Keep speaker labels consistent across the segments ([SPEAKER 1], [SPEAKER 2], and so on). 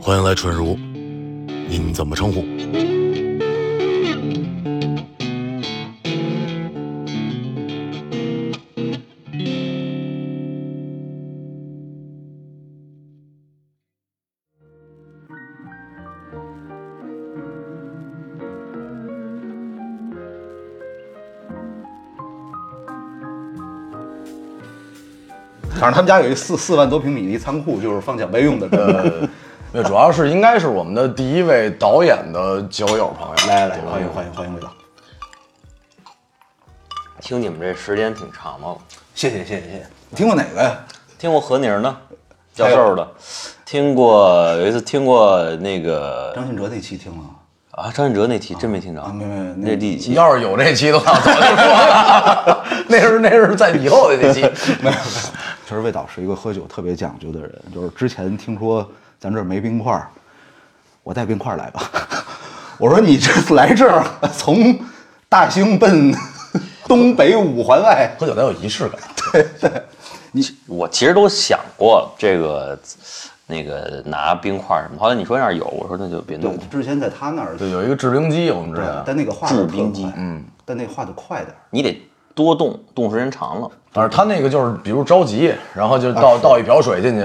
[SPEAKER 1] 欢迎来春如，您怎么称呼？
[SPEAKER 2] 反正他们家有一四四万多平米的一仓库，就是放奖杯用的。 呃，
[SPEAKER 3] 那主要是应该是我们的第一位导演的酒友朋友，
[SPEAKER 2] 来来来，欢迎欢迎欢迎魏导，
[SPEAKER 4] 听你们这时间挺长的了，
[SPEAKER 2] 谢谢谢谢谢谢。你听过哪个呀？
[SPEAKER 4] 听过何宁的，教授的，听过有一次听过那个
[SPEAKER 2] 张信哲那期听了吗
[SPEAKER 4] 啊张信哲那期真没听着，
[SPEAKER 2] 啊，没没没，
[SPEAKER 4] 那第几期？
[SPEAKER 3] 要是有这期的话，早就说了。 那是那是在以后的那期，
[SPEAKER 2] 其实魏导是一个喝酒特别讲究的人，就是之前听说咱这儿没冰块儿，我带冰块儿来吧。 我说你这次来这儿从大兴奔东北五环外，
[SPEAKER 3] 喝酒得有仪式感。
[SPEAKER 4] 我其实都想过这个那个拿冰块什么，后来你说那儿有，我说那就别弄
[SPEAKER 2] 对
[SPEAKER 4] 了，。
[SPEAKER 2] 之前在他那儿，
[SPEAKER 3] 对，有一个制冰机，我们知
[SPEAKER 2] 对
[SPEAKER 3] 道，。
[SPEAKER 2] 但那个化的
[SPEAKER 4] 制冰机
[SPEAKER 2] 快，嗯，但那化的快点儿。
[SPEAKER 4] 你得多冻，冻时间长了。
[SPEAKER 3] 反正他那个就是，比如着急，然后就倒倒一瓢水进去，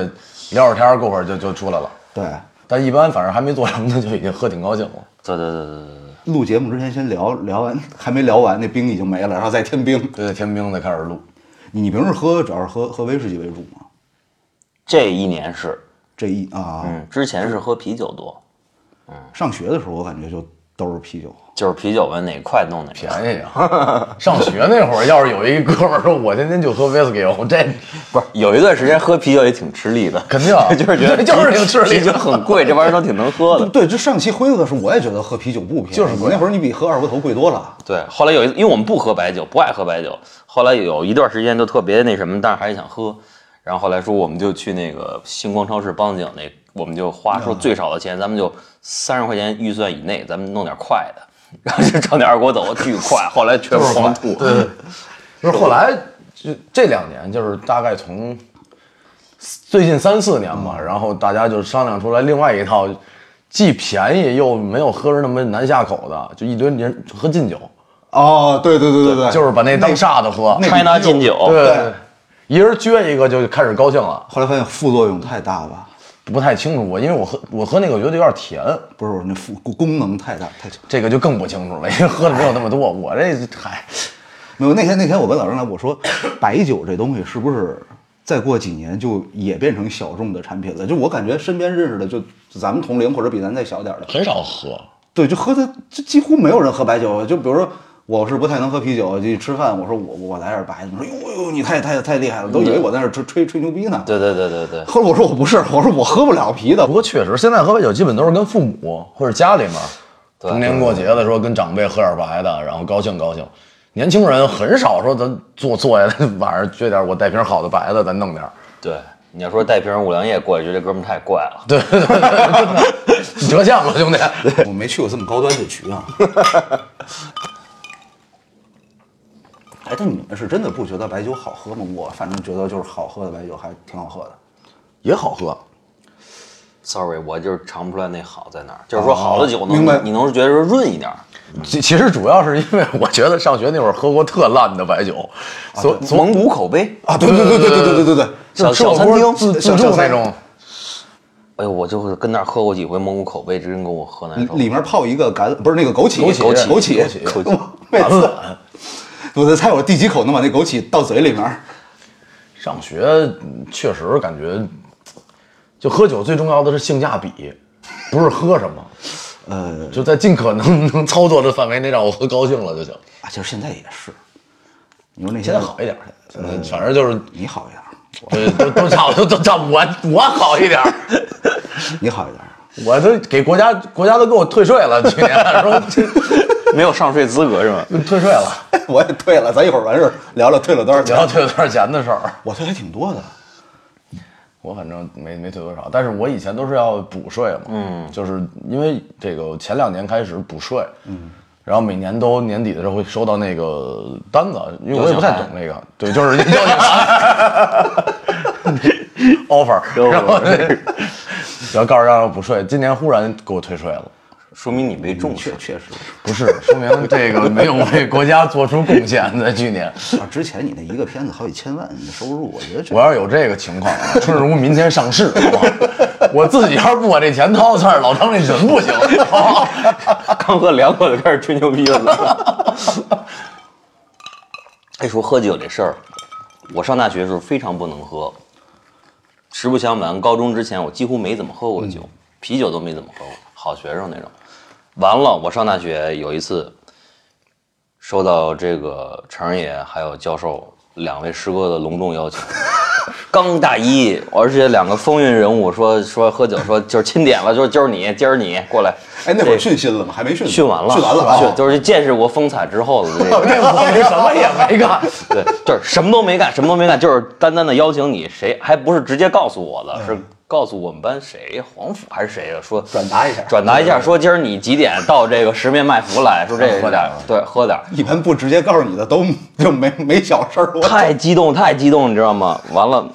[SPEAKER 3] 聊会儿天儿，过会儿就就出来了。
[SPEAKER 2] 对，
[SPEAKER 3] 但一般反正还没做什么呢，就已经喝挺高兴了。
[SPEAKER 4] 对对对对对对，
[SPEAKER 2] 录节目之前先聊聊完， 还没聊完，那冰已经没了，然后再添冰。
[SPEAKER 3] 对，天兵的开始录，
[SPEAKER 2] 你你平时喝主要是喝喝威士忌为主吗？
[SPEAKER 4] 这一年是，
[SPEAKER 2] 这一啊，
[SPEAKER 4] 嗯，之前是喝啤酒多，
[SPEAKER 2] 上学的时候我感觉就都是啤酒。
[SPEAKER 4] 就是啤酒吧哪快弄哪快。
[SPEAKER 3] 便宜啊！上学那会儿，要是有一哥们儿说我天天就喝威士忌，我这
[SPEAKER 4] 不是有一段时间喝啤酒也挺吃力的，
[SPEAKER 3] 肯定啊
[SPEAKER 4] 就是觉得
[SPEAKER 3] 就是挺吃力的
[SPEAKER 4] 啤酒很贵，这玩意儿都挺能喝的。
[SPEAKER 2] 对，这上期辉子的时候，我也觉得喝啤酒不便宜，
[SPEAKER 3] 就是
[SPEAKER 2] 你
[SPEAKER 3] 贵
[SPEAKER 2] 那会儿你比喝二锅头贵多了。
[SPEAKER 4] 对，后来有一，因为我们不喝白酒，不爱喝白酒。后来有一段时间就特别那什么，但是还是想喝。然后后来说，我们就去那个星光超市帮警那，我们就花说最少的钱，咱们就三十块钱预算以内，咱们弄点快的， 然后就整点二锅头，巨 快。后来全狂吐。
[SPEAKER 3] 对对，对不是后来这这两年，就是大概从最近三四年吧，然后大家就商量出来另外一套，既便宜又没有喝着那么难下口的，就一堆人喝劲酒，
[SPEAKER 2] 哦，对对对对对
[SPEAKER 3] 就是把那当煞的喝，
[SPEAKER 2] 那
[SPEAKER 4] China 劲酒，
[SPEAKER 3] 对，对一人撅一个就开始高兴了。
[SPEAKER 2] 后来发现副作用太大了，
[SPEAKER 3] 不太清楚我，因为我喝我喝那个我觉得有点甜，
[SPEAKER 2] 不是那副功能太大太强。
[SPEAKER 3] 这个就更不清楚了，因为喝的没有那么多。我这嗨，
[SPEAKER 2] 没有那天那天我跟老郑来，我说 白酒这东西是不是再过几年就也变成小众的产品了？就我感觉身边认识的就就咱们同龄或者比咱再小点儿的，
[SPEAKER 3] 很少喝。
[SPEAKER 2] 对，就喝的就几乎没有人喝白酒。就比如说，我是不太能喝啤酒，就吃饭，我说我我来点白的，你说哟哟，你太太太厉害了，都以为我在那儿吹吹吹牛逼呢。
[SPEAKER 4] 对对对对对，
[SPEAKER 2] 后来我说我不是，我说我喝不了啤的
[SPEAKER 3] 不。过确实，现在喝白酒基本都是跟父母或者家里面，逢年过节的时候跟长辈喝点白的，然后高兴高兴。年轻人很少说咱坐坐下来 晚上撅点，我带瓶好的白的，咱弄点儿。
[SPEAKER 4] 对，你要说带瓶五粮液过去，这哥们儿太怪了。对，
[SPEAKER 3] 你折相了，兄弟。
[SPEAKER 2] 我没去过这么高端的局啊。 哎，但你们是真的不觉得白酒好喝吗？我反正觉得就是好喝的白酒还挺好喝的。
[SPEAKER 3] 也好喝，
[SPEAKER 4] Sorry，我就是尝不出来那好在哪儿，就是说好的酒能，
[SPEAKER 2] 哦明白
[SPEAKER 4] 你能觉得说润一点儿，
[SPEAKER 3] 其其实主要是因为我觉得上学那会儿喝过特烂的白酒，所所
[SPEAKER 4] 蒙古口碑。
[SPEAKER 2] 啊，对对对对对对对对对，
[SPEAKER 4] 小
[SPEAKER 3] 吃
[SPEAKER 4] 小
[SPEAKER 3] 火
[SPEAKER 4] 餐
[SPEAKER 3] 锅
[SPEAKER 4] 厅
[SPEAKER 3] 自自
[SPEAKER 2] 小
[SPEAKER 3] 助
[SPEAKER 2] 小
[SPEAKER 3] 那
[SPEAKER 2] 餐
[SPEAKER 3] 种。
[SPEAKER 4] 哎呦，我就是跟那儿喝过几回蒙古口碑，真给我喝难受。
[SPEAKER 2] 里面泡一个橄不是那个枸杞，
[SPEAKER 3] 枸杞
[SPEAKER 2] 枸杞，
[SPEAKER 3] 枸杞
[SPEAKER 2] 我 每次
[SPEAKER 3] 啊
[SPEAKER 2] 我在猜我第几口能把那枸杞到嘴里面。
[SPEAKER 3] 上学嗯确实感觉，就喝酒最重要的是性价比，不是喝什么，
[SPEAKER 2] 呃，
[SPEAKER 3] 就在尽可能能操作的范围内让我喝高兴了就行。
[SPEAKER 2] 啊，其实现在也是，你说那
[SPEAKER 3] 现在好一点，嗯，反正就是
[SPEAKER 2] 你好一点，
[SPEAKER 3] 对都都差不多，都差不多我我好一点儿，
[SPEAKER 2] 你好一点。
[SPEAKER 3] 我都给国家国家都给我退税了，去年 说这
[SPEAKER 4] 没有上税资格是吗？
[SPEAKER 3] 退税了，
[SPEAKER 2] 我也退了，咱一会儿完事儿聊聊退了多少
[SPEAKER 3] 你要
[SPEAKER 2] 钱。
[SPEAKER 3] 退了多少钱的事儿，
[SPEAKER 2] 我退还挺多的，
[SPEAKER 3] 我反正没没退多少，但是我以前都是要补税嘛，嗯，就是因为这个前两年开始补税，嗯，然后每年都年底的时候会收到那个单子，因为我也不太懂那个，对，就是邀请函 offer，然后这要告诉大家不睡，今年忽然给我退税了。
[SPEAKER 4] 说明你被重视
[SPEAKER 2] 确。确实
[SPEAKER 3] 不是，说明这个没有为国家做出贡献，在去年。
[SPEAKER 2] 啊，之前你那一个片子好几千万，你的收入，我觉得这
[SPEAKER 3] 我要是有这个情况 啊，春日屋明天上市，好不好？我自己要是不把这钱掏出来，老张这人不行，好不好？
[SPEAKER 4] 刚喝两口就开始吹牛逼了。 哎，说喝酒这事儿，我上大学的时候非常不能喝。实不相瞒，高中之前我几乎没怎么喝过酒，啤酒都没怎么喝过，好学生那种。完了，我上大学有一次，收到这个程爷还有教授两位师哥的隆重邀请， 刚大一，而且两个风云人物说说喝酒，说就是钦点了，就是就是你，今儿你过来。
[SPEAKER 2] 哎，那会儿
[SPEAKER 4] 这
[SPEAKER 2] 训训了吗？还没训呢，
[SPEAKER 4] 训完了，
[SPEAKER 2] 训完了
[SPEAKER 4] 训
[SPEAKER 2] 啊，
[SPEAKER 4] 就是见识过风采之后的这个，
[SPEAKER 3] 那我们什么也 没干。
[SPEAKER 4] 对，就是什么都没干，什么都没干，就是单单的邀请你，谁还不是直接告诉我的，是告诉我们班谁黄甫还是谁啊，说
[SPEAKER 2] 转达一下
[SPEAKER 4] 转达一下，说今儿你几点到这个十面埋伏来，说这
[SPEAKER 3] 喝点儿
[SPEAKER 4] 对，喝点儿。
[SPEAKER 2] 一般不直接告诉你的都就没没小事儿。我
[SPEAKER 4] 太激动， 太激动，你知道吗？完了，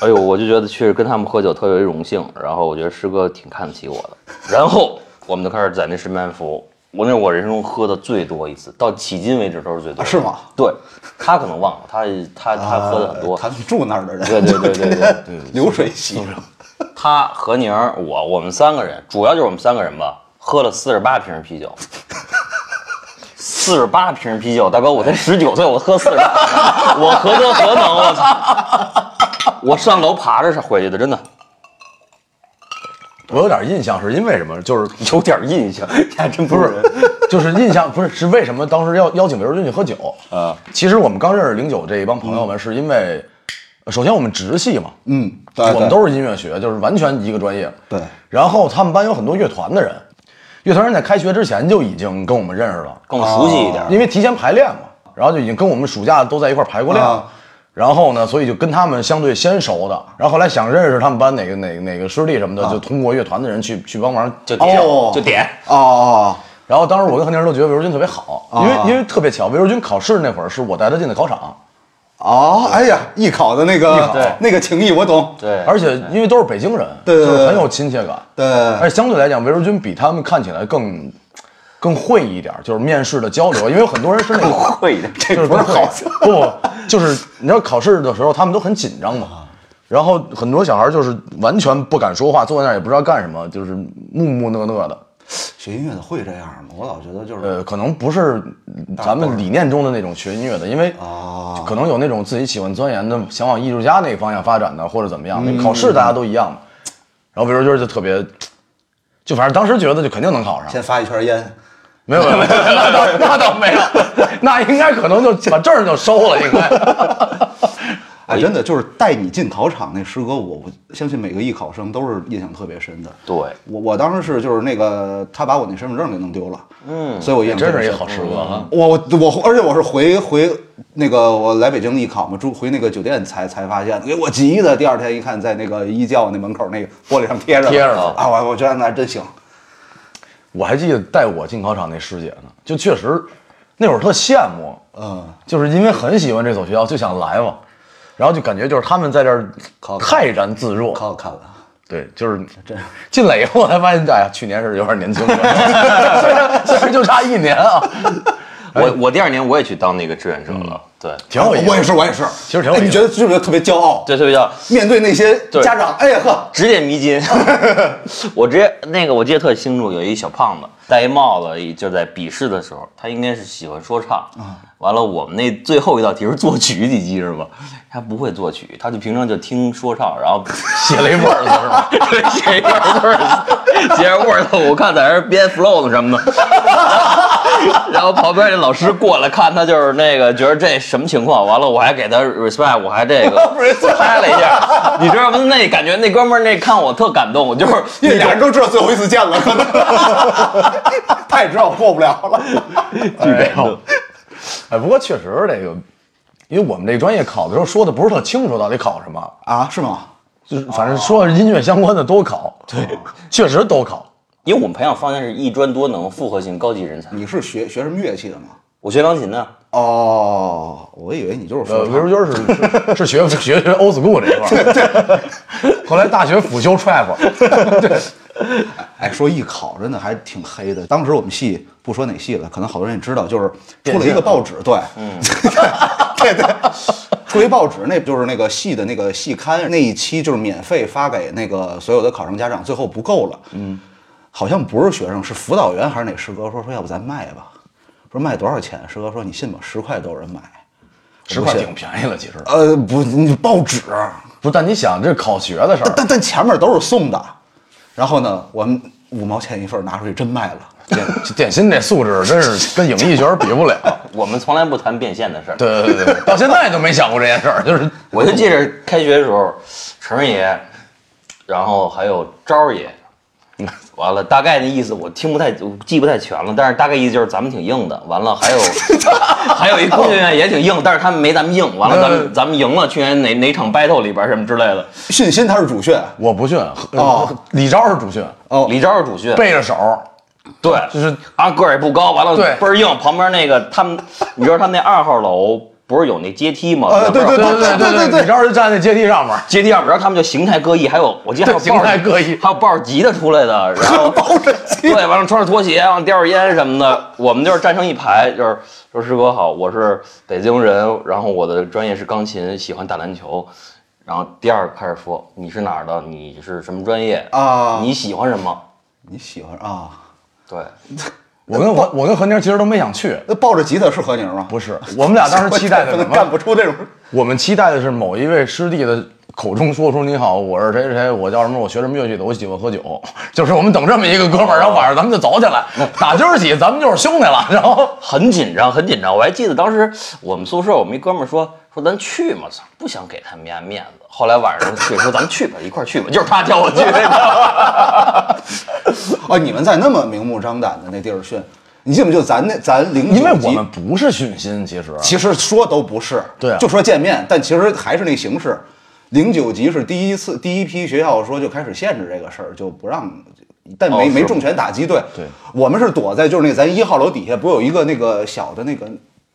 [SPEAKER 4] 哎呦，我就觉得去跟他们喝酒特别荣幸。然后我觉得师哥挺看得起我 的。然后我们就开始在那石门服，我那是我人生中喝的最多一次，到迄今为止都是最多、
[SPEAKER 2] 啊是吗？
[SPEAKER 4] 对，他可能忘了，他他他喝的很多。
[SPEAKER 2] 啊他们住那儿的人，
[SPEAKER 4] 对对对对 对对，
[SPEAKER 2] 流水席上，
[SPEAKER 4] 他何宁儿我我们三个人，主要就是我们三个人吧，喝了四十八瓶啤酒。四十八瓶啤酒，大哥，我才十九岁，我喝四十八，我何德何能？我操！我上楼爬着是回去的，真的
[SPEAKER 3] 我有点印象，是因为什么？就是
[SPEAKER 4] 有点印象，还真不
[SPEAKER 3] 不是， 就是印象不是是为什么当时要邀请维尔军去喝酒啊？嗯其实我们刚认识零九这一帮朋友们，是因为首先我们直系嘛，
[SPEAKER 2] 嗯，对
[SPEAKER 3] 我
[SPEAKER 2] 对
[SPEAKER 3] 们都是音乐学，就是完全一个专业。
[SPEAKER 2] 对
[SPEAKER 3] 然后他们班有很多乐团的人，乐团人在开学之前就已经跟我们认识了，
[SPEAKER 4] 更熟悉一点。
[SPEAKER 3] 因为提前排练嘛，然后就已经跟我们暑假都在一块儿排过练。
[SPEAKER 2] 啊
[SPEAKER 3] 然后呢，所以就跟他们相对先熟的，然后后来想认识他们班哪个哪个哪个师弟什么的，就通过乐团的人去去帮忙
[SPEAKER 4] 就点、
[SPEAKER 2] 啊哦
[SPEAKER 4] 就点，
[SPEAKER 2] 哦哦，
[SPEAKER 3] 然后当时我跟何宁都觉得魏如君特别好，因
[SPEAKER 2] 啊
[SPEAKER 3] 为因为特别巧，魏如君考试那会儿是我带他进的考场，
[SPEAKER 2] 哦，哎呀，艺考的那
[SPEAKER 3] 艺考
[SPEAKER 2] 个
[SPEAKER 4] 对
[SPEAKER 2] 那个情谊我懂，
[SPEAKER 4] 对，
[SPEAKER 3] 而且因为都是北京人，
[SPEAKER 2] 对对对
[SPEAKER 3] 就是很有亲切感。
[SPEAKER 2] 对
[SPEAKER 3] 而且相对来讲，魏如君比他们看起来更更会一点，就是面试的交流，因为有很多人是 那种
[SPEAKER 4] 会的。
[SPEAKER 3] 这
[SPEAKER 2] 不是好
[SPEAKER 3] 不不，就是你知道考试的时候他们都很紧张
[SPEAKER 2] 啊
[SPEAKER 3] 嘛，然后很多小孩就是完全不敢说话，坐在那儿也不知道干什么，就是木木讷讷的。
[SPEAKER 2] 学音乐的会这样吗？我老觉得就是
[SPEAKER 3] 呃，可能不是咱们理念中的那种学音乐的，因为
[SPEAKER 2] 啊
[SPEAKER 3] 可能有那种自己喜欢钻研的，想往艺术家那个方向发展的，或者怎么样。那考试大家都一样嘛。然后魏如军就特别，就反正当时觉得就肯定能考上，
[SPEAKER 2] 先发一圈烟，
[SPEAKER 3] 没有没有，没有那倒 那倒没有，那应该可能就把证儿就收了，应该。
[SPEAKER 2] 哎，真的就是带你进考场那师哥，我我相信每个艺考生都是印象特别深的。
[SPEAKER 4] 对，
[SPEAKER 2] 我我当时是就是那个他把我那身份证给弄丢了，嗯，所以我印象
[SPEAKER 3] 真
[SPEAKER 2] 特
[SPEAKER 3] 是
[SPEAKER 2] 别
[SPEAKER 3] 一
[SPEAKER 2] 深
[SPEAKER 3] 好师哥啊！
[SPEAKER 2] 我我而且我是回回那个我来北京艺考嘛，住回那个酒店才才发现，给我急的。第二天一看，在那个一教那门口那个玻璃上贴着
[SPEAKER 3] 贴着呢
[SPEAKER 2] 啊，我我觉得那真行。
[SPEAKER 3] 我还记得带我进考场那师姐呢，就确实那会儿特羡慕，
[SPEAKER 2] 嗯，
[SPEAKER 3] 就是因为很喜欢这所学校，就想来嘛，然后就感觉就是他们在这儿
[SPEAKER 2] 考
[SPEAKER 3] 泰然自若，
[SPEAKER 2] 可好看了，
[SPEAKER 3] 对，就是这 进来以后才发现，哎呀，去年是有点年轻了， 虽然虽然就差一年啊，
[SPEAKER 4] 我我第二年我也去当那个志愿者了，对，
[SPEAKER 3] 挺有意思。
[SPEAKER 2] 我也是，我也是。
[SPEAKER 3] 其实挺有意
[SPEAKER 2] 哎
[SPEAKER 3] 思
[SPEAKER 2] 你觉得是不是特别骄傲？
[SPEAKER 4] 这特别叫
[SPEAKER 2] 面对那些
[SPEAKER 4] 对
[SPEAKER 2] 家长，哎呀呵，
[SPEAKER 4] 指点迷津。 我直接那个我记得特清楚，有一小胖子戴一帽子，就在笔试的时候，他应该是喜欢说唱。完了，我们那最后一道题是作曲，你记着吧？他不会作曲，他就平常就听说唱，然后
[SPEAKER 3] 写了一本子 是吧？
[SPEAKER 4] 写一段 Word，写 Word，我看在那儿编 flow 什么的。然后旁边那老师过来看他，就是那个觉得这什么情况？完了，我还给他 respect，我还这个拍了一下，你知道吗？那感觉那哥们儿那看我特感动，我就是
[SPEAKER 2] 因为俩人都知道最后一次见了， 可能他也知道我过不了了。
[SPEAKER 3] 哎呦，哎，不过确实这个，因为我们这个专业考的时候说的不是特清楚，到底考什么，
[SPEAKER 2] 啊，是吗？
[SPEAKER 3] 就是反正说音乐相关的都考，对，确实都考。
[SPEAKER 4] 因为我们培养方向是一专多能、复合型高级人才。
[SPEAKER 2] 你是学学什么乐器的吗？
[SPEAKER 4] 我学钢琴呢，
[SPEAKER 2] 哦，我以为你就是
[SPEAKER 3] 呃，
[SPEAKER 2] 说
[SPEAKER 3] 刘淑娟 是是学学学 old school 这一块儿， 后来大学辅修 trap，
[SPEAKER 2] 哎，说艺考真的还挺黑的。当时我们系不说哪系了，可能好多人也知道，就是出了一个报纸，对，嗯， 对对，出一报纸，那就是那个系的那个系刊，那一期就是免费发给那个所有的考生家长，最后不够了，嗯，好像不是学生，是辅导员还是哪师哥说说要不咱卖吧，说卖多少钱？师哥说你信吗？十块都有人买，
[SPEAKER 3] 十块挺便宜了，其实
[SPEAKER 2] 呃，不，你报纸，啊
[SPEAKER 3] 不，但你想这是考学的事
[SPEAKER 2] 但
[SPEAKER 3] 儿，
[SPEAKER 2] 但但前面都是送的，然后呢，我们五毛钱一份儿拿出去真卖了。
[SPEAKER 3] 点点心这素质真是跟影艺圈比不了。
[SPEAKER 4] 我们从来不谈变现的事儿。
[SPEAKER 3] 对对对对，到现在都没想过这件事儿，就是
[SPEAKER 4] 我就记着开学的时候，成儿爷，然后还有昭儿爷，完了大概那意思我听不太我记不太全了，但是大概意思就是咱们挺硬的。完了还 有还有一工学院也挺硬，但是他们没咱们硬。完了咱
[SPEAKER 3] 对对
[SPEAKER 4] 们咱们赢了去年哪哪场 battle 里边什么之类的。
[SPEAKER 2] 信心他是主训，
[SPEAKER 3] 我不训，
[SPEAKER 2] 哦
[SPEAKER 3] 李昭是主训，
[SPEAKER 2] 哦
[SPEAKER 4] 李昭是主训，
[SPEAKER 3] 背着手，
[SPEAKER 4] 对，
[SPEAKER 3] 就是
[SPEAKER 4] 啊个儿也不高，完了
[SPEAKER 3] 对
[SPEAKER 4] 倍儿硬。旁边那个他们，你知道他们那二号楼不是有那阶梯吗？
[SPEAKER 2] 呃对对
[SPEAKER 3] 对对
[SPEAKER 2] 对对对
[SPEAKER 3] 李昭是站在阶梯上面，
[SPEAKER 4] 阶梯上边，然后他们就形态各异，还有我记得还有
[SPEAKER 3] 对 形态各异
[SPEAKER 4] 还有抱着吉的出来的，然 后
[SPEAKER 2] 抱着
[SPEAKER 4] 对，完了穿着拖鞋，完了叼着烟什么的，我们就是站成一排，就是说师哥好，我是北京人，然后我的专业是钢琴，喜欢打篮球。然后第二个开始说你是哪儿的，你是什么专业
[SPEAKER 2] 啊
[SPEAKER 4] 你喜欢什么？
[SPEAKER 2] 你喜欢啊？
[SPEAKER 4] 对，
[SPEAKER 3] 我跟我我跟何宁其实都没想去，
[SPEAKER 2] 那抱着吉他是何宁吗？
[SPEAKER 3] 不是，我们俩当时期待的
[SPEAKER 2] 可
[SPEAKER 3] 什
[SPEAKER 2] 能
[SPEAKER 3] 么
[SPEAKER 2] 干？不出这种。
[SPEAKER 3] 我们期待的是某一位师弟的口中说出“你好，我是谁谁谁，我叫什么，我学什么乐器的，我喜欢喝酒”，就是我们等这么一个哥们儿，然后晚上咱们就走起来，打今儿起咱们就是兄弟了。然后
[SPEAKER 4] 很紧张，很紧张。我还记得当时我们宿舍，我们一哥们儿说说咱去嘛，操不想给他们家面子。后来晚上去说咱们去吧，一块儿去吧，就是他叫我去的。
[SPEAKER 2] 哦，你们在那么明目张胆的那地儿训，你记不记得咱那咱零九
[SPEAKER 3] 因为我们不是训心，其实
[SPEAKER 2] 其实说都不是，
[SPEAKER 3] 对啊
[SPEAKER 2] 就说见面，但其实还是那形式。零九级是第一次，第一批学校说就开始限制这个事儿，就不让，但没、
[SPEAKER 4] 哦是
[SPEAKER 2] 没重拳打击。对，
[SPEAKER 3] 对
[SPEAKER 2] 我们是躲在就是那咱一号楼底下，不有一个那个小的那个，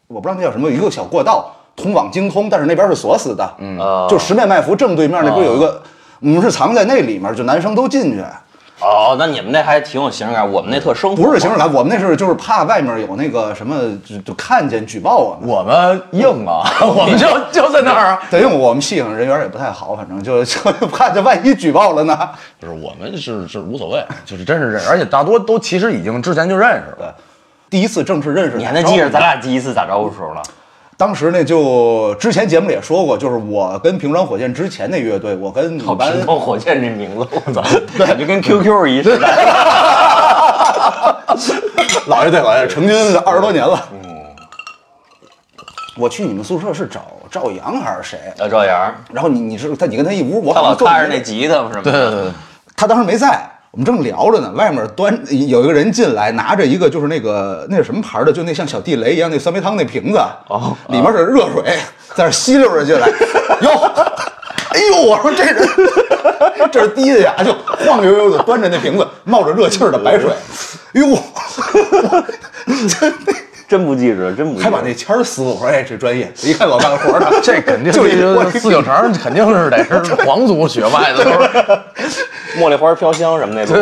[SPEAKER 2] 我不知道那叫什么，有一个小过道通往精通，但是那边是锁死的，嗯
[SPEAKER 4] 哦
[SPEAKER 2] 就十面埋伏正对面那不是有一个，我们是藏在那里面，就男生都进去，
[SPEAKER 4] 哦，那你们那还挺有形式感，我们那特生活。
[SPEAKER 2] 不是形式感，我们那是就是怕外面有那个什么就就看见举报我们。
[SPEAKER 3] 我们硬啊，我们就就在那儿啊。
[SPEAKER 2] 对，因为我们系上人缘也不太好，反正就 就怕这万一举报了呢。
[SPEAKER 3] 就是我们是是无所谓，就是真是认识，而且大多都其实已经之前就认识了。
[SPEAKER 2] 第一次正式认识，
[SPEAKER 4] 你还能记着咱？俩第一次打招呼的时候了？
[SPEAKER 2] 当时那就之前节目里也说过，就是我跟平川火箭之前那乐队，我跟你
[SPEAKER 4] 好，
[SPEAKER 2] 班
[SPEAKER 4] 平头火箭这名字，我 操，感觉跟 QQ 一似的。
[SPEAKER 2] 老爷对老爷成军二十多年了。嗯，我去你们宿舍是找赵阳还是谁？
[SPEAKER 4] 啊，赵阳，
[SPEAKER 2] 然后你你是他你跟他一屋，我
[SPEAKER 4] 他
[SPEAKER 2] 好
[SPEAKER 4] 老
[SPEAKER 2] 像坐
[SPEAKER 4] 看着
[SPEAKER 2] 你
[SPEAKER 4] 那吉他什么的。
[SPEAKER 3] 对对对对，
[SPEAKER 2] 他当时没在，我们正聊着呢，外面端有一个人进来，拿着一个就是那个那是什么牌的，就那像小地雷一样那酸梅汤那瓶子，哦，里面是热水，在那吸溜着进来，哟，哎呦，我说这人，这是第一眼就晃悠悠的端着那瓶子，冒着热气儿的白水，哎呦，
[SPEAKER 4] 真不记着，真不记着。
[SPEAKER 2] 还把那签儿撕了，我说哎，这专业，一看老干活的，
[SPEAKER 3] 这肯定
[SPEAKER 2] 就一锅
[SPEAKER 3] 是四九城，肯定是得是皇族血脉的，都是
[SPEAKER 4] 茉莉花飘香什么那种。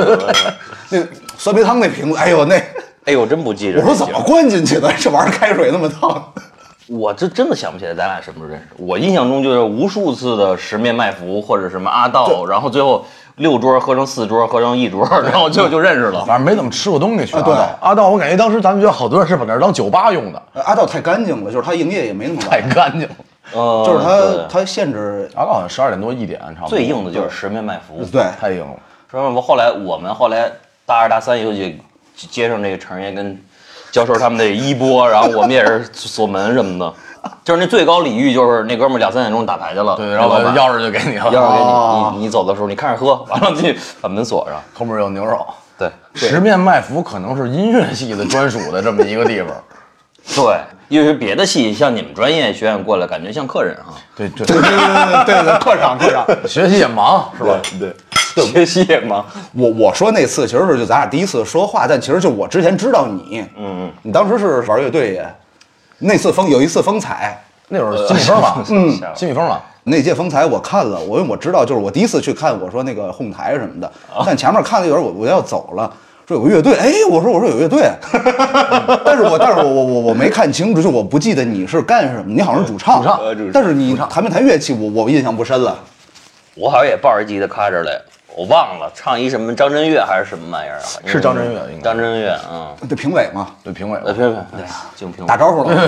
[SPEAKER 2] 那酸梅汤那瓶子，哎呦那。
[SPEAKER 4] 哎呦，真不记着。
[SPEAKER 2] 我说怎么灌进去的？这玩意儿开水那么烫，
[SPEAKER 4] 我这真的想不起来咱俩什么时候认识。我印象中就是无数次的十面埋伏或者什么阿道，然后最后六桌合成四桌，合成一桌，然后就就认识了。
[SPEAKER 3] 反正没怎么吃过东西去阿
[SPEAKER 2] 啊对
[SPEAKER 3] 道。阿道，我感觉当时咱们学校好多人是把那儿当酒吧用的，
[SPEAKER 2] 呃阿道太干净了，就是他营业也没那么
[SPEAKER 3] 太
[SPEAKER 2] 晚，
[SPEAKER 3] 干净了。
[SPEAKER 4] 呃，
[SPEAKER 2] 就是他
[SPEAKER 4] 对
[SPEAKER 2] 他限制
[SPEAKER 3] 阿道好像十二点多一点差不多。
[SPEAKER 4] 最硬的就是十面埋伏。
[SPEAKER 2] 对
[SPEAKER 3] 太硬了。
[SPEAKER 4] 说明我后来我们后来大二大三尤其接上这个成爷跟教授他们的衣钵，然后我们也是锁门什么的， 就是那最高礼遇就是那哥们儿两三点钟打牌去了，
[SPEAKER 3] 对，然后
[SPEAKER 4] 那
[SPEAKER 3] 我
[SPEAKER 4] 老板
[SPEAKER 3] 钥匙就给你
[SPEAKER 4] 钥
[SPEAKER 3] 了，
[SPEAKER 4] 匙给你，
[SPEAKER 2] 哦
[SPEAKER 4] 你你走的时候你看着喝， 完了你把门锁上。
[SPEAKER 3] 后面有牛肉。
[SPEAKER 4] 对
[SPEAKER 3] 十面埋伏可能是音乐系的专属的这么一个地方。
[SPEAKER 4] 对，因为别的系像你们专业学院过来，感觉像客人啊 哈，
[SPEAKER 3] 对对，
[SPEAKER 2] 对对对对对，客场客场。
[SPEAKER 3] 学习也忙是吧？
[SPEAKER 2] 对，
[SPEAKER 4] 学习也忙。
[SPEAKER 2] 我我说那次其实
[SPEAKER 4] 嗯
[SPEAKER 2] 是就咱俩第一次说话，但其实就我之前知道你，嗯，你当时是玩乐队也，那次风有一次风采，
[SPEAKER 3] 那会儿金米峰嘛，
[SPEAKER 4] 嗯
[SPEAKER 3] 金米峰嘛，
[SPEAKER 2] 那届风采我看了，我因为我知道，就是我第一次去看，我说那个哄台什么的，
[SPEAKER 4] 啊
[SPEAKER 2] 但前面看了一会儿，我我要走了，说有个乐队，哎，我说我说有乐队， 但是我但是我我我我没看清楚，就我不记得你是干什么，你好像是主唱，
[SPEAKER 3] 主唱
[SPEAKER 4] 呃主
[SPEAKER 2] 但是你弹没弹乐器，我我印象不深了。
[SPEAKER 4] 我好像也抱着吉他卡着来，我忘了唱一什么张震岳还是什么玩意儿啊？
[SPEAKER 3] 是张震岳应该
[SPEAKER 4] 张震岳，嗯，
[SPEAKER 2] 对评委嘛，
[SPEAKER 3] 对评委
[SPEAKER 4] 呃，别别别，敬评委
[SPEAKER 2] 打招呼了，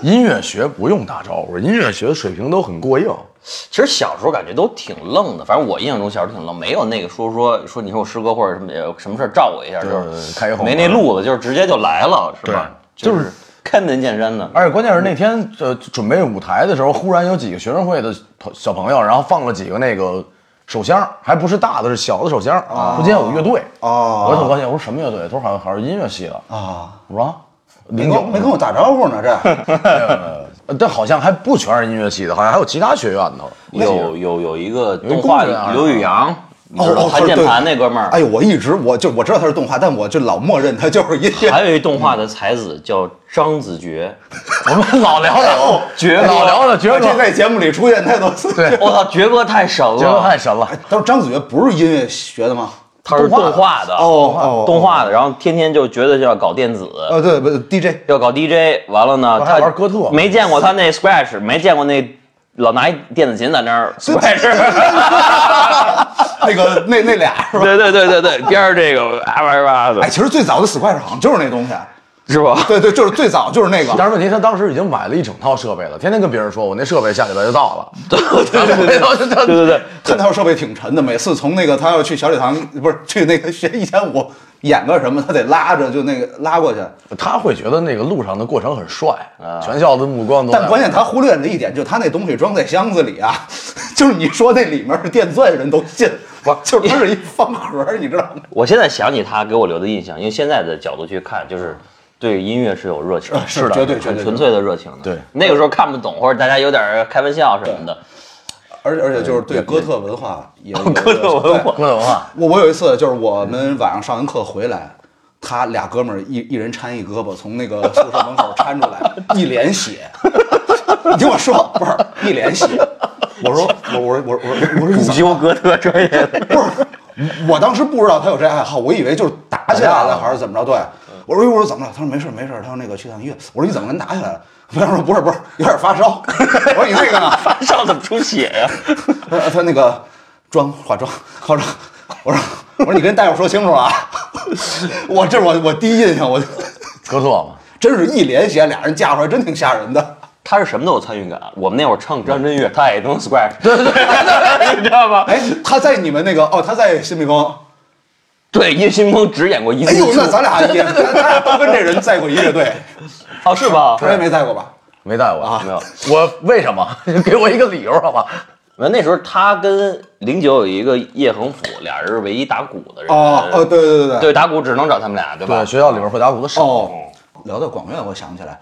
[SPEAKER 3] 音乐学不用打招呼，音乐学水平都很过硬。
[SPEAKER 4] 其实小时候感觉都挺愣的，反正我印象中小时候挺愣，没有那个说说说你说我师哥或者什么有什么事儿照我一下，就
[SPEAKER 3] 对对
[SPEAKER 4] 是
[SPEAKER 3] 对开一红
[SPEAKER 4] 没那路子，就是直接就来了，是吧？
[SPEAKER 3] 对
[SPEAKER 4] 就
[SPEAKER 3] 就是
[SPEAKER 4] 开门见山的。
[SPEAKER 3] 而且关键是那天呃准备舞台的时候，忽然有几个学生会的朋小朋友，然后放了几个那个手箱，还不是大的，是小的手箱。说今天有个乐队，
[SPEAKER 2] 哦
[SPEAKER 3] 我挺高兴。我说什么乐队？他说好像好像是音乐系的。
[SPEAKER 2] 啊，
[SPEAKER 3] 我说啊
[SPEAKER 2] 没
[SPEAKER 3] 零
[SPEAKER 2] 跟
[SPEAKER 3] 九
[SPEAKER 2] 我没跟我打招呼呢， 这
[SPEAKER 3] 呃但好像还不全是音乐系的，好像还有其他学院的。
[SPEAKER 4] 有有有一个
[SPEAKER 3] 有一
[SPEAKER 4] 动画
[SPEAKER 3] 工人啊
[SPEAKER 4] 刘宇阳，你知
[SPEAKER 2] 哦
[SPEAKER 4] 道
[SPEAKER 2] 哦
[SPEAKER 4] 弹键
[SPEAKER 2] 对
[SPEAKER 4] 盘那哥们儿，
[SPEAKER 2] 哎呦，我一直我就我知道他是动画，但我就老默认他就是音乐。
[SPEAKER 4] 还有一动画的才子叫张子爵，我们老聊
[SPEAKER 2] 哦啊
[SPEAKER 4] 他，爵哥，
[SPEAKER 3] 老聊了爵哥
[SPEAKER 2] 这，在节目里出现太多次。
[SPEAKER 3] 对，
[SPEAKER 4] 我操，爵哥太神 了，
[SPEAKER 3] 爵哥太神了
[SPEAKER 2] 哎。他说张子爵不是音乐学的吗？
[SPEAKER 4] 他是动画的
[SPEAKER 2] 哦哦
[SPEAKER 4] 动画的，然后天天就觉得要搞电子，
[SPEAKER 2] 呃，对，不 DJ
[SPEAKER 4] 要搞 DJ，完了呢，
[SPEAKER 3] 还
[SPEAKER 4] 他
[SPEAKER 3] 玩哥特
[SPEAKER 4] 没见过他那 Scratch，没见过那老拿一电子琴在 那儿 Scratch，
[SPEAKER 2] 那个那那俩是吧？
[SPEAKER 4] 对对对 对对，边上这个啊哇哇的
[SPEAKER 2] 哎，，其实最早的 Squash 好像就是那东西。啊
[SPEAKER 4] 是吧？
[SPEAKER 2] 对对，就是最早就是那 个。
[SPEAKER 3] 但是问题，他当时已经买了一整套设备了，天天跟别人说，我那设备下礼拜就到了。对对对
[SPEAKER 4] 对对对，
[SPEAKER 2] 他那套设备挺沉的，每次从那个他要去小礼堂，不是去那个学以前我演个什么，他得拉着就那个拉过去。
[SPEAKER 3] 他会觉得那个路上的过程很帅，全校的目光都在。
[SPEAKER 2] 啊但关键他忽略了一点，就他那东西装在箱子里啊， 就是你说那里面是电钻，人都信。不， 就是它是一方盒， 你知道吗？
[SPEAKER 4] 我现在想起他给我留的印象，因为现在的角度去看，就是对音乐是有热情，
[SPEAKER 2] 啊是的绝对绝
[SPEAKER 4] 很
[SPEAKER 2] 对
[SPEAKER 4] 纯粹的热情的。
[SPEAKER 3] 对，
[SPEAKER 4] 那个时候看不懂，或者大家有点开玩笑什么的，
[SPEAKER 2] 而且而且就是对哥特文化也 有
[SPEAKER 4] 哥特 文化
[SPEAKER 3] 郭德纲
[SPEAKER 2] 我我有一次就是我们晚上上完课回来，他俩哥们儿一一人搀一胳膊从那个宿舍门口搀出 来，一脸血。 你听我说，不是一脸血。我说我我我我我 我说你
[SPEAKER 4] 主
[SPEAKER 2] 怎么
[SPEAKER 4] 修哥特专业的。
[SPEAKER 2] 不是？我当时不知道他有这爱好，我以为就是打起来了嗯还是怎么着？对，我说一会儿怎么了？他说没事儿没事儿，他说那个去趟医院。我说你怎么跟打起来了？他说不是不是，有点发烧。 我说你那个 呢？
[SPEAKER 4] 上怎么出血呀、
[SPEAKER 2] 他说他那个妆化妆化妆，我说我说你跟大夫说清楚了啊！我这是我我第一印象，我就
[SPEAKER 3] 哥特嘛，
[SPEAKER 2] 真是一脸血，俩人架出来真挺吓人的。
[SPEAKER 4] 他是什么都有参与感。啊我们那会儿唱张震岳，他也能 square，对对对，你知道吗？
[SPEAKER 2] 哎，他在你们那个哦，他在新蜜蜂。
[SPEAKER 4] 对，叶新峰只演过一
[SPEAKER 2] 哎
[SPEAKER 4] 次
[SPEAKER 2] 呦，
[SPEAKER 4] 演出，
[SPEAKER 2] 那咱俩也咱俩都跟这人在过一乐队，
[SPEAKER 4] 哦是吧？
[SPEAKER 2] 他也没在过吧？
[SPEAKER 3] 没带我
[SPEAKER 4] 没有。
[SPEAKER 3] 我为什么？ 给我一个理由好吧？
[SPEAKER 4] 完那时候他跟零九有一个叶恒甫，俩人是唯一打鼓的人。
[SPEAKER 2] 哦哦，对对对对。
[SPEAKER 4] 对，打鼓只能找他们俩，对吧
[SPEAKER 3] 对，？学校里边会打鼓的少。
[SPEAKER 2] 哦，聊到广院，我想起来，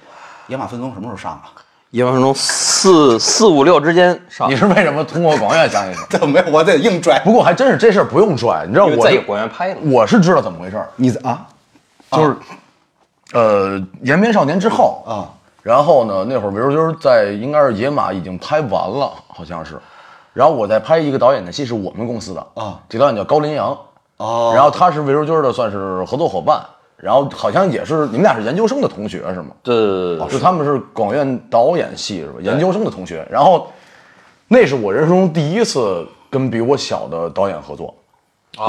[SPEAKER 2] 野马分鬃什么时候上啊？
[SPEAKER 4] 叶文中四四五六之间上
[SPEAKER 3] 你，是为什么通过广院想起来？
[SPEAKER 2] 这没有，我得硬拽。
[SPEAKER 3] 不过还真是这事儿不用拽，你知道
[SPEAKER 4] 因为
[SPEAKER 3] 我
[SPEAKER 4] 在
[SPEAKER 3] 是
[SPEAKER 4] 果园拍了。
[SPEAKER 3] 我是知道怎么回事儿，
[SPEAKER 2] 你啊
[SPEAKER 3] 就是呃延边少年之后
[SPEAKER 2] 啊，
[SPEAKER 3] 然后呢，那会儿维如就是在应该是野马已经拍完了，好像是。然后我在拍一个导演的戏，是我们公司的
[SPEAKER 2] 啊，
[SPEAKER 3] 这导演叫高林阳，
[SPEAKER 2] 哦，
[SPEAKER 3] 然后他是维如军的算是合作伙伴，然后好像也是你们俩是研究生的同学是吗？
[SPEAKER 4] 对对对对
[SPEAKER 3] 就他们是广院导演系是吧？研究生的同学，然后那是我人生中第一次跟比我小的导演合作，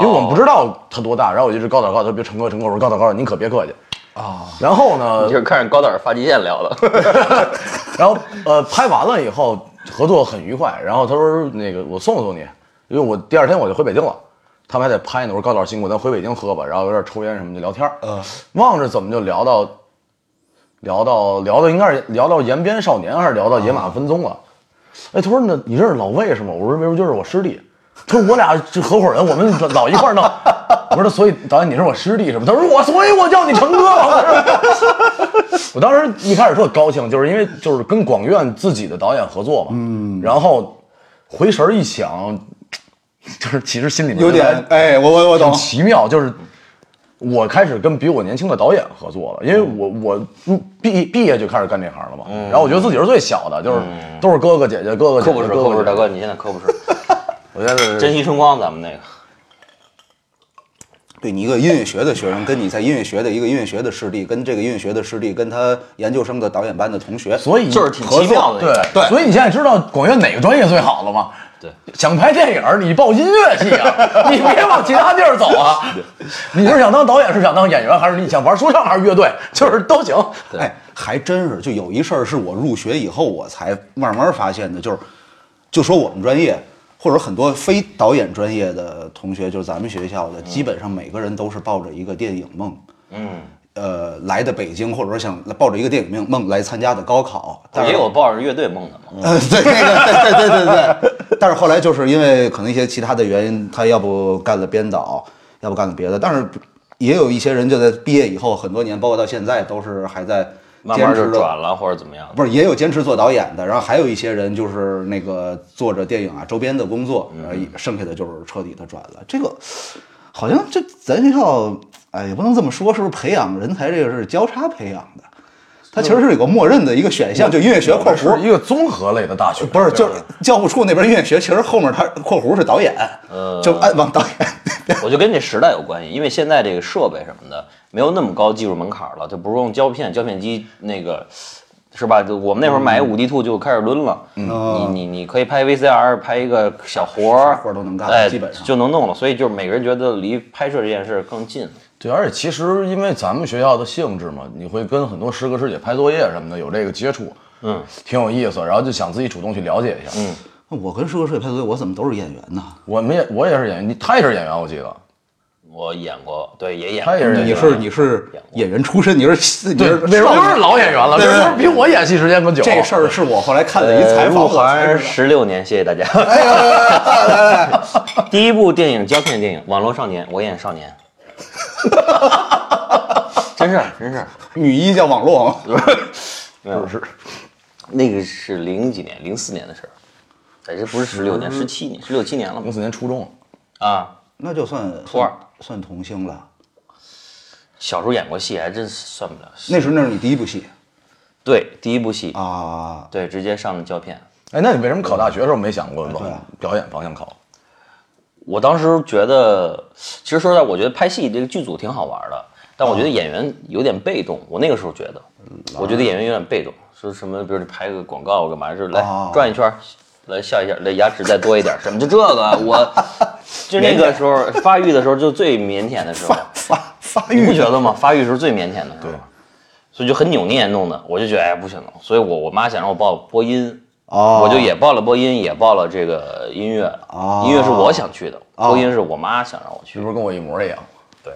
[SPEAKER 3] 因为我们不知道他多大，然后我就一直高点高点，别陈哥陈哥，我说高点高点，您可别客气啊。然后呢
[SPEAKER 4] 你，是看着高导发际线聊 的，
[SPEAKER 3] 然后呃，拍完了以后合作很愉快，然后他说那个我送送你，因为我第二天我就回北京了，他们还在拍呢，我说高老师辛苦，咱回北京喝吧，然后有点抽烟什么就聊天儿，
[SPEAKER 2] 嗯
[SPEAKER 3] 忘着怎么就聊到聊到聊到应该是聊到延边少年还是聊到野马分鬃了，哎，他说那你认识老魏是吗？我说没有，就是我师弟。他说我俩是合伙人，我们老一块儿弄。我说那所以导演你是我师弟是吧？他说我所以我叫你成哥嘛。我说我当时一开始特高兴，就是因为就是跟广院自己的导演合作嘛，嗯，然后回神儿一想，就是其实心里面
[SPEAKER 2] 有点哎，我我我懂
[SPEAKER 3] 很。奇妙，就是我开始跟比我年轻的导演合作了，因为我我嗯毕毕业就开始干这行了嘛。然后我觉得自己是最小的，就是都是哥哥姐姐，哥哥姐姐
[SPEAKER 4] 嗯可不是，
[SPEAKER 3] 哥
[SPEAKER 4] 可
[SPEAKER 3] 哥
[SPEAKER 4] 不
[SPEAKER 3] 姐
[SPEAKER 4] 是，大
[SPEAKER 3] 姐
[SPEAKER 4] 哥，，你现在可不是，
[SPEAKER 3] 我觉 得
[SPEAKER 4] 珍惜春光，咱们那个。
[SPEAKER 2] 对你一个音乐学的学生，跟你在音乐学的一个音乐学的师弟，跟这个音乐学的师弟，跟他研究生的导演班的同学，
[SPEAKER 3] 所以
[SPEAKER 4] 就是挺奇妙
[SPEAKER 3] 合作
[SPEAKER 4] 的
[SPEAKER 3] 对
[SPEAKER 2] 对
[SPEAKER 3] 所以你现在知道广院哪个专业最好了吗？
[SPEAKER 4] 对，
[SPEAKER 3] 想拍电影儿，你报音乐系啊，你别往其他地儿走 啊。你是想当导演，是想当演员，还是你想玩说唱，还是乐队，就是都行。
[SPEAKER 2] 哎，还真是，就有一事儿是我入学以后我才慢慢发现的，就是，就说我们专业，或者很多非导演专业的同学，就是咱们学校的，基本上每个人都是抱着一个电影梦，
[SPEAKER 4] 嗯，
[SPEAKER 2] 呃，来的北京，或者说想抱着一个电影梦梦来参加的高考， 但是
[SPEAKER 4] 也有抱着乐队梦的嘛。
[SPEAKER 2] 呃，对，那个，对对对对对。但是后来就是因为可能一些其他的原因，他要不干了编导，要不干了别的。但是也有一些人就在毕业以后很多年，包括到现在都是还在
[SPEAKER 4] 慢
[SPEAKER 2] 坚
[SPEAKER 4] 慢
[SPEAKER 2] 持
[SPEAKER 4] 就
[SPEAKER 2] 的。
[SPEAKER 4] 转了或者怎么样的。
[SPEAKER 2] 不是，也有坚持做导演的，然后还有一些人就是那个做着电影啊周边的工作，然后剩下的就是彻底的转了。这个好像这咱学校，哎，也不能这么说，是不是培养人才这个是交叉培养的？它其实是有个默认的一个选项，就音乐学（括弧
[SPEAKER 3] 是一个综合类的大学，
[SPEAKER 2] 不是，就是教务处那边音乐学，其实后面他括弧是导演，
[SPEAKER 4] 呃
[SPEAKER 2] 就按往导 演。
[SPEAKER 4] 我就跟这时代有关系，因为现在这个设备什么的没有那么高技术门槛了，就不是用胶片，胶片机那个是吧？就我们那会儿买
[SPEAKER 2] 嗯
[SPEAKER 4] 五 D 兔就开始抡了，你你你可以拍 VCR，拍一个小活
[SPEAKER 2] 啥
[SPEAKER 4] 儿，
[SPEAKER 2] 哦活儿都能干
[SPEAKER 4] 哎，
[SPEAKER 2] 基本上
[SPEAKER 4] 就能弄了。所以就是每个人觉得离拍摄这件事更近了。
[SPEAKER 3] 对，而且其实因为咱们学校的性质嘛，你会跟很多师哥师姐拍作业什么的有这个接触，
[SPEAKER 4] 嗯，
[SPEAKER 3] 挺有意思。然后就想自己主动去了解一下。嗯，
[SPEAKER 2] 我跟说说配对，我怎么都是演员呢？
[SPEAKER 3] 我们也我也是演员，你他也是演员，我记得。
[SPEAKER 4] 我演过，对，也演过
[SPEAKER 3] 他也是
[SPEAKER 4] 对
[SPEAKER 2] 嗯你
[SPEAKER 4] 对
[SPEAKER 2] 是你是演员出身，你是你
[SPEAKER 3] 对，
[SPEAKER 2] 是
[SPEAKER 3] 那时候就是老演员了，
[SPEAKER 2] 对对
[SPEAKER 3] 那时候比我演戏时间更久。
[SPEAKER 2] 这事儿是我后来看了一采访，我才知
[SPEAKER 4] 入行
[SPEAKER 2] 道
[SPEAKER 4] 呃
[SPEAKER 2] 哎
[SPEAKER 4] 十六年，谢谢大家。 第一部电影胶片电影《网络少年》，我演少年。真是真是，
[SPEAKER 2] 女一叫网络嘛，
[SPEAKER 4] 没有是，那个是零几年，零四年的事儿，哎，这不是十六年，十七年，十六七年了
[SPEAKER 3] 零
[SPEAKER 4] 嘛
[SPEAKER 3] 四年初中，
[SPEAKER 4] 啊！
[SPEAKER 2] 那就算
[SPEAKER 4] 托儿
[SPEAKER 2] 算童星了。
[SPEAKER 4] 小时候演过戏，还真算不了。
[SPEAKER 2] 那时候那是你第一部戏
[SPEAKER 4] 对，第一部戏，
[SPEAKER 2] 啊，
[SPEAKER 4] 对，直接上的胶片。
[SPEAKER 3] 哎，那你为什么考大学的时候没想过往
[SPEAKER 2] 对啊
[SPEAKER 3] 表演方向考？
[SPEAKER 4] 我当时觉得，其实说实在，我觉得拍戏这个剧组挺好玩的，但我觉得
[SPEAKER 2] 啊
[SPEAKER 4] 演员有点被动。我那个时候觉得，
[SPEAKER 2] 嗯
[SPEAKER 4] 我觉得演员有点被动，说什么，比如你拍个广告干嘛，就是来
[SPEAKER 2] 哦
[SPEAKER 4] 转一圈儿，来笑一下，来牙齿再多一点儿，什么就这个， 我就那个时候发育的时候就最腼腆的时候，
[SPEAKER 2] 发发
[SPEAKER 4] 你不
[SPEAKER 2] 育
[SPEAKER 4] 觉得吗？发育时候最腼腆的时候，所以就很扭捏弄的，我就觉得哎不行了，所以我我妈想让我报播音，
[SPEAKER 2] 哦
[SPEAKER 4] 我就也报了播音，也报了这个音乐，
[SPEAKER 2] 哦
[SPEAKER 4] 音乐是我想去的，播音是我妈想让我
[SPEAKER 3] 是
[SPEAKER 4] 去
[SPEAKER 3] 不，是跟我一模一样？
[SPEAKER 4] 对，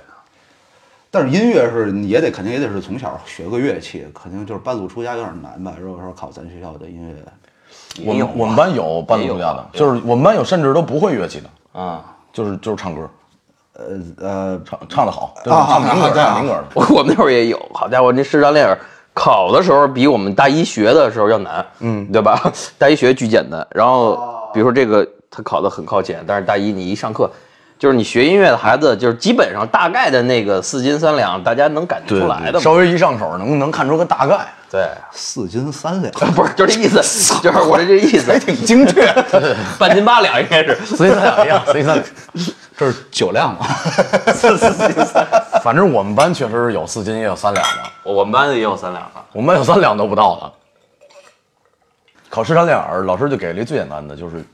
[SPEAKER 2] 但是音乐是你也得肯定也得是从小学个乐器，肯定就是半路出家有点难吧？如果说考咱学校的音乐，
[SPEAKER 3] 我
[SPEAKER 4] 也有
[SPEAKER 3] 们我们班有半路出家的，就是我们班有甚至都不会乐器的，
[SPEAKER 4] 啊，
[SPEAKER 3] 就是就是唱歌，
[SPEAKER 2] 呃呃，
[SPEAKER 3] 唱唱的好，对
[SPEAKER 2] 啊
[SPEAKER 3] 唱民
[SPEAKER 2] 啊
[SPEAKER 3] 歌，
[SPEAKER 2] 对啊
[SPEAKER 3] 唱民歌的。
[SPEAKER 4] 我 我们那会儿也有，好家伙，那视障练耳考的时候比我们大一学的时候要难，嗯，对吧？ 大一学巨简单，然
[SPEAKER 2] 哦
[SPEAKER 4] 后比如说这个他考的很靠前，但是大一你一上课。就是你学音乐的孩子，就是基本上大概的那个四斤三两，大家能感觉出来的嘛。
[SPEAKER 3] 稍微一上手能能看出个大概。
[SPEAKER 4] 对，
[SPEAKER 2] 四斤三两，
[SPEAKER 4] 不是，就这意 思，就是我这这意思，
[SPEAKER 2] 挺精确，
[SPEAKER 4] 半斤八两应该是。
[SPEAKER 3] 所以咱俩一样，所以咱俩，
[SPEAKER 2] 这是酒量嘛？
[SPEAKER 3] 反正我们班确实是有四斤也有三两的，
[SPEAKER 4] 我们班的也有三两的，
[SPEAKER 3] 我们班有三两都不到的。考试上练耳，老师就给了一最简单的，就是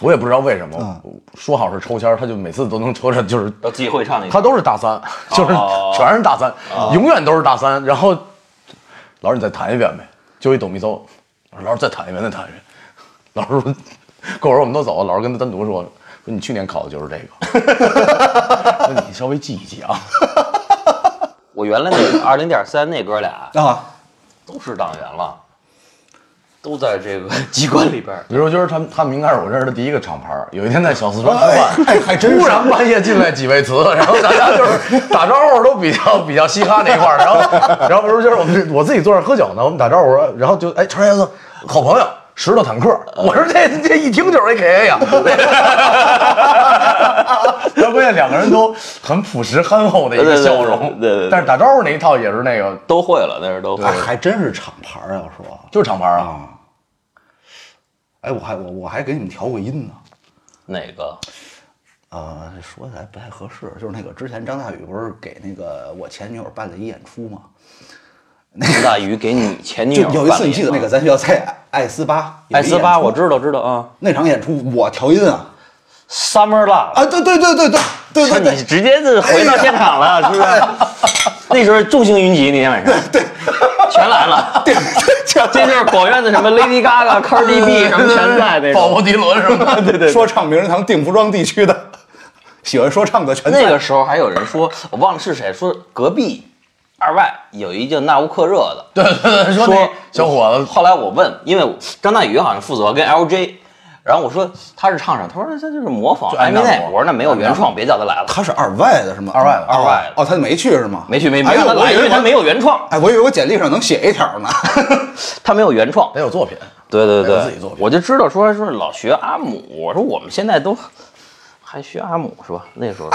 [SPEAKER 3] 我也不知道为什么，说好是抽签儿，他就每次都能抽着，就是
[SPEAKER 4] 都自己会唱那
[SPEAKER 3] 他
[SPEAKER 4] 个。
[SPEAKER 3] 都是大三， 就是全是大三，永远都是大三。然后老师你再弹一遍呗，就一哆咪嗦。我说老师再弹一遍，再弹一遍。老师说，过会儿我们都走了，老师跟他单独说，说你去年考的就是这个， 说你稍微记一记啊。
[SPEAKER 4] 我原来那个二零点三那哥俩
[SPEAKER 2] 啊，
[SPEAKER 4] 都是党员了，都在这个 机关里边儿。
[SPEAKER 3] 比如就是他们，他们应该是我认识的第一个厂牌儿。有一天在小四川吃饭，
[SPEAKER 2] 哎还真是
[SPEAKER 3] 突然半夜进来几位词，然后大家就是打招呼都比较比较嘻哈那一块儿。然后，然后比如就是我们我自己坐那儿喝酒呢，我们打招呼，然后就哎，陈先生，好朋友，石头坦克。我说这这一听就是 AKA 呀、 然后关键两个人都很朴实憨厚的一个笑容，
[SPEAKER 4] 对对对对对
[SPEAKER 3] 但是打招呼那一套也是那个，
[SPEAKER 4] 都会了，那是都会
[SPEAKER 2] 哎，。还真是厂牌儿要说
[SPEAKER 3] 就是厂牌啊。
[SPEAKER 2] 啊。哎，我还我我还给你们调过音呢。
[SPEAKER 4] 哪个？
[SPEAKER 2] 呃，这说起来不太合适，就是那个之前张大宇不是给那个我前女友办了一演出吗？
[SPEAKER 4] 陈大鱼给你前女
[SPEAKER 2] 就
[SPEAKER 4] 友
[SPEAKER 2] 有一
[SPEAKER 4] 办
[SPEAKER 2] 次
[SPEAKER 4] 了
[SPEAKER 2] 你记得那
[SPEAKER 4] 吗
[SPEAKER 2] 个咱学校在艾斯巴，有一
[SPEAKER 4] 艾斯巴，
[SPEAKER 2] 演出
[SPEAKER 4] 我知道知道啊
[SPEAKER 2] 那场演出我调音啊
[SPEAKER 4] ，Summer Love。
[SPEAKER 2] 啊，对对对对对对对
[SPEAKER 4] 你
[SPEAKER 2] 对
[SPEAKER 4] 直接就回到现场 了，是不是？那时候众星云集，那天晚上，对，全来了。对，这就是广院的什么 Lady Gaga、Cardi B 什么全在那
[SPEAKER 3] 鲍
[SPEAKER 4] 种。
[SPEAKER 3] 勃迪伦什 么的，对
[SPEAKER 2] 对，说唱名人堂定福庄地区的喜欢说唱的全在
[SPEAKER 4] 那个时候还有人说，我忘了是谁说隔壁二外有一叫纳乌克热的，
[SPEAKER 3] 对对 对，说那
[SPEAKER 4] 说
[SPEAKER 3] 小伙子
[SPEAKER 4] 后来我问，因为张大宇好像负责跟 LJ，然后我说他是唱啥，他说他就是模仿
[SPEAKER 3] 就
[SPEAKER 4] 艾
[SPEAKER 3] 按
[SPEAKER 4] 米
[SPEAKER 3] 照
[SPEAKER 4] 奈
[SPEAKER 3] 模
[SPEAKER 4] 我说那没有原创，别叫他来了。
[SPEAKER 2] 他是二外的是吗？
[SPEAKER 3] 二外
[SPEAKER 2] 哦
[SPEAKER 3] 的
[SPEAKER 4] 二外的
[SPEAKER 2] 哦，他没去是吗？
[SPEAKER 4] 没去没没
[SPEAKER 2] 哎呦
[SPEAKER 4] 让他
[SPEAKER 2] 我
[SPEAKER 4] 来，
[SPEAKER 2] 以
[SPEAKER 4] 因
[SPEAKER 2] 为
[SPEAKER 4] 为他没有原创，
[SPEAKER 2] 哎，我以为我简历上能写一条 呢。
[SPEAKER 4] 他没有原创。
[SPEAKER 3] 得有作品。
[SPEAKER 4] 对对
[SPEAKER 3] 还
[SPEAKER 4] 对，
[SPEAKER 3] 有自己作品
[SPEAKER 4] 我就知道说说老学阿姆，我说我们现在都还学阿姆是吧？那 时候，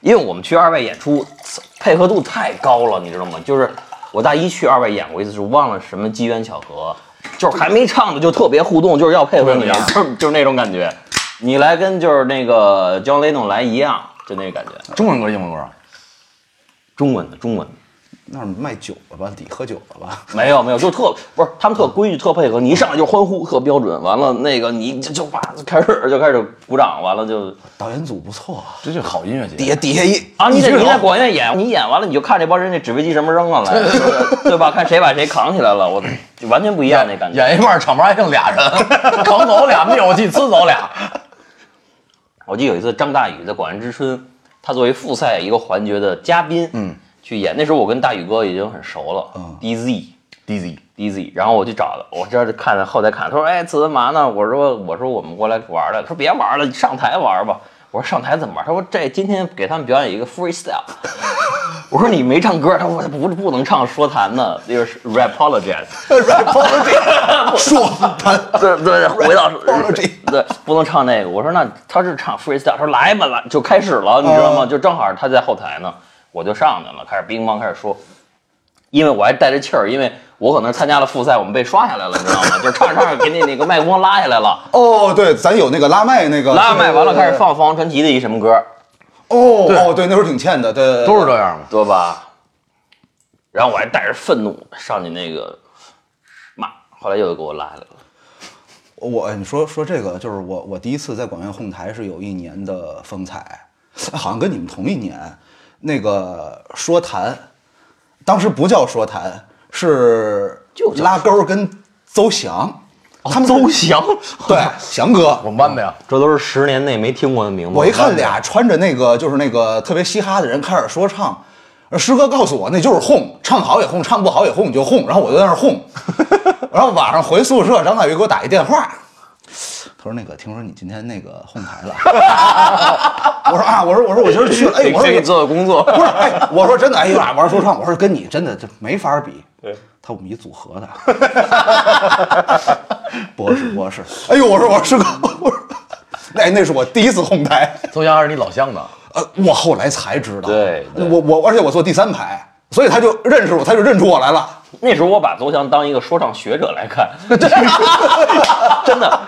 [SPEAKER 4] 因为我们去二外演出配合度太高了，你知道吗？就是我大一去二外演过一次，是忘了什么机缘巧合，就是还没唱呢就特别互动，就是要配合你， 就是就是那种感觉。你来跟就是那个 John Lennon 来一样，就那个感觉。
[SPEAKER 3] 中文歌、英文歌啊，
[SPEAKER 4] 中文的中文的
[SPEAKER 2] 那儿卖酒了吧？你喝酒了吧？
[SPEAKER 4] 没有没有，就特不是他们特规矩特配合，你一上来就欢呼特标准，完了那个你就就哇就开始就开始鼓掌，完了就
[SPEAKER 2] 导演组不错啊，
[SPEAKER 3] 这是好音乐节。
[SPEAKER 2] 底下底下一
[SPEAKER 4] 啊你
[SPEAKER 2] 一
[SPEAKER 4] 得
[SPEAKER 2] 举
[SPEAKER 4] 你
[SPEAKER 2] 手
[SPEAKER 4] 在广院演，你演完了你就看这帮人那纸飞机什么时候扔上来，对 吧？看谁把谁扛起来了，我就完全不一样那感觉。
[SPEAKER 3] 演一半，厂牌还剩俩人， 扛走俩，灭火器呲走俩。
[SPEAKER 4] 我记得有一次张大宇在《广元之春》，他作为复赛一个环节的嘉宾，嗯，去演。那时候我跟大宇哥已经很熟了，嗯，DZ
[SPEAKER 3] DZ
[SPEAKER 4] DZ，然后我去找他，我这看后台看，他说：“哎，子文嘛呢？”我说：“我说我们过来玩的。”他说：“别玩了，你上台玩吧。”我说：“上台怎么玩？”他说：“这今天给他们表演一个 freestyle。” 我说：“你没唱歌？”他说：“我不不能唱说弹呢，那个是 rapologist。”
[SPEAKER 2] 说他
[SPEAKER 4] 对对，回到
[SPEAKER 2] Rapology
[SPEAKER 4] 对，不能唱那个。我说那他是唱 freestyle，他说来吧来就开始了，你知道吗？就正好他在后台呢，我就上去了，开始乒乓开始说，因为我还带着气儿，因为我可能参加了复赛，我们被刷下来了，你知道吗？就唱着唱着给你那个麦克风拉下来 了，
[SPEAKER 2] 哦，对，咱有那个拉麦那个
[SPEAKER 4] 拉麦完了开始
[SPEAKER 2] 对
[SPEAKER 4] 放凤凰传奇的一什么歌，
[SPEAKER 2] 哦哦，对，那时候挺欠的，对对对，
[SPEAKER 3] 都是这样嘛。
[SPEAKER 4] 对吧？然后我还带着愤怒上去那个骂，后来又给我拉下来了。
[SPEAKER 2] 我哎你说说这个，就是我我第一次在广院哄台是有一年的风采，哎好像跟你们同一年。那个说弹，当时不叫说弹，是
[SPEAKER 4] 就叫
[SPEAKER 2] 拉钩跟邹翔， 他们
[SPEAKER 4] 邹翔，
[SPEAKER 2] 对翔哥
[SPEAKER 3] 我，们班的呀，
[SPEAKER 4] 这都是十年内没听过的名字。
[SPEAKER 2] 我一看俩穿着那个就是那个特别嘻哈的人开始说唱，师哥告诉我那就是哄，唱好也哄，唱不好也哄，你就哄。然后我就在那儿哄，然后晚上回宿舍，张大宇给我打一电话，他说那个听说你今天那个哄台了， 我说啊，我说我说我今儿去了，哎，我说
[SPEAKER 4] 给你做的工作。
[SPEAKER 2] 不是，哎，我说真的，哎呀，玩说唱，我说跟你真的这没法比。对，他我们一组合的，博士博士，哎呦，我说我师哥，我说，那那是我第一次哄台。
[SPEAKER 3] 邹翔还是你老乡呢。
[SPEAKER 2] 呃，我后来才知道，
[SPEAKER 4] 对对
[SPEAKER 2] 我我而且我坐第三排，所以他就认识我，他就认出我来了。
[SPEAKER 4] 那时候我把邹翔当一个说唱学者来看，真的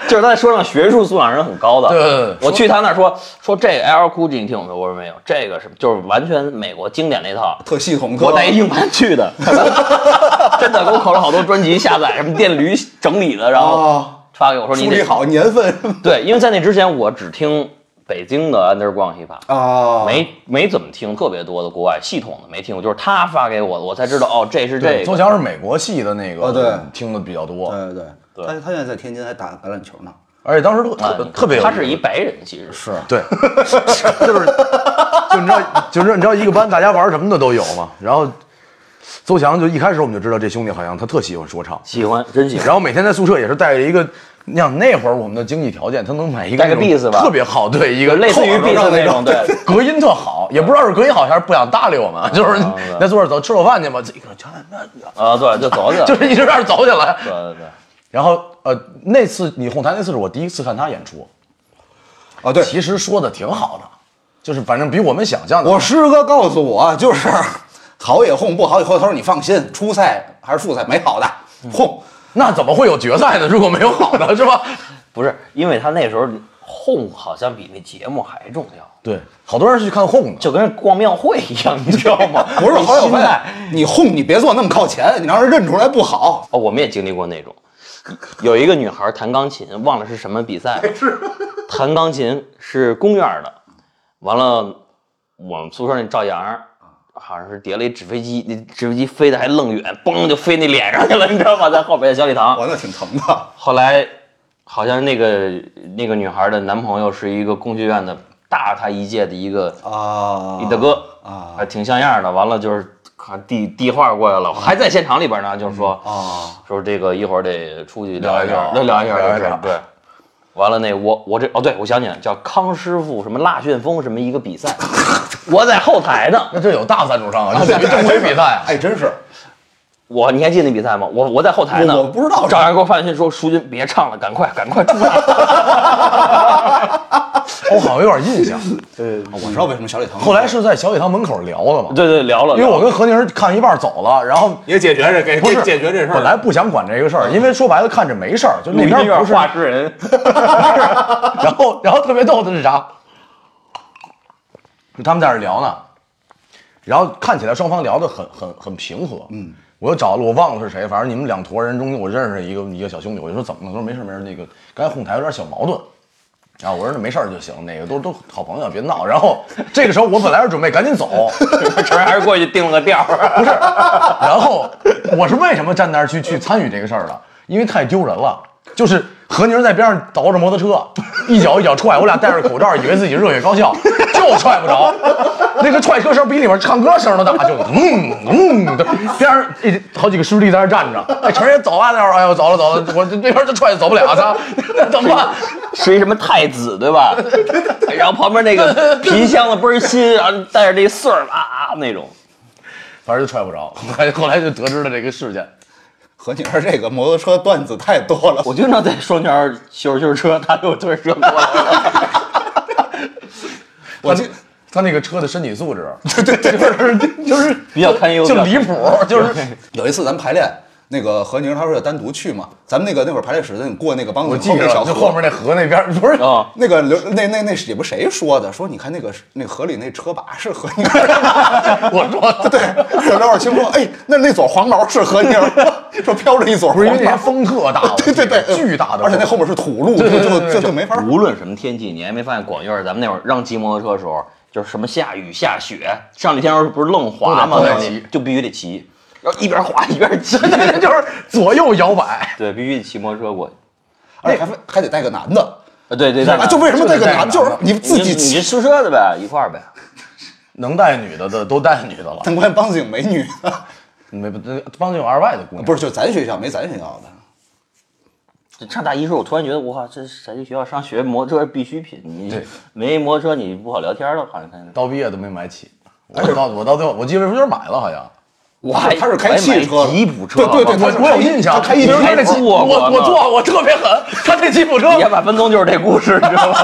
[SPEAKER 4] 就是他在说唱学术素养是很高的。
[SPEAKER 3] 对对对
[SPEAKER 4] 我去他那儿说说这个 L Cool J 你听过没有？我说没有，这个是就是完全美国经典那套。
[SPEAKER 2] 特系统，特
[SPEAKER 4] 我带一硬盘去的，真的给我拷了好多专辑下载，什么电驴整理的，然后
[SPEAKER 2] 哦
[SPEAKER 4] 发给我说你
[SPEAKER 2] 处
[SPEAKER 4] 得
[SPEAKER 2] 理好年 份
[SPEAKER 4] 对，因为在那之前我只听北京的 Underground Hip Hop。
[SPEAKER 2] 啊，
[SPEAKER 4] 没没怎么听特别多的国外系统的没听过，就是他发给我的，我才知道哦，这是这
[SPEAKER 3] 对，
[SPEAKER 4] 个。
[SPEAKER 3] 邹翔是美国系的那个，
[SPEAKER 2] 哦对
[SPEAKER 3] 听的比较多。
[SPEAKER 2] 对对对，他他现在在天津还打橄榄球呢。
[SPEAKER 3] 而且当时都
[SPEAKER 4] 啊
[SPEAKER 3] 特别特别有
[SPEAKER 4] 他
[SPEAKER 3] 意思
[SPEAKER 4] 是一白人，其实
[SPEAKER 2] 是
[SPEAKER 3] 对，就是就你知道，就是你知道一个班大家玩什么的都有嘛。然后邹翔就一开始我们就知道这兄弟好像他特喜欢说唱，
[SPEAKER 4] 喜欢，真喜欢。
[SPEAKER 3] 然后每天在宿舍也是带着一个。你想那会儿我们的经济条件，他能买一个
[SPEAKER 4] 带个
[SPEAKER 3] 那种
[SPEAKER 4] Beats 吧
[SPEAKER 3] 特别好，对一个
[SPEAKER 4] 类似于
[SPEAKER 3] 扣耳朵
[SPEAKER 4] Beats
[SPEAKER 3] 上
[SPEAKER 4] 那种对
[SPEAKER 3] 隔音特好，也不知道是隔音好还是不想搭理我们，啊就是
[SPEAKER 4] 对
[SPEAKER 3] 在宿舍走吃口饭去吧，这个瞧那
[SPEAKER 4] 啊，对，就走起来，
[SPEAKER 3] 就是一直在那儿走起来，
[SPEAKER 4] 对对对，
[SPEAKER 3] 然后呃，那次你哄抬那次是我第一次看他演出，
[SPEAKER 2] 啊，对，
[SPEAKER 3] 其实说的挺好的，就是反正比我们想象的
[SPEAKER 2] 我师哥告诉我，啊就是 好也哄，不好也哄。他说你放心，初赛还是复赛没好的
[SPEAKER 4] 嗯
[SPEAKER 2] 哄。
[SPEAKER 3] 那怎么会有决赛呢？如果没有好的，是吧？
[SPEAKER 4] 不是，因为他那时候哄好像比那节目还重要，
[SPEAKER 3] 对，好多人是去看哄的，
[SPEAKER 4] 就跟逛庙会一样，你知道吗？
[SPEAKER 2] 不是好
[SPEAKER 4] 你
[SPEAKER 2] 友
[SPEAKER 4] 心
[SPEAKER 2] 发
[SPEAKER 4] 态。
[SPEAKER 2] 现你哄你别坐那么靠前，你让人认出来不好。
[SPEAKER 4] 哦，我们也经历过那种，有一个女孩弹钢琴，忘了是什么比赛了，弹钢琴是公园儿的，完了我们宿舍那赵阳儿好像是叠了一纸飞机，那纸飞机飞的还愣远，嘣就飞那脸上去了，你知道吗？在后边的小礼堂。
[SPEAKER 2] 我那挺疼的，
[SPEAKER 4] 后来好像那个那个女孩的男朋友是一个工学院的大她一届的一个
[SPEAKER 2] 啊
[SPEAKER 4] 一大哥
[SPEAKER 2] 啊
[SPEAKER 4] 还挺像样的。完了就是看递递话过来了，我还在现场里边呢，就是说
[SPEAKER 2] 嗯啊，
[SPEAKER 4] 说这个一会儿得出去聊
[SPEAKER 3] 聊一
[SPEAKER 4] 聊
[SPEAKER 3] 聊
[SPEAKER 4] 聊一下这
[SPEAKER 3] 聊一
[SPEAKER 4] 事儿
[SPEAKER 3] 聊
[SPEAKER 4] 对。完了那我我这哦对，我想起来叫康师傅什么辣旋风什么一个比赛， 我在后台呢。
[SPEAKER 3] 那这有大赞助商 啊，这属于正规比赛啊。
[SPEAKER 2] 哎，真是
[SPEAKER 4] 我你还记得那比赛吗？我我在后台呢，
[SPEAKER 2] 我我不知道
[SPEAKER 4] 赵阳给我发信息说：“舒军别唱了，赶快赶快出来。
[SPEAKER 3] 我好像有点印象。
[SPEAKER 2] 我知道为什么小李疼。
[SPEAKER 3] 后来是在小礼堂门口聊的嘛”，
[SPEAKER 4] 对对，聊了。
[SPEAKER 3] 因为
[SPEAKER 4] 聊
[SPEAKER 3] 我
[SPEAKER 4] 了
[SPEAKER 3] 跟何宁看一半走了，然后
[SPEAKER 5] 也解决这给
[SPEAKER 3] 不是
[SPEAKER 5] 给解决这事儿。嗯
[SPEAKER 3] 本来不想管这个事儿，因为说白了看着没事儿，就那
[SPEAKER 4] 鲁
[SPEAKER 3] 边
[SPEAKER 4] 院
[SPEAKER 3] 不是。
[SPEAKER 4] 画事人，
[SPEAKER 3] 然后然后特别逗的是啥？就他们在那儿聊呢，然后看起来双方聊得很很很平和。嗯，我又找了，我忘了是谁，反正你们两坨人中间我认识一个一个小兄弟，我就说怎么了？他说没事没事，那个刚才哄抬有点小矛盾。然后我说那没事儿就行，那个都都好朋友，别闹。然后这个时候我本来是准备赶紧走，
[SPEAKER 4] 陈还是过去定了个调儿。
[SPEAKER 3] 然后我是为什么站那儿去去参与这个事儿的？因为太丢人了。就是何宁在边上倒着摩托车，一脚一脚踹，我俩戴着口罩，以为自己热血高校，就踹不着。那个踹车声比里面唱歌声都大，就嗯嗯，边上一好几个师弟在那儿站着。哎，陈爷走啊，那会儿，哎呦，走了走了，我这这边就踹走不了，操，那怎么办？
[SPEAKER 4] 是一什么太子对 吧？然后旁边那个皮箱子倍儿新，然后带着这穗儿啊啊那种。
[SPEAKER 3] 反正就踹不着。后来后来就得知了这个事件。
[SPEAKER 2] 何宁儿这个摩托车段子太多了，
[SPEAKER 4] 我经常在双桥修着修着车，他给我推车过来 了。
[SPEAKER 2] 我记
[SPEAKER 3] 他那个车的身体素 质，对对对，就是就是
[SPEAKER 4] 比较堪忧
[SPEAKER 3] 就离谱，就是
[SPEAKER 2] 有一次咱们排练，那个何宁儿他说要单独去嘛，咱们那个那会儿排练室那过那个梆
[SPEAKER 3] 我
[SPEAKER 2] 子
[SPEAKER 3] 记
[SPEAKER 2] 后
[SPEAKER 3] 着
[SPEAKER 2] 面小
[SPEAKER 3] 了，就后
[SPEAKER 2] 河。
[SPEAKER 3] 面那河那边儿不是
[SPEAKER 4] 啊，
[SPEAKER 2] 那个刘那那那是也不谁说的，说你看那个那河里那车把是何宁儿的 吗，
[SPEAKER 3] 我说
[SPEAKER 2] 对，有刘尔清说，哎，那那撮黄毛是何宁儿吗， 说飘着一撮
[SPEAKER 3] 不
[SPEAKER 2] 黄
[SPEAKER 3] 是因为那
[SPEAKER 2] 毛
[SPEAKER 3] 天，风特大，我
[SPEAKER 2] 对对对，
[SPEAKER 3] 记得巨大的风，
[SPEAKER 2] 而且那后面是土路，就就就就没法
[SPEAKER 4] 无论什么天气，你还没发现广院儿咱们那会儿让骑摩托车的时候，就是什么下雨下雪，上几天儿不是愣滑吗？
[SPEAKER 3] 都得
[SPEAKER 4] 那
[SPEAKER 3] 骑
[SPEAKER 4] 就必须得骑，然后一边滑一边骑。
[SPEAKER 3] 对对 就是左右摇摆，
[SPEAKER 4] 对，必须得骑摩托车过去。
[SPEAKER 2] 而且还非还得带个男的，
[SPEAKER 4] 啊，对对对
[SPEAKER 2] 啊，，就为什么带个
[SPEAKER 3] 就得带
[SPEAKER 2] 男的，
[SPEAKER 3] 个
[SPEAKER 2] 就是
[SPEAKER 3] 男的
[SPEAKER 2] 你自己
[SPEAKER 4] 你
[SPEAKER 2] 骑
[SPEAKER 4] 你宿舍的呗，一块儿呗。
[SPEAKER 3] 能带女的的都带女的了，
[SPEAKER 2] 难怪梆子影美女，
[SPEAKER 3] 没不帮那有二外的姑娘，
[SPEAKER 2] 不是就咱学校没咱学校的，
[SPEAKER 4] 就上大一时候，我突然觉得，我靠，这在这学校上学摩托车是必需品，你
[SPEAKER 3] 对
[SPEAKER 4] 没摩托车你不好聊天了，好像看。
[SPEAKER 3] 到毕业都没买起，我到我到最后我记得有点买了好像。
[SPEAKER 4] 我
[SPEAKER 2] 他
[SPEAKER 4] 还
[SPEAKER 2] 是他是
[SPEAKER 4] 我
[SPEAKER 2] 开
[SPEAKER 4] 还买
[SPEAKER 2] 汽车的，
[SPEAKER 4] 吉普车，
[SPEAKER 2] 对对对，
[SPEAKER 4] 好
[SPEAKER 2] 他
[SPEAKER 3] 我
[SPEAKER 2] 是
[SPEAKER 3] 我有
[SPEAKER 2] 开
[SPEAKER 3] 印象，
[SPEAKER 2] 他开一
[SPEAKER 3] 你
[SPEAKER 2] 瓶
[SPEAKER 3] 说那吉
[SPEAKER 4] 还坐过
[SPEAKER 3] 我
[SPEAKER 4] 呢
[SPEAKER 3] 我坐我特别狠，他那吉普车
[SPEAKER 4] 吧。野马分鬃就是这故事，你知 道吗？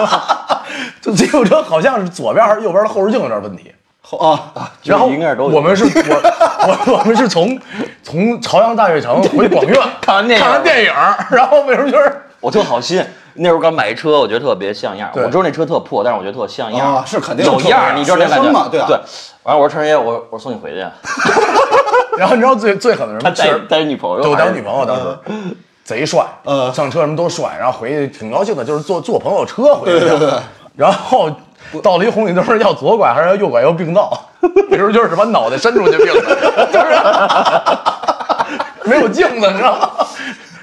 [SPEAKER 3] 就吉普车好像是左边还是右边的后视镜有点问题，
[SPEAKER 2] 后啊，
[SPEAKER 4] 就是
[SPEAKER 3] 然后
[SPEAKER 4] 应该是都有
[SPEAKER 3] 我们是我我我们是从从朝阳大悦城回广院
[SPEAKER 4] 看完电影
[SPEAKER 3] 看完电影，然后为什么就是
[SPEAKER 4] 我特好心。那时候刚买车，我觉得特别像样。
[SPEAKER 3] 对
[SPEAKER 4] 我知道那车特破，但是我觉得特像样，
[SPEAKER 2] 啊是肯定
[SPEAKER 4] 有
[SPEAKER 2] 特别
[SPEAKER 4] 样儿，你知道那感
[SPEAKER 2] 学
[SPEAKER 4] 觉
[SPEAKER 2] 生嘛对啊
[SPEAKER 4] 对。完了，我说陈爷，我我送你回去。啊
[SPEAKER 3] 然后你知道最最狠的是什
[SPEAKER 4] 他
[SPEAKER 3] 么？
[SPEAKER 4] 带
[SPEAKER 3] 是
[SPEAKER 4] 带着女朋友，
[SPEAKER 3] 对我
[SPEAKER 4] 还是
[SPEAKER 3] 当女朋友当时，贼帅，
[SPEAKER 2] 呃
[SPEAKER 3] 上车什么都帅，然后回去挺高兴的，就是坐坐朋友车回去，然后到了一红绿灯，要左拐还是要右拐，要并道，那时候就是把脑袋伸出去并的，就是 没有镜子，你知道吗？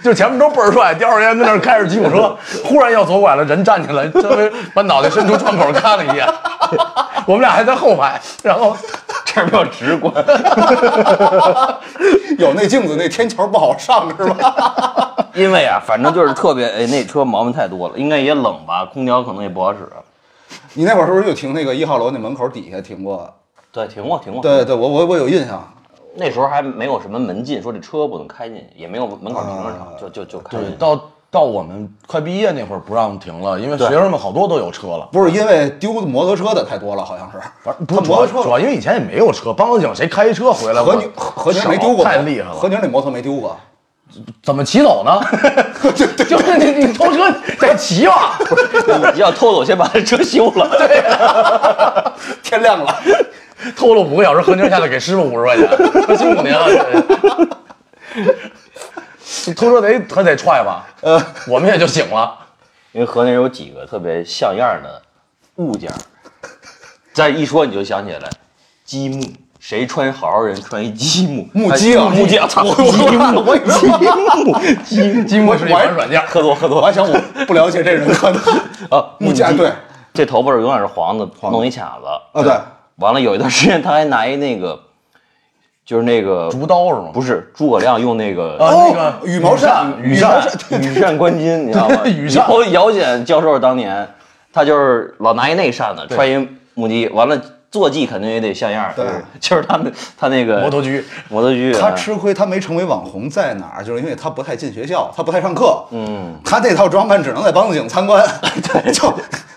[SPEAKER 3] 就前面都倍儿帅，叼着烟跟那儿开着吉普车，忽然要左拐了，人站起来，稍微把脑袋伸出窗口看了一眼， 我们俩还在后排，然后
[SPEAKER 4] 这儿比较直观。
[SPEAKER 2] 有那镜子，那天桥不好上是吧？
[SPEAKER 4] 因为啊，反正就是特别，哎，那车毛病太多了，应该也冷吧，空调可能也不好使。啊
[SPEAKER 2] 你那会儿是不是就停那个一号楼那门口底下停过？
[SPEAKER 4] 对，停过，停过。
[SPEAKER 2] 对对，我我我有印象，
[SPEAKER 4] 那时候还没有什么门禁，说这车不能开进去，也没有门口停车场，就就就开进
[SPEAKER 3] 对，
[SPEAKER 4] 去。
[SPEAKER 3] 到到我们快毕业那会儿不让停了，因为学生们好多都有车了。
[SPEAKER 2] 不是因为丢的摩托车的太多了，好像是，
[SPEAKER 3] 反正
[SPEAKER 2] 他
[SPEAKER 3] 不主
[SPEAKER 2] 摩
[SPEAKER 3] 要
[SPEAKER 2] 托车
[SPEAKER 3] 主要因为以前也没有车，帮子警谁开一车回来？
[SPEAKER 2] 何
[SPEAKER 3] 我
[SPEAKER 2] 宁何宁
[SPEAKER 3] 少
[SPEAKER 2] 没丢过摩，
[SPEAKER 3] 太厉害了。
[SPEAKER 2] 何宁那摩托没丢过，
[SPEAKER 3] 怎么骑走 呢？就是你你偷车得骑吧，
[SPEAKER 4] 你 要偷走，先把这车修了。
[SPEAKER 2] 天亮了，
[SPEAKER 3] 偷了五个小时，何宁下来给师傅五十块钱，辛苦您了。这偷车得他得踹吧，呃，我们也就醒了。
[SPEAKER 4] 因为河南有几个特别像样的物件儿，再一说你就想起来，积木，谁穿好好人穿一积木，
[SPEAKER 2] 木屐啊
[SPEAKER 4] 哎木屐啊，操，
[SPEAKER 2] 我
[SPEAKER 4] 积 木，
[SPEAKER 2] 我以为
[SPEAKER 4] 积木，积木，
[SPEAKER 3] 积木是一款软件，
[SPEAKER 4] 喝多喝
[SPEAKER 2] 我
[SPEAKER 4] 多
[SPEAKER 2] 还想我不了解这人，可 能
[SPEAKER 4] 啊，
[SPEAKER 2] 木屐
[SPEAKER 4] 屐
[SPEAKER 2] 对，
[SPEAKER 4] 这头发是永远是黄的，弄一卡子
[SPEAKER 2] 啊对，
[SPEAKER 4] 完了有一段时间他还拿一那个，就是那个
[SPEAKER 3] 竹刀是吗？
[SPEAKER 4] 不是诸葛亮用那个
[SPEAKER 3] 啊，那
[SPEAKER 2] 哦
[SPEAKER 3] 个
[SPEAKER 2] 羽毛扇
[SPEAKER 3] 羽
[SPEAKER 2] 羽
[SPEAKER 3] 扇
[SPEAKER 2] 毛，
[SPEAKER 4] 羽扇绾巾，你知道吗？
[SPEAKER 3] 对羽扇
[SPEAKER 4] 姚姚简教授当年，他就是老拿一那扇子，穿一木屐，完了坐骑肯定也得像样儿，
[SPEAKER 2] 对
[SPEAKER 4] 就是他们他那个
[SPEAKER 3] 摩托车
[SPEAKER 4] 摩托车，啊
[SPEAKER 2] 他吃亏，他没成为网红在哪儿？就是因为他不太进学校，他不太上课。
[SPEAKER 4] 嗯，
[SPEAKER 2] 他这套装扮只能在梆子井参 观， 就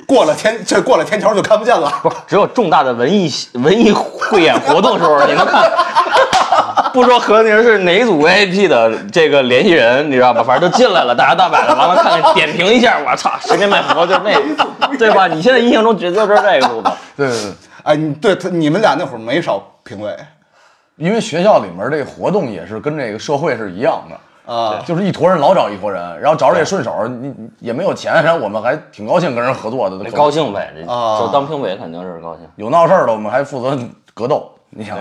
[SPEAKER 2] 过了天，这过了天桥就看不见了。
[SPEAKER 4] 不是只有重大的文艺文艺汇演活动时候你能看。 不说何宁是哪组 VIP 的这个联系人，你知道吧？反正都进来了，大摇大摆的，完了看看点评一下，我操，谁跟卖佛就是那，对吧？你现在印象中绝对就是这个路子。
[SPEAKER 3] 对对对，
[SPEAKER 2] 哎，你对他你们俩那会儿没少评委
[SPEAKER 3] 因为学校里面这个活动也是跟这个社会是一样的。
[SPEAKER 2] 啊，
[SPEAKER 3] 就是一坨人老找一坨人，然后找着也顺手，你你也没有钱，然后我们还挺高兴跟人合作的，
[SPEAKER 4] 高兴呗，这
[SPEAKER 2] 啊
[SPEAKER 4] 就当评委肯定是高兴。
[SPEAKER 3] 有闹事儿的，我们还负责 格斗。你 想，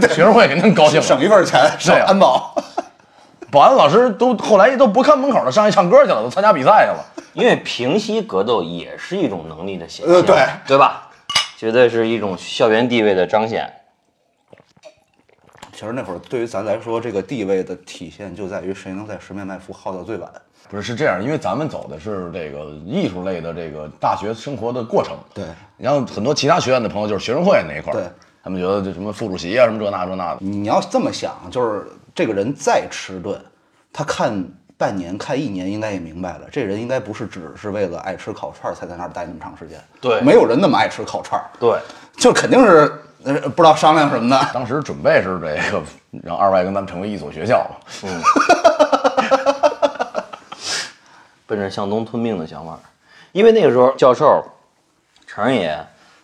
[SPEAKER 3] 学生会肯定高兴
[SPEAKER 2] 省
[SPEAKER 3] 了。
[SPEAKER 2] 一份钱，省
[SPEAKER 3] 对啊
[SPEAKER 2] 安保。
[SPEAKER 3] 保安老师都后来都不看门口了，上去唱歌去了，都参加比赛去了。
[SPEAKER 4] 因为平息格斗也是一种能力的显现，
[SPEAKER 2] 呃对
[SPEAKER 4] 对吧？绝对是一种校园地位的彰显。
[SPEAKER 2] 其实那会儿对于咱来说，这个地位的体现就在于谁能在十面埋伏耗到最晚。
[SPEAKER 3] 不是是这样，因为咱们走的是这个艺术类的这个大学生活的过程。
[SPEAKER 2] 对，
[SPEAKER 3] 你像很多其他学院的朋友，就是学生会那一块儿，
[SPEAKER 2] 对
[SPEAKER 3] 他们觉得这什么副主席啊，什么这那这那的，
[SPEAKER 2] 你要这么想，就是这个人再迟钝，他看半年、看一年，应该也明白了，这人应该不是只是为了爱吃烤串儿才在那儿待那么长时间。
[SPEAKER 4] 对
[SPEAKER 2] 没有人那么爱吃烤串儿，
[SPEAKER 4] 对，
[SPEAKER 2] 就肯定是呃不知道商量什么的。
[SPEAKER 3] 当时准备是这个让二外跟咱们成为一所学校嘛。
[SPEAKER 4] 嗯 奔着向东吞并的想法。因为那个时候，教授、程也，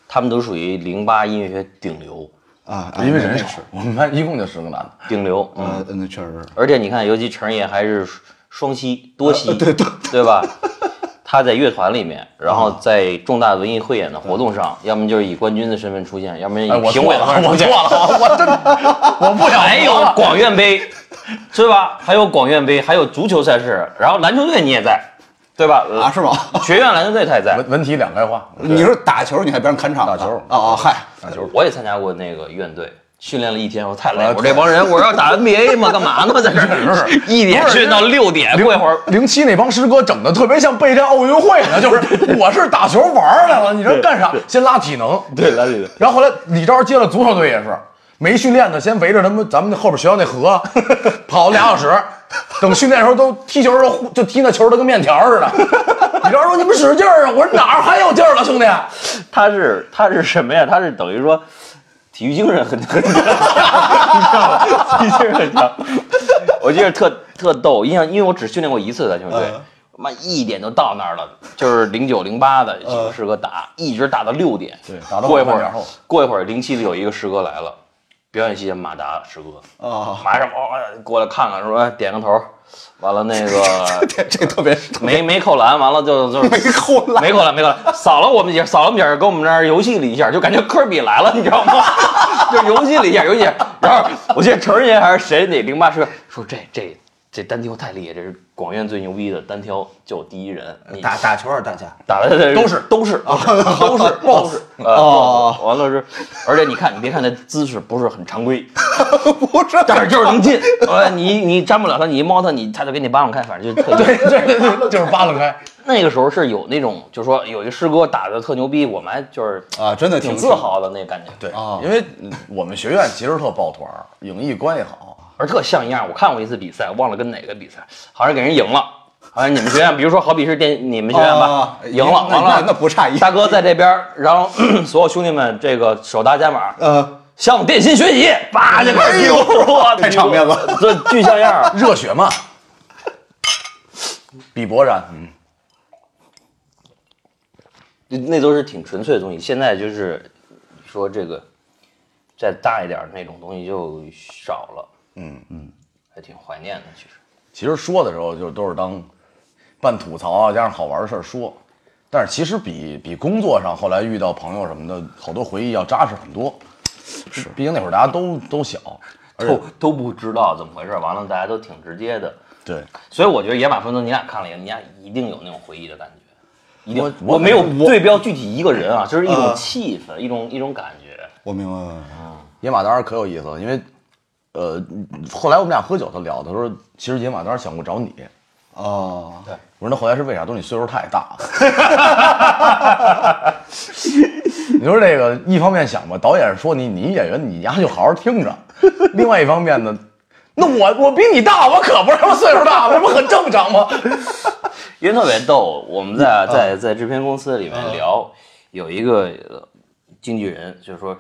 [SPEAKER 4] 他们都属于零八音乐学顶流，
[SPEAKER 2] 啊，
[SPEAKER 4] 哎
[SPEAKER 3] 因为人
[SPEAKER 2] 也
[SPEAKER 3] 少，我们班一共就十个男的，
[SPEAKER 4] 顶流。嗯，
[SPEAKER 2] 呃，那确实是。
[SPEAKER 4] 而且你看，尤其程也还是双栖、
[SPEAKER 3] 啊
[SPEAKER 4] 多栖，对 对吧？他在乐团里面，然后在重大文艺汇演的活 动上，要么就是以冠军的身份出现，要么以
[SPEAKER 3] 哎，我
[SPEAKER 4] 评
[SPEAKER 3] 错
[SPEAKER 4] 委的
[SPEAKER 3] 了，
[SPEAKER 4] 方式
[SPEAKER 3] 我错
[SPEAKER 4] 出现。
[SPEAKER 3] 了，我真 的我不想
[SPEAKER 4] 还有
[SPEAKER 3] 说了
[SPEAKER 4] 广院杯，是吧？还有广院杯，还有足球赛事，然后篮球队你也在，对吧？呃
[SPEAKER 2] 啊，是吗？
[SPEAKER 4] 学院篮球队他也 在，
[SPEAKER 3] 文文体两开花，
[SPEAKER 2] 你是打球，你还别让看场呢？
[SPEAKER 3] 打球
[SPEAKER 2] 哦哦，嗨，
[SPEAKER 3] 打球
[SPEAKER 4] 我也参加过那个院队。训练了一天，我太累了。我这帮人，我要打 NBA 嘛，干嘛呢？在这儿一点训到六点，哎 过一会儿
[SPEAKER 3] 零七那帮师哥整的特别像备战奥运会呢，就是我是打球玩儿来了，你这干啥？先拉体能，
[SPEAKER 4] 对篮球队
[SPEAKER 3] 然后后来李钊接了足球队也是，没训练的先围着他们咱们后边学校那河跑俩小时，等训练的时候都踢球的时候就踢那球都跟面条似的。李钊说：“你们使劲儿啊！”我说：“哪儿还有劲儿了，兄弟？
[SPEAKER 4] 他是他是什么呀？他是等于说体育精神很很强，你知道吗？体育精神很强。我记得特特逗，印象因为我只训练过一次篮球队，妈一点就到那儿了，就是零九零八的几个师哥打，一直打到六点，
[SPEAKER 3] 对打到
[SPEAKER 4] 过一
[SPEAKER 3] 晚
[SPEAKER 4] 会
[SPEAKER 3] 饭
[SPEAKER 4] 儿
[SPEAKER 3] 点后
[SPEAKER 4] 过一会儿零七的有一个师哥来了，表演系的马达师哥，
[SPEAKER 2] 啊，
[SPEAKER 4] 马上哦过来看看，说哎点个头，完了那个
[SPEAKER 2] 这这特别
[SPEAKER 4] 没没扣篮，完了就就
[SPEAKER 2] 没扣篮，
[SPEAKER 4] 没过来，没过来，扫了我们几下，扫了我们几下，跟我们那儿游戏了一下，就感觉科比来了，你知道吗？ 就游戏了一下，游戏了一下。然后我记得程爷还是谁哪零八师说这这这单挑太厉害，这是广院最牛逼的单挑就第一人，你
[SPEAKER 2] 打打球还是打架？
[SPEAKER 4] 打的都是 都是啊都是都是 boss
[SPEAKER 6] 哦
[SPEAKER 4] 啊，完了是，而且你看，你别看那姿势不是很常 规，
[SPEAKER 6] 不是，
[SPEAKER 4] 但是就是能进。呃，你你粘不了他，你一猫他，你他就给你扒拉开，反正就特对。
[SPEAKER 3] 对对对，就是扒拉开。
[SPEAKER 4] 那个时候是有那种，就说有一师哥打的特牛逼，我们还就是呃
[SPEAKER 6] 啊真的挺
[SPEAKER 4] 挺自豪的那感觉，
[SPEAKER 3] 对，因为我们学院其实特抱团儿，影艺关系
[SPEAKER 2] 啊
[SPEAKER 3] 好，
[SPEAKER 4] 而特像样。我看过一次比赛，忘了跟哪个比赛，好像给人赢了。好像你们学院，比如说好比是电你们学院吧，
[SPEAKER 6] 哦
[SPEAKER 4] 赢了，
[SPEAKER 6] 那
[SPEAKER 4] 完了
[SPEAKER 6] 那那不差一
[SPEAKER 4] 大哥在这边儿，然后 所有兄弟们这个手搭肩膀，
[SPEAKER 6] 呃，哎
[SPEAKER 4] 向电心学习，叭就开始
[SPEAKER 6] 呦
[SPEAKER 4] 哇，
[SPEAKER 6] 太场面了，
[SPEAKER 4] 这巨像样儿。
[SPEAKER 3] 热血嘛，比伯然，嗯，
[SPEAKER 4] 那都是挺纯粹的东西，现在就是说这个再大一点儿那种东西就少了，
[SPEAKER 3] 嗯
[SPEAKER 4] 嗯，还挺怀念的，其实。
[SPEAKER 3] 其实说的时候就都是当半吐槽啊，加上好玩的事儿说，但是其实比比工作上后来遇到朋友什么的，好多回忆要扎实很多。是，毕竟那会儿大家都都小，而且
[SPEAKER 4] 都都不知道怎么回事儿，完了大家都挺直接的，
[SPEAKER 3] 对，
[SPEAKER 4] 所以我觉得《野马分鬃》你俩看了以后，你俩一定有那种回忆的感觉。一定
[SPEAKER 3] 我我
[SPEAKER 4] 我
[SPEAKER 3] 呃
[SPEAKER 4] 没有对标具体一个人啊，就是一种气氛，一种一种感觉。
[SPEAKER 6] 我明白了，
[SPEAKER 3] 野马当时可有意思了，因为呃，后来我们俩喝酒，他聊，他说其实野马当时想过找你，
[SPEAKER 6] 哦，
[SPEAKER 3] 我说那后来是为啥？都是你岁数太大了。 你说这个，一方面想吧，导演说你你演员你丫就好好听着；另外一方面呢，那我我比你大，我可不是我岁数大，这不很正常吗？
[SPEAKER 4] 因为特别逗，我们在在在制片公司里面聊，有一个呃经纪人就是说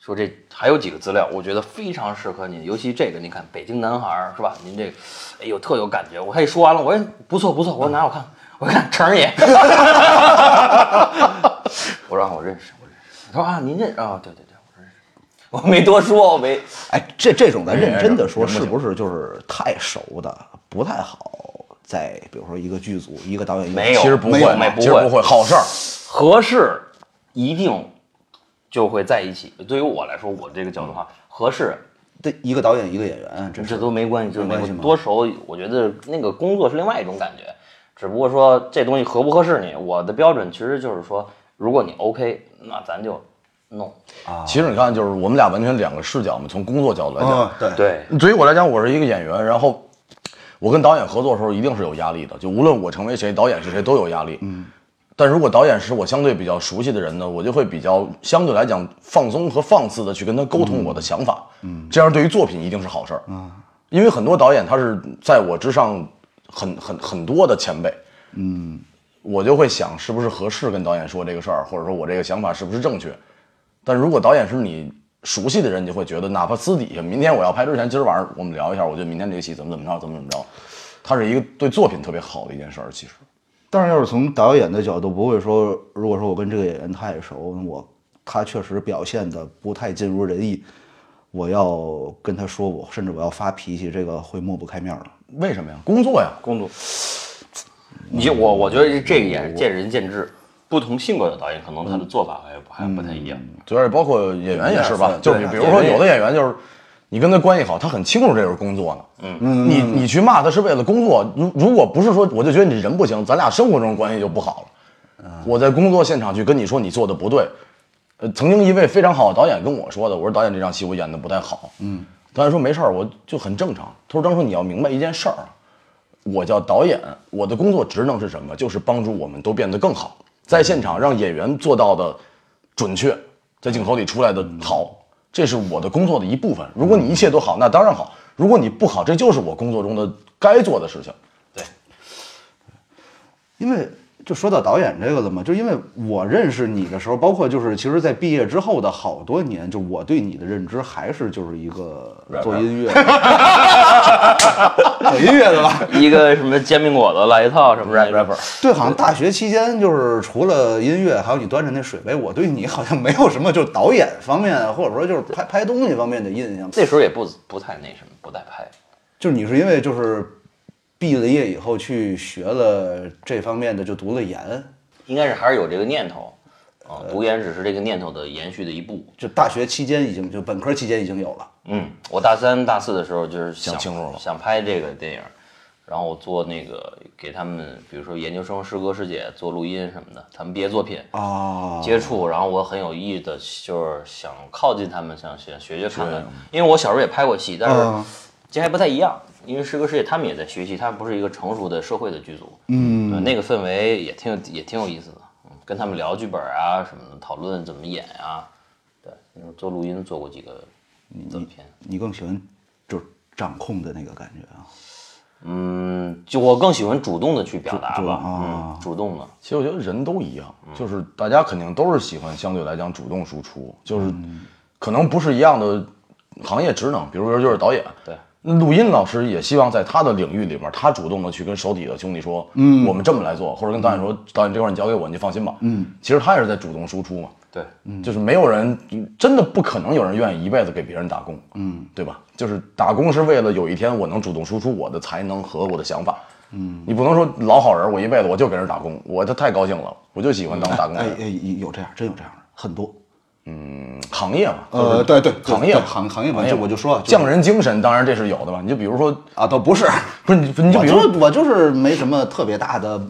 [SPEAKER 4] 说这还有几个资料，我觉得非常适合你，尤其这个你看《北京男孩》是吧？您这个，哎呦特有感觉。我还说完了，我说不错不错，我说拿我看，我看成儿爷， 我说啊我认识我认识，他说啊您认识啊对对对我认识，我没多说我没
[SPEAKER 6] 哎，这这种咱认真的
[SPEAKER 4] 哎
[SPEAKER 6] 说，
[SPEAKER 3] 忍不
[SPEAKER 6] 是
[SPEAKER 3] 住
[SPEAKER 6] 不是就是太熟的不太好？在比如说一个剧组，一个导演，一个
[SPEAKER 4] 没有
[SPEAKER 3] 其实不
[SPEAKER 4] 没有
[SPEAKER 3] 会
[SPEAKER 4] 没有，
[SPEAKER 3] 其实不会，好事儿。
[SPEAKER 4] 合适，一定就会在一起。对于我来说，我这个角度的话，合适
[SPEAKER 6] 这一个导演一个演员，这
[SPEAKER 4] 这
[SPEAKER 6] 是
[SPEAKER 4] 都没关系，就是
[SPEAKER 6] 没关系吗
[SPEAKER 4] 多熟，我觉得那个工作是另外一种感觉。只不过说这东西合不合适你，我的标准其实就是说，如果你 OK，那咱就弄。
[SPEAKER 3] 其实你看，就是我们俩完全两个视角嘛，从工作角度来讲，
[SPEAKER 2] 哦
[SPEAKER 6] 嗯，对，
[SPEAKER 4] 对，
[SPEAKER 3] 对于我来讲，我是一个演员，然后我跟导演合作的时候一定是有压力的，就无论我成为谁，导演是谁都有压力。嗯，但如果导演是我相对比较熟悉的人呢，我就会比较相对来讲放松和放肆的去跟他沟通我的想法。嗯，这样对于作品一定是好事儿。嗯，因为很多导演他是在我之上很很很多的前辈。嗯，我就会想是不是合适跟导演说这个事儿，或者说我这个想法是不是正确。但如果导演是你熟悉的人，你就会觉得，哪怕私底下，明天我要拍之前，今儿晚上我们聊一下，我觉得明天这个戏怎么怎么着，怎么怎么着，它是一个对作品特别好的一件事儿。其实，
[SPEAKER 6] 但是要是从导演的角度，不会说，如果说我跟这个演员太熟，我他确实表现的不太尽如人意，我要跟他说我，甚至我要发脾气，这个会抹不开面儿的。
[SPEAKER 3] 为什么呀？工作呀，
[SPEAKER 4] 工作，你就我我觉得这个也是见仁见智，不同性格的导演可能他
[SPEAKER 6] 嗯
[SPEAKER 4] 的做法还还不太一样。
[SPEAKER 3] 主要是包括演员也是吧，
[SPEAKER 6] 对
[SPEAKER 3] 就
[SPEAKER 6] 对
[SPEAKER 3] 是比
[SPEAKER 6] 对
[SPEAKER 3] 如说有的演员就是。你跟他关系好，他很清楚这是工作呢。嗯，你你去骂他是为了工作，如如果不是说，我就觉得你人不行，咱俩生活中关系就不好了。我在工作现场去跟你说你做的不对，呃，曾经一位非常好的导演跟我说的，我说导演这场戏我演的不太好。嗯，导演说没事儿，我就很正常。他说张叔你要明白一件事儿啊，我叫导演，我的工作职能是什么？就是帮助我们都变得更好，在现场让演员做到的准确，在镜头里出来的好，这是我的工作的一部分。如果你一切都好，那当然好；如果你不好，这就是我工作中的该做的事情。
[SPEAKER 6] 因为就说到导演这个了嘛，就因为我认识你的时候，包括就是其实，在毕业之后的好多年，就我对你的认知还是就是一个做音乐，做音乐的吧。
[SPEAKER 4] 一个什么煎饼果子来一套
[SPEAKER 6] 嗯
[SPEAKER 4] 什么 rapper，
[SPEAKER 6] 对，好像大学期间就是除了音乐，还有你端着那水杯，我对你好像没有什么就是导演方面，或者说就是拍拍东西方面的印象。
[SPEAKER 4] 那时候也不不太那什么，不太拍。
[SPEAKER 6] 就是你是因为就是毕了业以后去学了这方面的，就读了研，
[SPEAKER 4] 应该是还是有这个念头，啊，
[SPEAKER 6] 呃
[SPEAKER 4] 读研只是这个念头的延续的一步。
[SPEAKER 6] 就大学期间已经就本科期间已经有了。
[SPEAKER 4] 嗯，我大三大四的时候就是
[SPEAKER 3] 想清楚了
[SPEAKER 4] 想拍这个电影，然后我做那个给他们，比如说研究生师哥师姐做录音什么的，他们毕业作品
[SPEAKER 2] 啊，
[SPEAKER 4] 接触，然后我很有意的，就是想靠近他们，想学学学看看，因为我小时候也拍过戏，但
[SPEAKER 2] 嗯
[SPEAKER 3] 啊
[SPEAKER 4] 是这还不太一样，因为师哥师姐他们也在学习，他们不是一个成熟的社会的剧组，
[SPEAKER 2] 嗯，
[SPEAKER 4] 对那个氛围也挺有也挺有意思的，嗯跟他们聊剧本啊什么的，讨论怎么演啊，对，那时候做录音做过几个
[SPEAKER 3] 嗯
[SPEAKER 4] 短片，
[SPEAKER 2] 你更喜欢就是掌控的那个感觉啊？
[SPEAKER 4] 嗯，就我更喜欢主动的去表达
[SPEAKER 2] 主
[SPEAKER 4] 吧，
[SPEAKER 2] 啊
[SPEAKER 4] 嗯，主动的，
[SPEAKER 3] 其实我觉得人都一样，就是大家肯定都是喜欢相对来讲主动输出，就是可能不是一样的行业职能，比如说就是导演，
[SPEAKER 4] 对。
[SPEAKER 3] 录音老师也希望在他的领域里面，他主动的去跟手底下的兄弟说，嗯，我们这么来做，或者跟导演
[SPEAKER 2] 嗯
[SPEAKER 3] 说，导演这块儿你交给我，你就放心吧，嗯，其实他也是在主动输出嘛，
[SPEAKER 4] 对，
[SPEAKER 2] 嗯
[SPEAKER 3] 就是没有人，真的不可能有人愿意一辈子给别人打工，嗯，对吧？就是打工是为了有一天我能主动输出我的才能和我的想法，嗯，你不能说老好人，我一辈子我就给人打工，我这太高兴了，我就喜欢当打工
[SPEAKER 2] 哎
[SPEAKER 3] 人，
[SPEAKER 2] 哎，有这样，真有这样的，很多。
[SPEAKER 3] 行业嘛，
[SPEAKER 2] 呃，对对，
[SPEAKER 3] 行业
[SPEAKER 2] 对
[SPEAKER 3] 嘛
[SPEAKER 2] 行行业嘛，就我就说
[SPEAKER 3] 匠
[SPEAKER 2] 人
[SPEAKER 3] 人精神，当然这是有的吧？你就比如说，
[SPEAKER 2] 啊，倒不是，
[SPEAKER 3] 不是你，你就
[SPEAKER 2] 我
[SPEAKER 3] 比如说
[SPEAKER 2] 就我就是没什么特别大的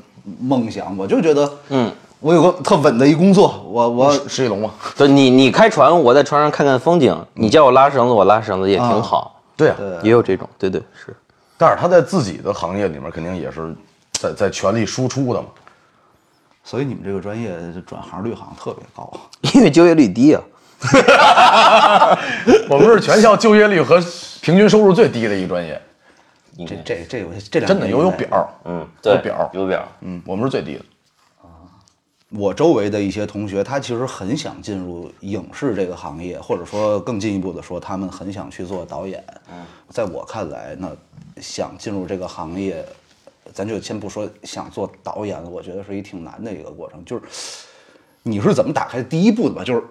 [SPEAKER 2] 梦想，我就觉得，
[SPEAKER 4] 嗯，
[SPEAKER 2] 我有个特稳的一工作，我我
[SPEAKER 3] 石一龙 嘛，
[SPEAKER 4] 对你，你开船，我在船上看看风景。你叫我拉绳子，我拉绳子也挺好，
[SPEAKER 3] 对啊，
[SPEAKER 4] 也有这种。对对是，
[SPEAKER 3] 但是他在自己的行业里面肯定也是在在全力输出 的嘛，
[SPEAKER 2] 所以你们这个专业转行率好像特别高， 啊
[SPEAKER 4] 因为就业率低啊。
[SPEAKER 3] 我们是全校就业率和平均收入最低的一个专业，
[SPEAKER 2] 这这这我这两
[SPEAKER 3] 真的
[SPEAKER 2] 年
[SPEAKER 3] 有有
[SPEAKER 2] 应该
[SPEAKER 3] 表儿，
[SPEAKER 4] 嗯，
[SPEAKER 3] 有
[SPEAKER 4] 对，
[SPEAKER 3] 表
[SPEAKER 4] 有表，
[SPEAKER 3] 嗯，我们是最低的。
[SPEAKER 2] 我周围的一些同学，他其实很想进入影视这个行业，或者说更进一步的说，他们很想去做导演。
[SPEAKER 4] 嗯
[SPEAKER 2] 在我看来，那想进入这个行业，咱就先不说想做导演了，我觉得是一挺难的一个过程。就是你是怎么打开第一步的吧？就是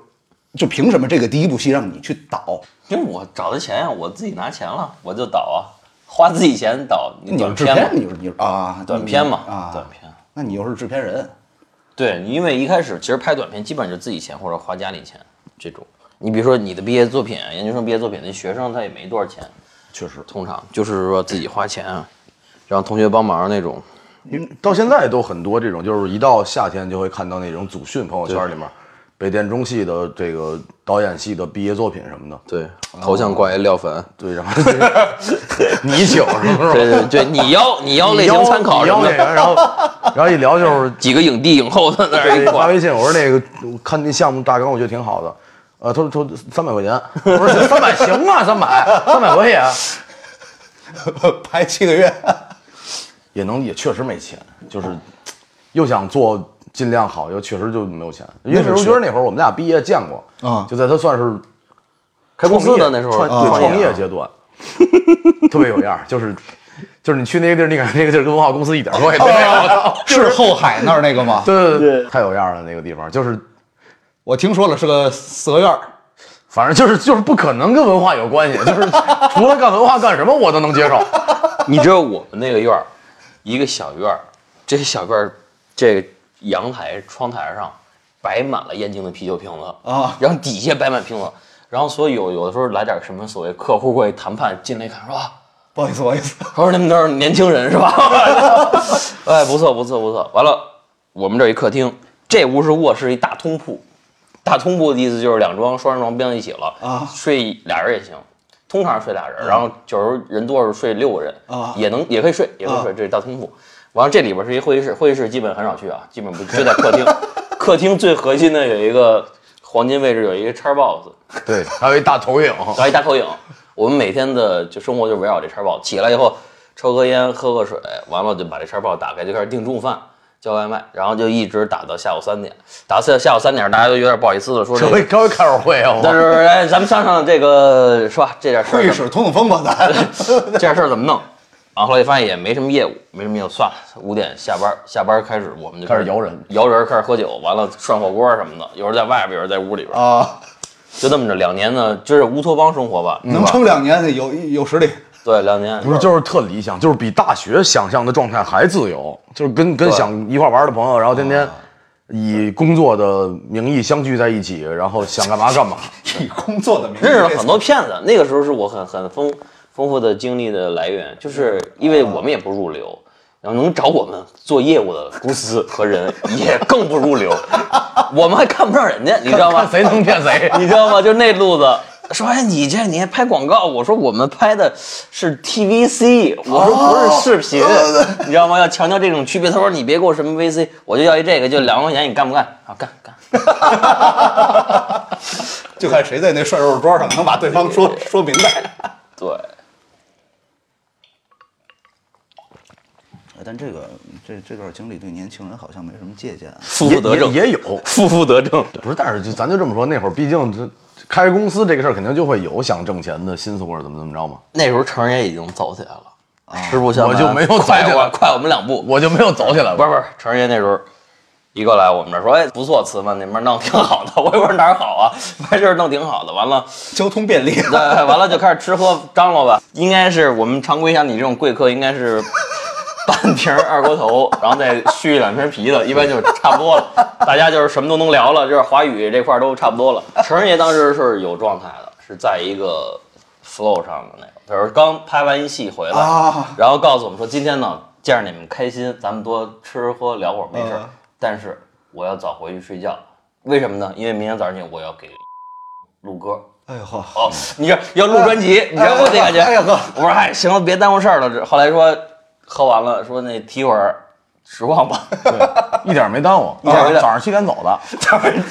[SPEAKER 2] 就凭什么这个第一部戏让你去导？
[SPEAKER 4] 因为我找的钱呀，我自己拿钱了，我就导啊，花自己钱导。你
[SPEAKER 2] 你是
[SPEAKER 4] 短
[SPEAKER 2] 制
[SPEAKER 4] 片
[SPEAKER 2] 片，
[SPEAKER 4] 嘛，
[SPEAKER 2] 你是你是啊，
[SPEAKER 4] 短片嘛，
[SPEAKER 2] 啊，
[SPEAKER 4] 短片。
[SPEAKER 2] 那你又是制片人，
[SPEAKER 4] 对，因为一开始其实拍短片基本上就自己钱或者花家里钱这种。你比如说你的毕业作品，研究生毕业作品，那学生他也没多少钱，
[SPEAKER 3] 确实，
[SPEAKER 4] 通常就是说自己花钱啊，让同学帮忙那种。
[SPEAKER 3] 因为到现在都很多这种，就是一到夏天就会看到那种组训朋友圈里面，北电中戏的这个导演系的毕业作品什么的，
[SPEAKER 4] 对，头像挂一廖凡。
[SPEAKER 3] 对， 然后你请是不
[SPEAKER 4] 对
[SPEAKER 3] 是？
[SPEAKER 4] 对对，你邀你邀类型参考什
[SPEAKER 3] 邀
[SPEAKER 4] 么
[SPEAKER 3] 那
[SPEAKER 4] 的，
[SPEAKER 3] 个，然后然后一聊就是
[SPEAKER 4] 几个影帝影后在那 儿一
[SPEAKER 3] 对，发
[SPEAKER 4] 挂，
[SPEAKER 3] 微信，我说那个我看那项目大纲，我觉得挺好的。呃，他说他说三百块钱，我说三百行啊，三百三百可以啊，
[SPEAKER 2] 拍七个月。
[SPEAKER 3] 也能也确实没钱，就是又想做尽量好，又确实就没有钱。因为
[SPEAKER 2] 那是
[SPEAKER 3] 刘娟那会儿我们俩毕业见过，
[SPEAKER 2] 啊
[SPEAKER 3] 就在他算是
[SPEAKER 4] 开公司
[SPEAKER 3] 创
[SPEAKER 4] 的
[SPEAKER 3] 业
[SPEAKER 4] 那时候
[SPEAKER 3] 创对
[SPEAKER 4] 创
[SPEAKER 3] 创业
[SPEAKER 4] 业
[SPEAKER 3] 阶段，特别有样儿，就是就是你去那个地儿，你感觉那个地儿跟文化公司一点关系都没 有。
[SPEAKER 2] 是后海那儿那个吗？
[SPEAKER 3] 对对对，太有样儿了那个地方，就是
[SPEAKER 2] 我听说了，是个四合院儿。
[SPEAKER 3] 反正就是就是不可能跟文化有关系，就是 除了干文化干什么我都能接受。
[SPEAKER 4] 你知道我们那个院儿，一个小院儿，这小院儿这阳台窗台上摆满了燕京的啤酒瓶子
[SPEAKER 2] 啊，
[SPEAKER 4] 然后底下摆满瓶子，然后所以有有的时候来点什么所谓客户会谈判进来一看说啊，
[SPEAKER 2] 不好意思，不好意思，
[SPEAKER 4] 说你们 都是年轻人是吧？ 哎，不错不错不错。完了，我们这儿一客厅，这屋是卧室，一大通铺。大通铺的意思就是两张双人床并在一起了
[SPEAKER 2] 啊
[SPEAKER 4] 睡俩人也行，通常是睡俩人，然后有时候人多了睡六个人
[SPEAKER 2] 啊
[SPEAKER 4] 也能也可以睡，也可以睡，这是大通铺。完了，这里边是一会议室，会议室基本很少去啊，基本不就在 客厅。客厅最核心的有一个黄金位置，有一个叉 box，
[SPEAKER 3] 对，还有一大投影，
[SPEAKER 4] 然后一大投影。我们每天的就生活就围绕这叉爆，起来以后抽个烟，喝个水，完了就把这叉爆打开，就开始订中午饭，叫外卖，然后就一直打到下午三点。打到下午三点，大家都有点不好意思了，说这
[SPEAKER 3] 稍微
[SPEAKER 4] 个。
[SPEAKER 3] 稍微开会儿会啊，
[SPEAKER 4] 但
[SPEAKER 3] 我
[SPEAKER 4] 是哎，咱们商量这个是吧？这点事
[SPEAKER 2] 会议
[SPEAKER 4] 儿，
[SPEAKER 2] 室通通风吧，咱。
[SPEAKER 4] 这点事儿怎么 弄？然后后来发现也没什么业务，没什么业务，算了，五点下班，下班开始我们就
[SPEAKER 3] 开始摇人，
[SPEAKER 4] 摇人开始喝酒，完了涮火锅什么的，有人在外边，有人在屋里边，
[SPEAKER 2] 啊，
[SPEAKER 4] 就这么着两年呢，就是乌托邦生活吧，
[SPEAKER 2] 能撑两年有有实力。
[SPEAKER 4] 对，两年
[SPEAKER 3] 不是就是特理想，就是比大学想象的状态还自由，就是跟跟想一块儿玩儿的朋友，然后天天以工作的名义相聚在一起， 然后想干嘛干嘛。
[SPEAKER 2] 以工作的名义
[SPEAKER 4] 认识了很多骗子。那个时候是我很很疯丰富的经历的来源，就是因为我们也不入流，然后能找我们做业务的公司 和人也更不入流，我们还看不上人家，你知道吗？
[SPEAKER 3] 看？谁能骗谁啊
[SPEAKER 4] 你知道吗？就那路子。说哎，你这你还拍广告？我说我们拍的是 TVC，我说
[SPEAKER 3] 哦
[SPEAKER 4] 不是视频，你知道吗？要强调这种区别。他说你别给我什么 VC，我就要一这个，就两万块钱，你干不干？啊，干干。
[SPEAKER 2] 就看谁在那涮肉桌上能把对方说说明白。
[SPEAKER 4] 对，
[SPEAKER 2] 哎但这个这这段经历对年轻人好像没什么借鉴啊。
[SPEAKER 4] 负负得正
[SPEAKER 3] 也也有，
[SPEAKER 4] 负负得正。
[SPEAKER 3] 不是，但是就咱就这么说，那会儿毕竟这开公司这个事儿，肯定就会有想挣钱的心思或者怎么怎么着嘛。
[SPEAKER 4] 那时候成人也已经走起来了，师傅下班
[SPEAKER 3] 我就没有走起
[SPEAKER 4] 快
[SPEAKER 3] 来
[SPEAKER 4] 我快我们两步。
[SPEAKER 3] 我就没有走起来
[SPEAKER 4] 不
[SPEAKER 3] 过，
[SPEAKER 4] 是不是，成人那时候一过来我们这儿说，哎，不错，词嘛，那边弄挺好的，我也不知道哪儿好啊，反正就是弄挺好的。完了，
[SPEAKER 2] 交通便利，
[SPEAKER 4] 那完了就开始吃喝张罗吧。应该是我们常规像你这种贵客，应该是半瓶儿二锅头，然后再续两瓶啤的，一般就差不多了。大家就是什么都能聊了，就是华语这块儿都差不多了。成人爷当时是有状态的，是在一个 flow 上的那种，就是刚拍完一戏回来，
[SPEAKER 2] 啊
[SPEAKER 4] 然后告诉我们说今天呢，见着你们开心，咱们多吃喝聊会儿没事儿。
[SPEAKER 2] 嗯
[SPEAKER 4] 但是我要早回去睡觉，为什么呢？因为明天早上起来我要给录歌。
[SPEAKER 2] 哎呦呵，
[SPEAKER 3] 嗯
[SPEAKER 4] 哦，你这要录专辑，你知道我那感觉。
[SPEAKER 2] 哎呀哥，
[SPEAKER 4] 我说哎，行了，别耽误事儿了。这后来说喝完了，说那提会儿失望吧，
[SPEAKER 3] 对，一点没耽误。
[SPEAKER 4] 一点没耽误
[SPEAKER 3] 早上七点走的，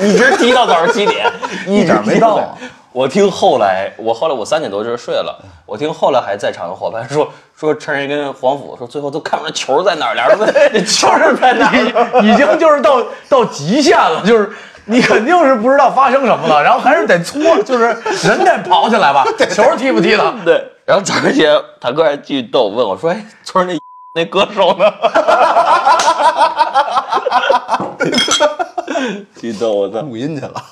[SPEAKER 4] 一直提到早上七点， 一
[SPEAKER 3] 一点没
[SPEAKER 4] 提
[SPEAKER 3] 耽误
[SPEAKER 4] 对我听后来，我后来我三点多就睡了。我听后来还在场的伙伴说说，陈晨跟黄甫说，最后都看不出球在哪儿，俩人 问这球是在哪儿。
[SPEAKER 3] 已经就是到到极限了，就是你肯定是不知道发生什么了，然后还是得 搓，就是人得跑起来吧，球踢不踢的？
[SPEAKER 4] 对，然后早上起来，坦克还巨逗，问我说：“哎，村儿那 那歌手呢？” 巨逗，我操！
[SPEAKER 2] 录音去了。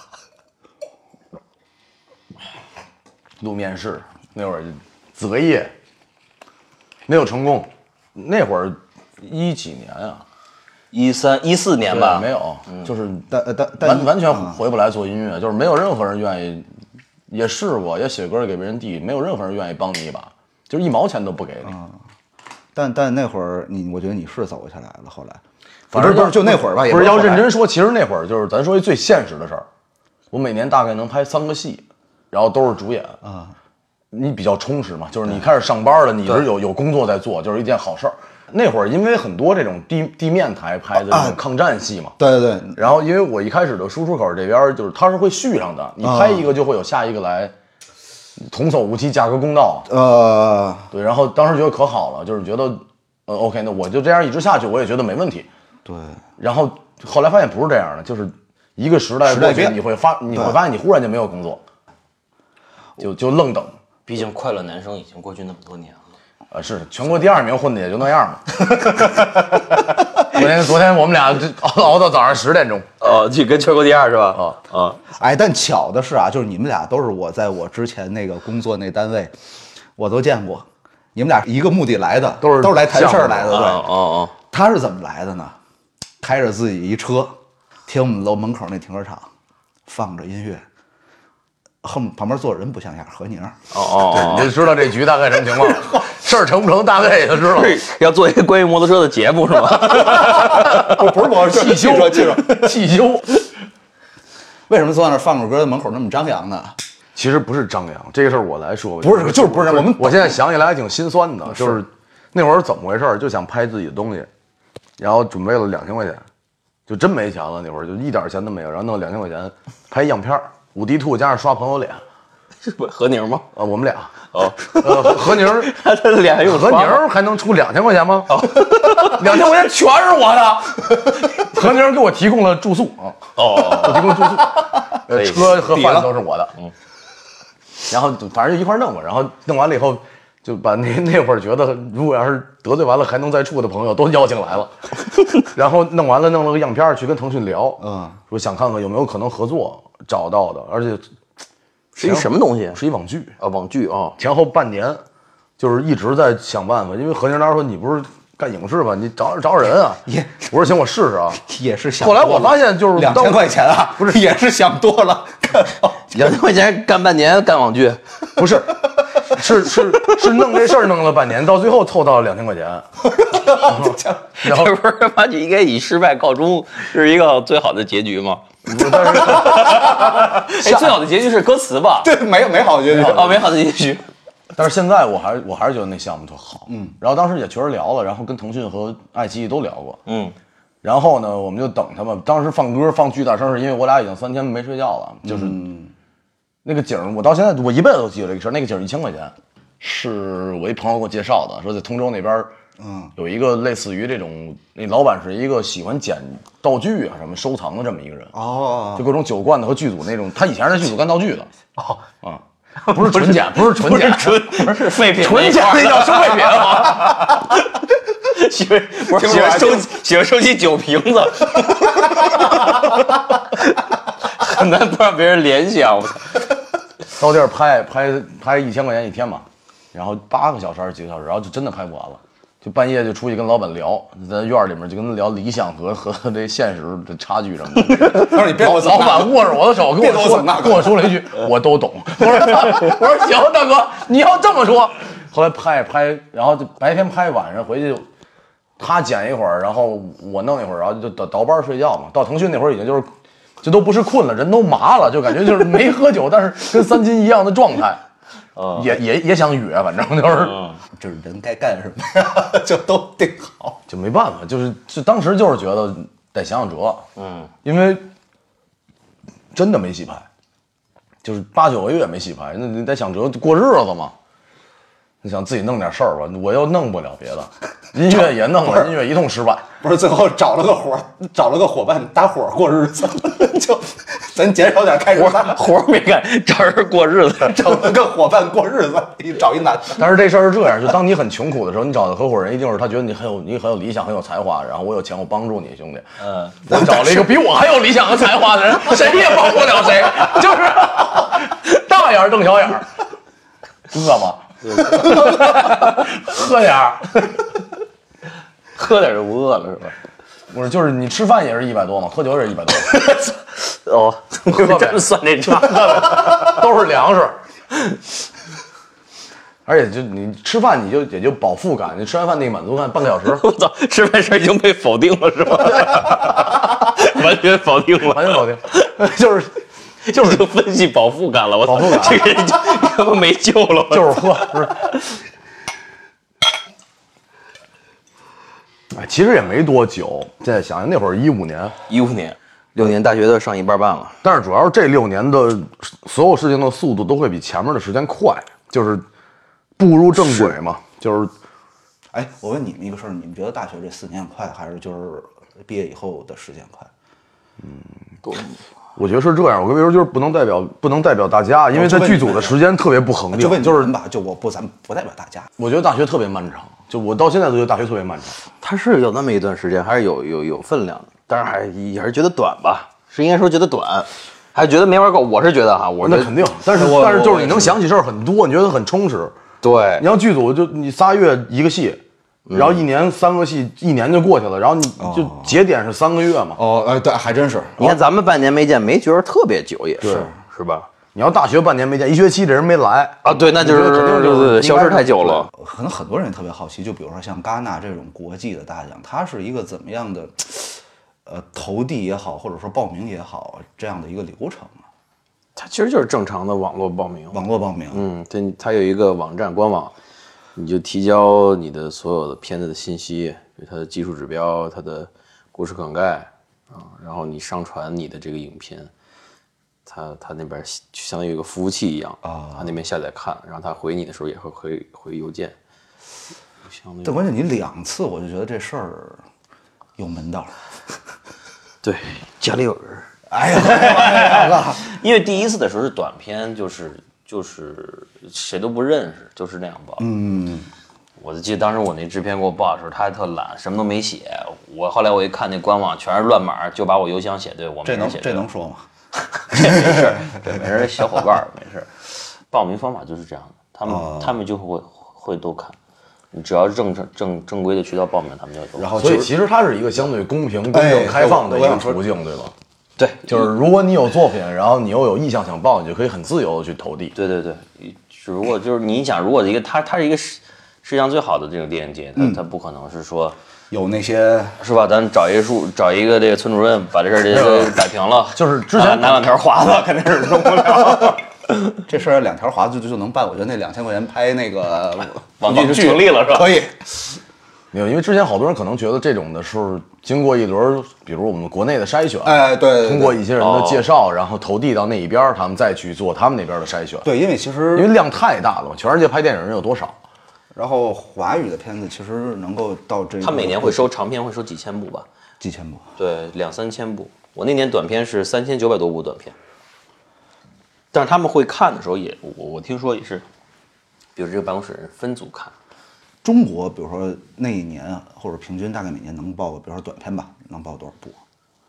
[SPEAKER 3] 录面试那会儿就择业没有成功，那会儿一几年啊？
[SPEAKER 4] 一三一四年吧，嗯
[SPEAKER 3] 没有，就是
[SPEAKER 2] 但呃但但
[SPEAKER 3] 完完全回不来做音乐，就是没有任何人愿意，也试过，也写歌给别人递，没有任何人愿意帮你一把，就是一毛钱都不给你。
[SPEAKER 2] 嗯但但那会儿你，我觉得你是走下来了。后来，
[SPEAKER 3] 反正
[SPEAKER 2] 不是不是就那会儿吧，也
[SPEAKER 3] 不是要
[SPEAKER 2] 后来
[SPEAKER 3] 认真说，其实那会儿就是咱说一最现实的事儿，我每年大概能拍三个戏，然后都是主演
[SPEAKER 2] 嗯
[SPEAKER 3] 啊。你比较充实嘛，就是你开始上班了，你是有有工作在做，就是一件好事儿。那会儿因为很多这种地地面台拍
[SPEAKER 2] 啊
[SPEAKER 3] 的这种抗战戏嘛，
[SPEAKER 2] 对对对，
[SPEAKER 3] 然后因为我一开始的输出口这边儿就是它是会续上的，你拍一个就会有下一个来，童叟无欺，价格公道。
[SPEAKER 2] 呃，
[SPEAKER 3] 对，然后当时觉得可好了，就是觉得，呃，OK，那我就这样一直下去，我也觉得没问题。
[SPEAKER 2] 对，
[SPEAKER 3] 然后后来发现不是这样的，就是一个时代
[SPEAKER 2] 时代
[SPEAKER 3] 过去，
[SPEAKER 2] 变
[SPEAKER 3] 你会发你会发现你忽然就没有工作，就就愣等。
[SPEAKER 4] 毕竟《快乐男生》已经过去那么多年了。
[SPEAKER 3] 呃，是全国第二名混的也就那样嘛。 昨天昨天我们俩就熬熬到早上十点钟，
[SPEAKER 4] 哦，就跟全国第二是吧？哦哦，
[SPEAKER 2] 哎，但巧的是啊，就是你们俩都是我在我之前那个工作那单位，我都见过。你们俩一个目的来的，
[SPEAKER 3] 都是啊
[SPEAKER 2] 都是来谈事儿
[SPEAKER 3] 项目
[SPEAKER 2] 来的，
[SPEAKER 4] 哦
[SPEAKER 2] 对。
[SPEAKER 4] 哦
[SPEAKER 2] 他是怎么来的呢？开着自己一车，停我们楼门口那停车场，放着音乐，后面旁边坐着人不像样，何宁。
[SPEAKER 4] 哦哦
[SPEAKER 3] 你就知道这局大概什么情 况，事儿成不成大概也就知道
[SPEAKER 4] 哦，
[SPEAKER 3] 了。
[SPEAKER 4] 是要做一个关于摩托车的节目是吗？
[SPEAKER 2] 不是我
[SPEAKER 3] 汽修，汽修。
[SPEAKER 2] 为什么坐在那儿放首歌，门口那么张扬呢？
[SPEAKER 3] 其实不是张扬，这个事儿我来说，
[SPEAKER 2] 不是就是不是我们
[SPEAKER 3] 我现在想起来还挺心酸的，就是那会儿怎么回事儿，就想拍自己的东西，然后准备了两千块钱，就真没钱了，那会儿就一点钱都没有，然后弄两千块钱拍样片儿，五 D 兔加上刷朋友脸，
[SPEAKER 4] 是 不是何宁吗？
[SPEAKER 3] 呃，我们俩，
[SPEAKER 4] 哦，
[SPEAKER 3] 呃，何何宁儿，
[SPEAKER 4] 他的脸还有
[SPEAKER 3] 何宁
[SPEAKER 4] 刷哦吗
[SPEAKER 3] 儿还能出两千块钱吗？ 两千块钱全是我 的，何宁儿给我提供了住宿啊。
[SPEAKER 4] 哦，
[SPEAKER 3] 我提供住宿，呃
[SPEAKER 4] 可以
[SPEAKER 3] 车和饭都是我的。嗯， 然后就反正就一块儿弄吧，然后弄完了以后，就把那那会儿觉得如果要是得罪完了还能再处的朋友都邀请来 了，然后弄完了弄了个样片儿去跟腾讯聊，
[SPEAKER 2] 嗯，
[SPEAKER 3] 说想看看有没有可能合作，找到的，而且
[SPEAKER 4] 是一什么东西？
[SPEAKER 3] 是一网剧，
[SPEAKER 4] 啊，网剧啊。
[SPEAKER 3] 前后半年就是一直在想办法，因为何宁当时说你不是干影视吧，你找找人啊
[SPEAKER 2] 也，
[SPEAKER 3] 我说行，我试试啊。
[SPEAKER 2] 也是想
[SPEAKER 3] 后
[SPEAKER 2] 多
[SPEAKER 3] 来
[SPEAKER 2] 了。
[SPEAKER 3] 我发现就是
[SPEAKER 2] 两
[SPEAKER 3] 当
[SPEAKER 2] 千块钱啊，不是也是想多了。
[SPEAKER 4] 两千块钱干半年干网剧，
[SPEAKER 2] 不是，
[SPEAKER 3] 是是是弄这事儿弄了半年，到最后凑到了两千 块钱，然后
[SPEAKER 4] 这 不是他妈就应该以失败告终，是一个最好的结局吗？
[SPEAKER 3] 但是
[SPEAKER 4] 哎，最好的结局是歌词吧？
[SPEAKER 2] 对，美美好结局。
[SPEAKER 4] 哦，美好的结局。
[SPEAKER 3] 但是现在我还是我还是觉得那项目特好，嗯，然后当时也确实聊了，然后跟腾讯和爱奇艺都聊过，
[SPEAKER 4] 嗯，
[SPEAKER 3] 然后呢，我们就等他们。当时放歌放巨大声，是因为我俩已经三天没睡觉了，就是那个景儿，我到现在我一辈子都记得这个事儿。那个景儿一千块钱，是我一朋友给我介绍的，说在通州那边儿，
[SPEAKER 2] 嗯，
[SPEAKER 3] 有一个类似于这种，那老板是一个喜欢捡道具啊什么收藏的这么一个人，
[SPEAKER 2] 哦
[SPEAKER 3] 就，各种酒罐子和剧组那种，他以前是剧组干道具的，哦啊。不是纯捡， 不是纯捡，
[SPEAKER 4] 纯是废品
[SPEAKER 3] 纯捡 那叫收废品啊！
[SPEAKER 4] 喜欢不是
[SPEAKER 2] 听
[SPEAKER 4] 喜
[SPEAKER 2] 不
[SPEAKER 4] 欢
[SPEAKER 2] 来
[SPEAKER 4] 收集喜欢收集酒瓶子， 很难不让别人联想。我操
[SPEAKER 3] 到地儿拍拍拍一千块钱一天嘛，然后八个小时还是几个小时，然后就真的拍不完了，就半夜就出去跟老板聊，在院儿里面就跟他聊理想和和和这现实的差距什么的。
[SPEAKER 2] 他说你别给我
[SPEAKER 3] 老板握着我的手跟
[SPEAKER 2] 别
[SPEAKER 3] 我
[SPEAKER 2] 跟我
[SPEAKER 3] 说
[SPEAKER 2] 整那个
[SPEAKER 3] 跟我说了 一句我都懂，我说我说行大哥你要这么说。后来拍拍，然后就白天拍，晚上回去就他剪一会儿，然后我弄一会儿，然后就倒倒班儿睡觉嘛。到腾讯那会儿已经就是，这都不是困了，人都麻了，就感觉就是没喝酒，但是跟三金一样的状态，也也也想哕，反正就是
[SPEAKER 2] 这是人该干什么呀， 就都定好。
[SPEAKER 3] 就没办法，就是就当时就是觉得得想想辙，嗯，因为真的没戏拍，就是八九个月没戏拍，那你得想辙过日子嘛。你想自己弄点事儿吧，我又弄不了别的，音乐也弄了，音乐一通失败。
[SPEAKER 2] 不是，最后找了个伙儿，找了个伙伴搭伙儿过日子， 就咱减少点开支，
[SPEAKER 4] 活儿没干，找人过日子。
[SPEAKER 2] 找了个伙伴过日子，你找一男的，
[SPEAKER 3] 但是这事儿是这样，就当你很穷苦的时候，你找的合伙人一定是他觉得你很有你很有理想，很有才华，然后我有钱，我帮助你，兄弟。
[SPEAKER 4] 嗯，
[SPEAKER 3] 我找了一个比我还有理想和才华的人，谁也帮不了谁，就是大眼儿瞪小眼儿，饿吗？ 喝点儿。
[SPEAKER 4] 喝点就不饿了是吧？
[SPEAKER 3] 我说就是你吃饭也是一百多嘛，喝酒也是一百多，
[SPEAKER 4] 哦，
[SPEAKER 3] 呗
[SPEAKER 4] 真算这账。
[SPEAKER 3] 都是粮食。 而且就你吃饭，你就也就饱腹感，你吃完饭那个满足感半个小时，
[SPEAKER 4] 我操，吃饭事儿已经被否定了是吧？ 完全否定了，
[SPEAKER 3] 完全搞定， 就是
[SPEAKER 4] 就是已经分析饱腹感了。我操
[SPEAKER 3] 饱腹感，
[SPEAKER 4] 这个 人就他妈没救了。我操
[SPEAKER 3] 就是喝，不是。哎，其实也没多久，现在想想那会儿一五年，
[SPEAKER 4] 一五年，六年大学都上一半半了。
[SPEAKER 3] 但是主要是这六年的所有事情的速度都会比前面的时间快，就是步入正轨嘛，就是
[SPEAKER 2] 哎，我问你们一个事儿，你们觉得大学这四年快，还是就是毕业以后的时间快？
[SPEAKER 3] 我觉得是这样，我跟你说，就是不能代表不能代表大家，因为在剧组的时间特别不恒定。
[SPEAKER 2] 就问就是吧，就我不，咱们不代表大家。
[SPEAKER 3] 我觉得大学特别漫长，就我到现在都觉得大学特别漫长。
[SPEAKER 4] 它是有那么一段时间，还是有有有分量的，但是还也是觉得短吧，是应该说觉得短，还觉得没玩够。我是觉得哈，我
[SPEAKER 3] 那肯定，但是
[SPEAKER 4] 我
[SPEAKER 3] 但是就
[SPEAKER 4] 我
[SPEAKER 3] 是
[SPEAKER 4] 也
[SPEAKER 3] 你能想起事儿很多，你觉得很充实。
[SPEAKER 4] 对
[SPEAKER 3] 你，要剧组就你仨月一个戏，
[SPEAKER 4] 嗯
[SPEAKER 3] 然后一年三个戏，一年就过去了，然后你
[SPEAKER 4] 哦
[SPEAKER 3] 就节点是三个月嘛。
[SPEAKER 2] 哦，哎，对，还真是。
[SPEAKER 4] 你看咱们半年没见，没觉得特别久，也是是吧？
[SPEAKER 3] 你要大学半年没见，一学期这人没来，
[SPEAKER 4] 啊，对，那就是
[SPEAKER 3] 我觉得肯定就是
[SPEAKER 4] 对
[SPEAKER 3] 应
[SPEAKER 4] 对对
[SPEAKER 3] 该
[SPEAKER 4] 消失太久
[SPEAKER 3] 是
[SPEAKER 4] 了。
[SPEAKER 2] 可能很多人特别好奇，就比如说像戛纳这种国际的大奖，它是一个怎么样的，呃，投递也好，或者说报名也好，这样的一个流程啊？
[SPEAKER 4] 它其实就是正常的网络报名，
[SPEAKER 2] 网络报名，
[SPEAKER 4] 嗯，对，它有一个网站官网，你就提交你的所有的片子的信息，比如它的技术指标、它的故事梗概啊，然后你上传你的这个影片，它它那边就相当于一个服务器一样
[SPEAKER 2] 啊
[SPEAKER 4] 它那边下载看，然后它回你的时候也会回回邮件，相当于
[SPEAKER 2] 但关键你两次，我就觉得这事儿有门道。
[SPEAKER 4] 对家里有人。
[SPEAKER 2] 哎呀，哎呀
[SPEAKER 4] 因为第一次的时候是短片，就是就是谁都不认识，就是那样吧。
[SPEAKER 2] 嗯，
[SPEAKER 4] 我就记得当时我那制片给我报的时候，他还特懒，什么都没写。我后来我一看那官网全是乱码，就把我邮箱写对，我没
[SPEAKER 2] 这
[SPEAKER 4] 人
[SPEAKER 2] 能
[SPEAKER 4] 写对
[SPEAKER 2] 这能说吗？
[SPEAKER 4] 对，没人小伙伴儿没事儿。报名方法就是这样的，他们、
[SPEAKER 2] 哦
[SPEAKER 4] 他们就会会都看，你只要正正正正规的渠道报名，他们就都看
[SPEAKER 2] 然后
[SPEAKER 3] 所以
[SPEAKER 2] 就是
[SPEAKER 3] 其实它是一个相对公平、公
[SPEAKER 2] 哎
[SPEAKER 3] 正、开放的一
[SPEAKER 2] 我我
[SPEAKER 3] 个
[SPEAKER 2] 想说
[SPEAKER 3] 途径，对吧？
[SPEAKER 4] 对
[SPEAKER 3] 就是如果你有作品，然后你又有意向想报，你就可以很自由的去投递。
[SPEAKER 4] 对对对，如果就是你想，如果一个它它是一个世世界上最好的这种电影节，它它不可能是说
[SPEAKER 6] 有那些
[SPEAKER 4] 是吧？咱找一个树，找一个这个村主任把这事儿这个摆平了，
[SPEAKER 3] 就是之
[SPEAKER 4] 拿
[SPEAKER 3] 前
[SPEAKER 4] 拿两条划子肯定是弄不了。
[SPEAKER 6] 这事儿两条划就就能办，我觉得那两千块钱拍那个
[SPEAKER 4] 网剧
[SPEAKER 6] 剧
[SPEAKER 4] 就成立了是吧
[SPEAKER 6] 可以，
[SPEAKER 3] 没有，因为之前好多人可能觉得这种的是经过一轮儿，比如我们国内的筛选，
[SPEAKER 6] 哎，对对，对
[SPEAKER 3] 通过一些人
[SPEAKER 4] 哦
[SPEAKER 3] 的介绍，然后投递到那一边儿，他们再去做他们那边儿的筛选。，
[SPEAKER 6] 对，因为其
[SPEAKER 3] 因为
[SPEAKER 6] 实
[SPEAKER 3] 量太大了嘛，全世界拍电影人有多少？
[SPEAKER 6] 然后华语的片子其实能够到这个，
[SPEAKER 4] 他每年会收长片，会收几千部吧？
[SPEAKER 6] 几千部，
[SPEAKER 4] 对，两三千部。我那年短片是三千九百多部短片，但是他们会看的时候也，我我听说也是，比如这个办公室人分组看，
[SPEAKER 6] 中国比如说那一年或者平均大概每年能报个，比如说短片吧，能报多少部？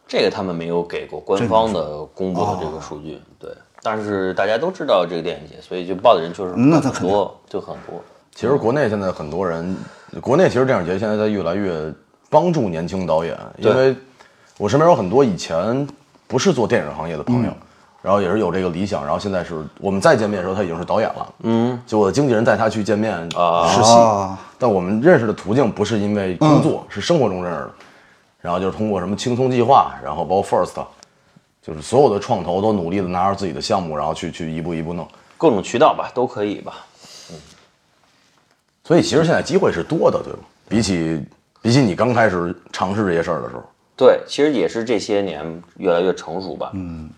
[SPEAKER 4] 这个他们没有给过官方的公布
[SPEAKER 6] 哦
[SPEAKER 4] 的这个数据，对。但是大家都知道这个电影节，所以就报的人就是
[SPEAKER 6] 那他
[SPEAKER 4] 很
[SPEAKER 6] 肯定
[SPEAKER 4] 多，就很多。
[SPEAKER 3] 其实国内现在很多人，国内其实电影节现在在越来越帮助年轻导演，因为我身边有很多以前不是做电影行业的朋友，然后也是有这个理想，然后现在是我们再见面的时候，他已经是导演了，嗯，就我的经纪人带他去见面
[SPEAKER 4] 啊
[SPEAKER 3] 试戏，
[SPEAKER 6] 啊
[SPEAKER 3] 但我们认识的途径不是因为工作，是生活中认识的，然后就是通过什么轻松计划，然后包括 First，就是所有的创投都努力的拿着自己的项目，然后去去一步一步弄，
[SPEAKER 4] 各种渠道吧，都可以吧。
[SPEAKER 3] 所以其实现在机会是多的，对吧？比起比起你刚开始尝试这些事儿的时候，
[SPEAKER 4] 对，其实也是这些年越来越成熟吧。嗯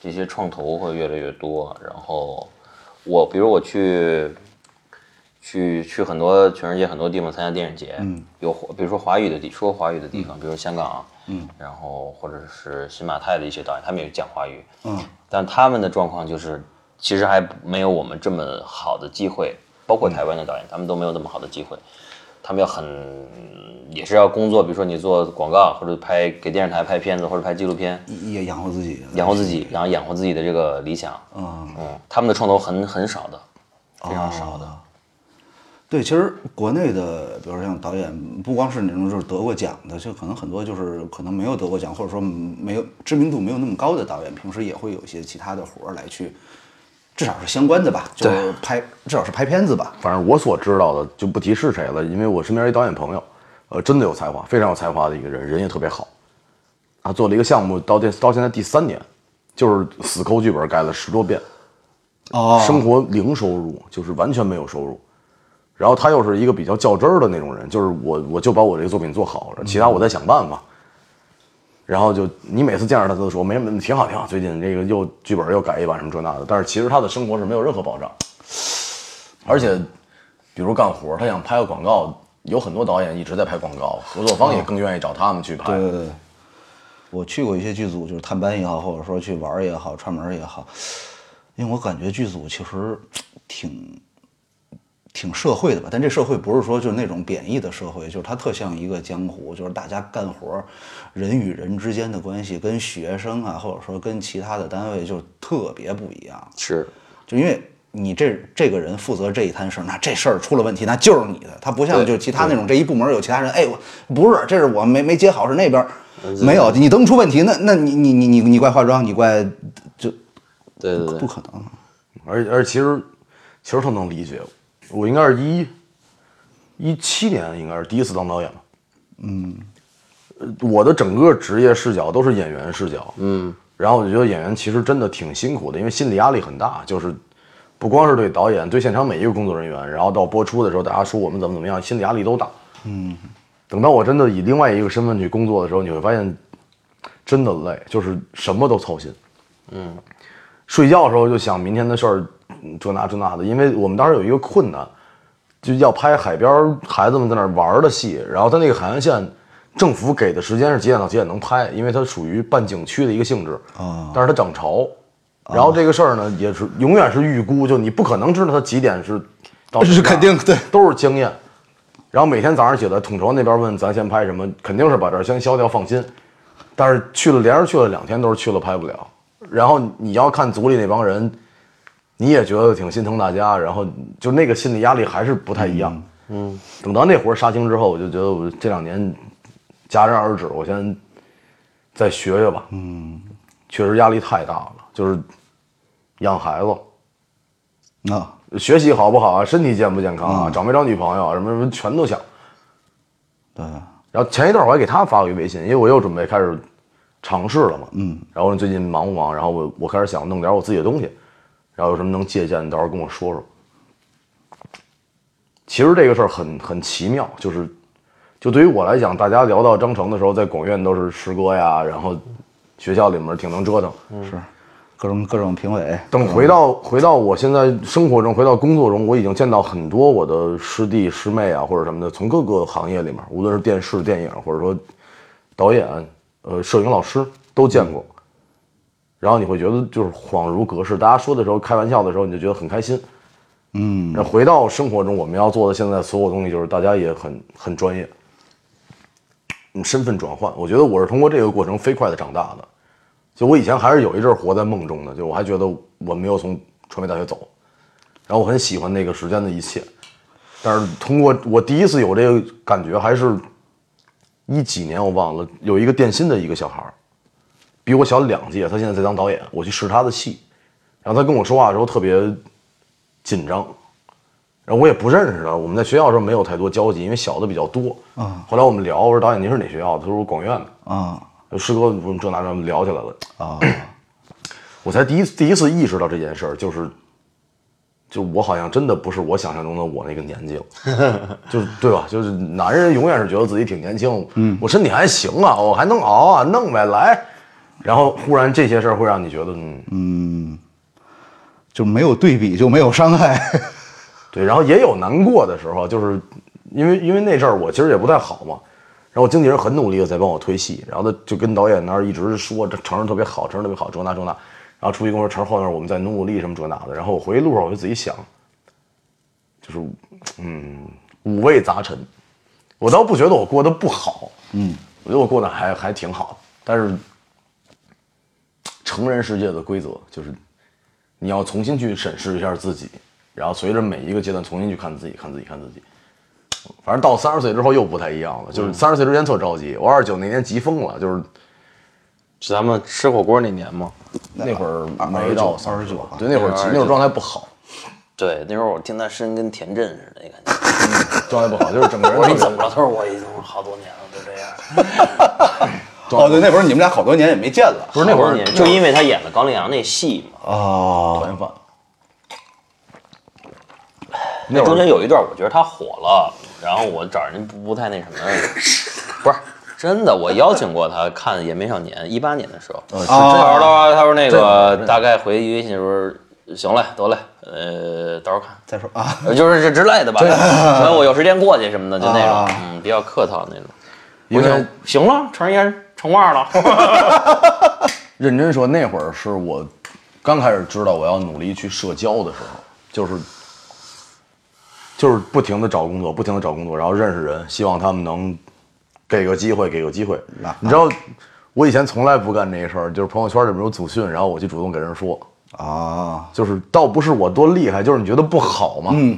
[SPEAKER 4] 这些创投会越来越多。然后我，比如我去去去很多全世界很多地方参加电影节，嗯，有华比如说华语的地说华语的地方，比如香港，嗯，然后或者是新马泰的一些导演，他们也讲华
[SPEAKER 6] 哦
[SPEAKER 4] 语，嗯，但他们的状况就是其实还没有我们这么好的机会，包括台湾的导演，他们都没有那么好的机会。他们要很也是要工作，比如说你做广告或者拍给电视台拍片子或者拍纪录片，
[SPEAKER 6] 也养活自己，
[SPEAKER 4] 养活自己，然后养活自己的这个理想。
[SPEAKER 6] 嗯，
[SPEAKER 4] 嗯，他们的创投很很少的，非常少的。
[SPEAKER 6] 对，其实国内的，比如说像导演，不光是那种就是得过奖的，就可能很多就是可能没有得过奖，或者说没有知名度没有那么高的导演，平时也会有一些其他的活儿来去，至少是相关的吧，就
[SPEAKER 4] 对
[SPEAKER 6] 是拍至少是拍片子吧。
[SPEAKER 3] 反正我所知道的就不提是谁了，因为我身边一导演朋友，呃，真的有才华，非常有才华的一个人，人也特别好。他做了一个项目，到这到现在第三年，就是死抠剧本改了十多遍，
[SPEAKER 6] 哦
[SPEAKER 3] 生活零收入，就是完全没有收入。然后他又是一个比较较真儿的那种人，就是我我就把我这个作品做好，其他我再想办法。然后就你每次见着他都说没没挺好挺好，最近这个又剧本又改一版什么这那的，但是其实他的生活是没有任何保障，而且比如干活，他想拍个广告，有很多导演一直在拍广告，合作方也更愿意找他们去拍。
[SPEAKER 6] 对对对，我去过一些剧组，就是探班也好，或者说去玩儿也好，串门儿也好，因为我感觉剧组其实挺挺社会的吧，但这社会不是说就是那种贬义的社会，就是它特像一个江湖，就是大家干活儿，人与人之间的关系跟学生啊，或者说跟其他的单位就特别不一样，
[SPEAKER 4] 是，
[SPEAKER 6] 就因为。你这这个人负责这一摊事儿，那这事儿出了问题，那就是你的。他不像
[SPEAKER 4] 对
[SPEAKER 6] 就其他那种，这一部门有其他人，哎，我不是，这是我没没接好，是那边儿没有。你灯出问题，那那你你你你你怪化妆，你怪就
[SPEAKER 4] 对对
[SPEAKER 6] 不
[SPEAKER 4] 对，
[SPEAKER 6] 可能。
[SPEAKER 3] 而而其实其实他能理解我，我应该是一一七年应该是第一次当导演吧。嗯，呃我的整个职业视角都是演员视角。嗯，然后我觉得演员其实真的挺辛苦的，因为心理压力很大，就是不光是对导演，对现场每一个工作人员，然后到播出的时候，大家说我们怎么怎么样，心理压力都大。嗯，等到我真的以另外一个身份去工作的时候，你会发现真的累，就是什么都操心。睡觉的时候就想明天的事儿，嗯这那这那的。因为我们当时有一个困难，就要拍海边儿孩子们在那儿玩儿的戏，然后它那个海岸线，政府给的时间是几点到几点能拍，因为它属于半景区的一个性质
[SPEAKER 6] 哦
[SPEAKER 3] 但是它涨潮，然后这个事儿呢也是永远是预估，就你不可能知道它几点是到哪儿，
[SPEAKER 6] 是肯定对
[SPEAKER 3] 都是经验。然后每天早上起来，统筹那边问咱先拍什么，肯定是把这儿先消掉，放心。但是去了连着去了两天，都是去了拍不了。然后你要看组里那帮人，你也觉得挺心疼大家，然后就那个心理压力还是不太一样。嗯，等到那活儿杀青之后，我就觉得我这两年戛然而止，我先再学学吧。嗯，确实压力太大了，就是养孩子，
[SPEAKER 2] 啊，
[SPEAKER 3] 学习好不好啊，身体健不健康啊，找没找女朋友啊，什么什么全都想。
[SPEAKER 2] 对，
[SPEAKER 3] 然后前一段我还给他发过一微信，因为我又准备开始尝试了嘛。嗯。然后最近忙不忙？然后我我开始想弄点我自己的东西，然后有什么能借鉴，到时候跟我说说。其实这个事儿很很奇妙，就是就对于我来讲，大家聊到张成的时候，在广院都是师哥呀，然后学校里面挺能折腾。
[SPEAKER 2] 是各种各种评委，
[SPEAKER 3] 等回到回到我现在生活中，回到工作中，我已经见到很多我的师弟师妹啊，或者什么的，从各个行业里面，无论是电视、电影，或者说导演、呃，摄影老师都见过。然后你会觉得就是恍如隔世，大家说的时候，开玩笑的时候，你就觉得很开心。嗯，那回到生活中，我们要做的现在所有东西，就是大家也很很专业。嗯，身份转换，我觉得我是通过这个过程飞快的长大的。就我以前还是有一阵儿活在梦中的，就我还觉得我没有从传媒大学走，然后我很喜欢那个时间的一切，但是通过我第一次有这个感觉，还是一几年我忘了，有一个电信的一个小孩儿，比我小两届，他现在在当导演，我去试他的戏，然后他跟我说话的时候特别紧张，然后我也不认识他，我们在学校的时候没有太多交集，因为小的比较多
[SPEAKER 2] 啊。
[SPEAKER 3] 后来我们聊，我说导演您是哪学校的？他说我广院的。
[SPEAKER 2] 啊
[SPEAKER 3] 师哥，我们这那这聊起来了。
[SPEAKER 2] 啊，
[SPEAKER 3] 我才第一第一次意识到这件事儿，就是，就我好像真的不是我想象中的我那个年纪了，就是对吧？就是男人永远是觉得自己挺年轻，嗯，我身体还行啊，我还能熬啊，弄呗，来。然后忽然这些事儿会让你觉得，嗯，
[SPEAKER 2] 就没有对比就没有伤害，
[SPEAKER 3] 对，然后也有难过的时候，就是因为因为那阵儿我其实也不太好嘛，然后我经纪人很努力的在帮我推戏，然后他就跟导演那儿一直说这成儿特别好，成儿特别好，这那这那，然后出去跟我说成儿后面我们在努努力什么这那的，然后我回去路上我就自己想，就是嗯五味杂陈，我倒不觉得我过得不好，嗯，我觉得我过得还还挺好，但是成人世界的规则就是你要重新去审视一下自己，然后随着每一个阶段重新去看自己，看自己，看自己。反正到三十岁之后又不太一样了，
[SPEAKER 4] 嗯
[SPEAKER 3] 就是三十岁之前特着急，我二十九那年急疯了，就是
[SPEAKER 4] 是咱们吃火锅那年吗？
[SPEAKER 3] 那会儿
[SPEAKER 2] 二
[SPEAKER 3] 没到
[SPEAKER 2] 二十九
[SPEAKER 3] 39
[SPEAKER 2] 啊
[SPEAKER 3] 对，那会儿急那会儿状态不好，
[SPEAKER 4] 对，那时候我听他声音跟田震似的，那感觉。
[SPEAKER 3] 状态不好，就是整个人
[SPEAKER 4] 我说
[SPEAKER 3] 特
[SPEAKER 4] 你怎么
[SPEAKER 3] 别
[SPEAKER 4] 着？他说我已经好多年了，都这样。
[SPEAKER 2] 哦，对，那会儿你们俩好多年也没见了
[SPEAKER 4] 不是那会儿，就因为他演了高丽阳那戏嘛，
[SPEAKER 2] 啊
[SPEAKER 3] 讨厌犯。
[SPEAKER 4] 那中间有一段，我觉得他火了，然后我找人不不太那什么，不是真的，我邀请过他看《也没少年》，一八年的时候，
[SPEAKER 3] 哦
[SPEAKER 4] 他说他说他说那个大概回微信说行嘞，得嘞，呃，到时候看。
[SPEAKER 2] 再说 啊，
[SPEAKER 4] 呃就是这之类的吧， 可能我有时间过去什么的，就那种
[SPEAKER 2] 啊，
[SPEAKER 4] 嗯，比较客套那种。
[SPEAKER 3] 因
[SPEAKER 4] 我
[SPEAKER 3] 为
[SPEAKER 4] 想行了，成烟成腕了，
[SPEAKER 3] 认真说，那会儿是我刚开始知道我要努力去社交的时候，就是就是不停的找工作，不停的找工作，然后认识人，希望他们能给个机会，给个机会
[SPEAKER 2] 那。
[SPEAKER 3] 你知道，我以前从来不干这事儿，就是朋友圈里面有组训，然后我去主动给人说，
[SPEAKER 2] 啊，
[SPEAKER 3] 就是倒不是我多厉害，就是你觉得不好嘛。嗯。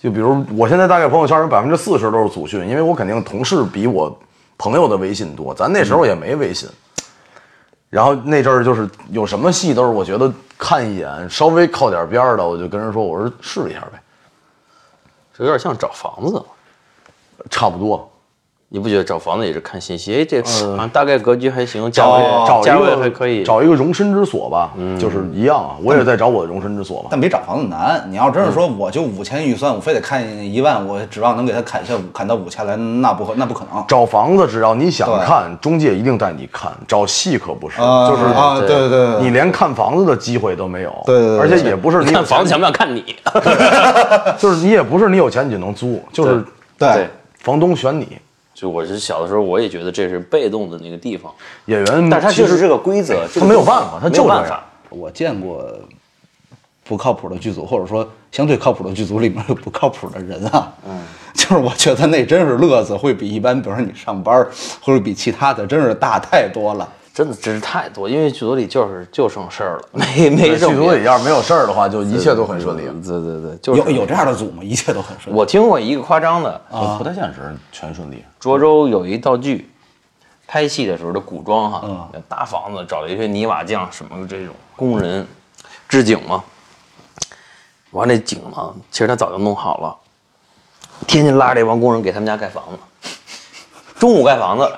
[SPEAKER 3] 就比如我现在大概朋友圈百分之四十都是组训，因为我肯定同事比我朋友的微信多，咱那时候也没微信。然后那阵儿就是有什么戏都是我觉得看一眼稍微靠点边儿的，我就跟人说，我说试一下呗，
[SPEAKER 4] 这有点像找房子。
[SPEAKER 3] 差不多。
[SPEAKER 4] 你不觉得找房子也是看信息？哎，这好像大概格局还行，价
[SPEAKER 3] 嗯找
[SPEAKER 2] 哦
[SPEAKER 4] 位价
[SPEAKER 3] 一
[SPEAKER 4] 位
[SPEAKER 3] 个
[SPEAKER 4] 还可以。嗯
[SPEAKER 3] 找一个容身之所吧，就是一样啊。我也在找我的容身之所嘛。
[SPEAKER 2] 但没找房子难。你要真是说我就五千预算，我非得看一万，我指望能给他砍下砍到五千来，那不可那不可能。
[SPEAKER 3] 找房子，只要你想
[SPEAKER 2] 对
[SPEAKER 3] 看，中介一定带你看。找戏可不是，
[SPEAKER 2] 啊
[SPEAKER 3] 就是
[SPEAKER 2] 啊，对对对，
[SPEAKER 3] 你连看房子的机会都没有，
[SPEAKER 2] 对对对
[SPEAKER 3] 而且也不是你有钱
[SPEAKER 4] 看房子想不想看你？
[SPEAKER 3] 就是你也不是你有钱你就能租，就是
[SPEAKER 2] 对，
[SPEAKER 3] 房东选你，
[SPEAKER 4] 就我是小的时候，我也觉得这是被动的那个地方，
[SPEAKER 3] 演员，
[SPEAKER 4] 但是它确实是个规则，这个
[SPEAKER 3] 他没有办法，他就这
[SPEAKER 4] 没有办
[SPEAKER 3] 样
[SPEAKER 4] 法。。
[SPEAKER 2] 我见过不靠谱的剧组，或者说相对靠谱的剧组里面有不靠谱的人啊。嗯， 就是我觉得那真是乐子会比一般，比如说你上班儿，或者比其他的真是大太多了。
[SPEAKER 4] 真的真是太多，因为剧组里就是就剩事儿了，没没剩
[SPEAKER 3] 剧组
[SPEAKER 4] 别
[SPEAKER 3] 里
[SPEAKER 4] 的。
[SPEAKER 3] 要是没有事儿的话，就一切都很顺利。
[SPEAKER 4] 对对对，就是
[SPEAKER 2] 有有这样的组吗？一切都很顺利。
[SPEAKER 4] 我听过一个夸张的，
[SPEAKER 3] 啊，不太现实，全顺利。
[SPEAKER 4] 涿州有一道具，拍戏的时候的古装哈，大房子找了一些泥瓦匠什么这种工人置景嘛，完那井呢，其实他早就弄好了，天天拉着这帮工人给他们家盖房子，中午盖房子，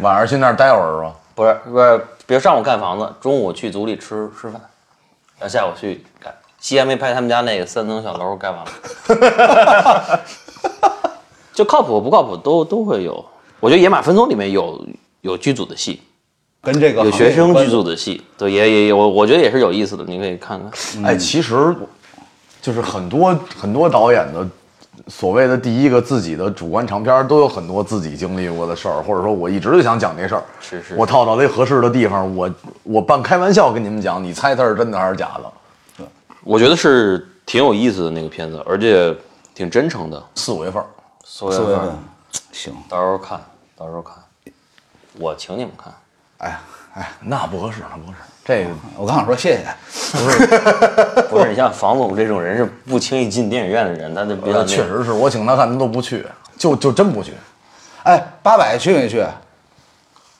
[SPEAKER 3] 晚上去那儿待会儿啊是吧？
[SPEAKER 4] 不是不是，比如上午盖房子，中午去族里吃吃饭，然后下午去盖。西安没拍他们家那个三层小楼盖完了， 就靠谱不靠谱都都会有。我觉得《野马分鬃》里面有有剧组的戏，
[SPEAKER 6] 跟这个
[SPEAKER 4] 有
[SPEAKER 6] 行业
[SPEAKER 4] 学生
[SPEAKER 6] 关
[SPEAKER 4] 剧组的戏，对，也也有，我觉得也是有意思的，你可以看看。
[SPEAKER 3] 哎，其实就是很多很多导演的所谓的第一个自己的主观长片儿，都有很多自己经历过的事儿，或者说我一直就想讲这事儿。
[SPEAKER 4] 是是
[SPEAKER 3] 我套到这合适的地方，我我半开玩笑跟你们讲，你猜它是真的还是假的？
[SPEAKER 4] 我觉得是挺有意思的那个片子，而且挺真诚的。
[SPEAKER 3] 四五月份儿，
[SPEAKER 4] 四
[SPEAKER 6] 四
[SPEAKER 4] 月
[SPEAKER 6] 月
[SPEAKER 4] 份
[SPEAKER 6] 份，行，
[SPEAKER 4] 到时候看，到时候看，我请你们看。
[SPEAKER 6] 哎呀，
[SPEAKER 3] 那不合适，那不合适。嗯这个
[SPEAKER 6] 我刚想说谢谢，
[SPEAKER 4] 不是，你像房总这种人是不轻易进电影院的人，他就比较
[SPEAKER 3] 呃确实是我请他看，他都不去，就就真不去。
[SPEAKER 6] 哎，八百去没去？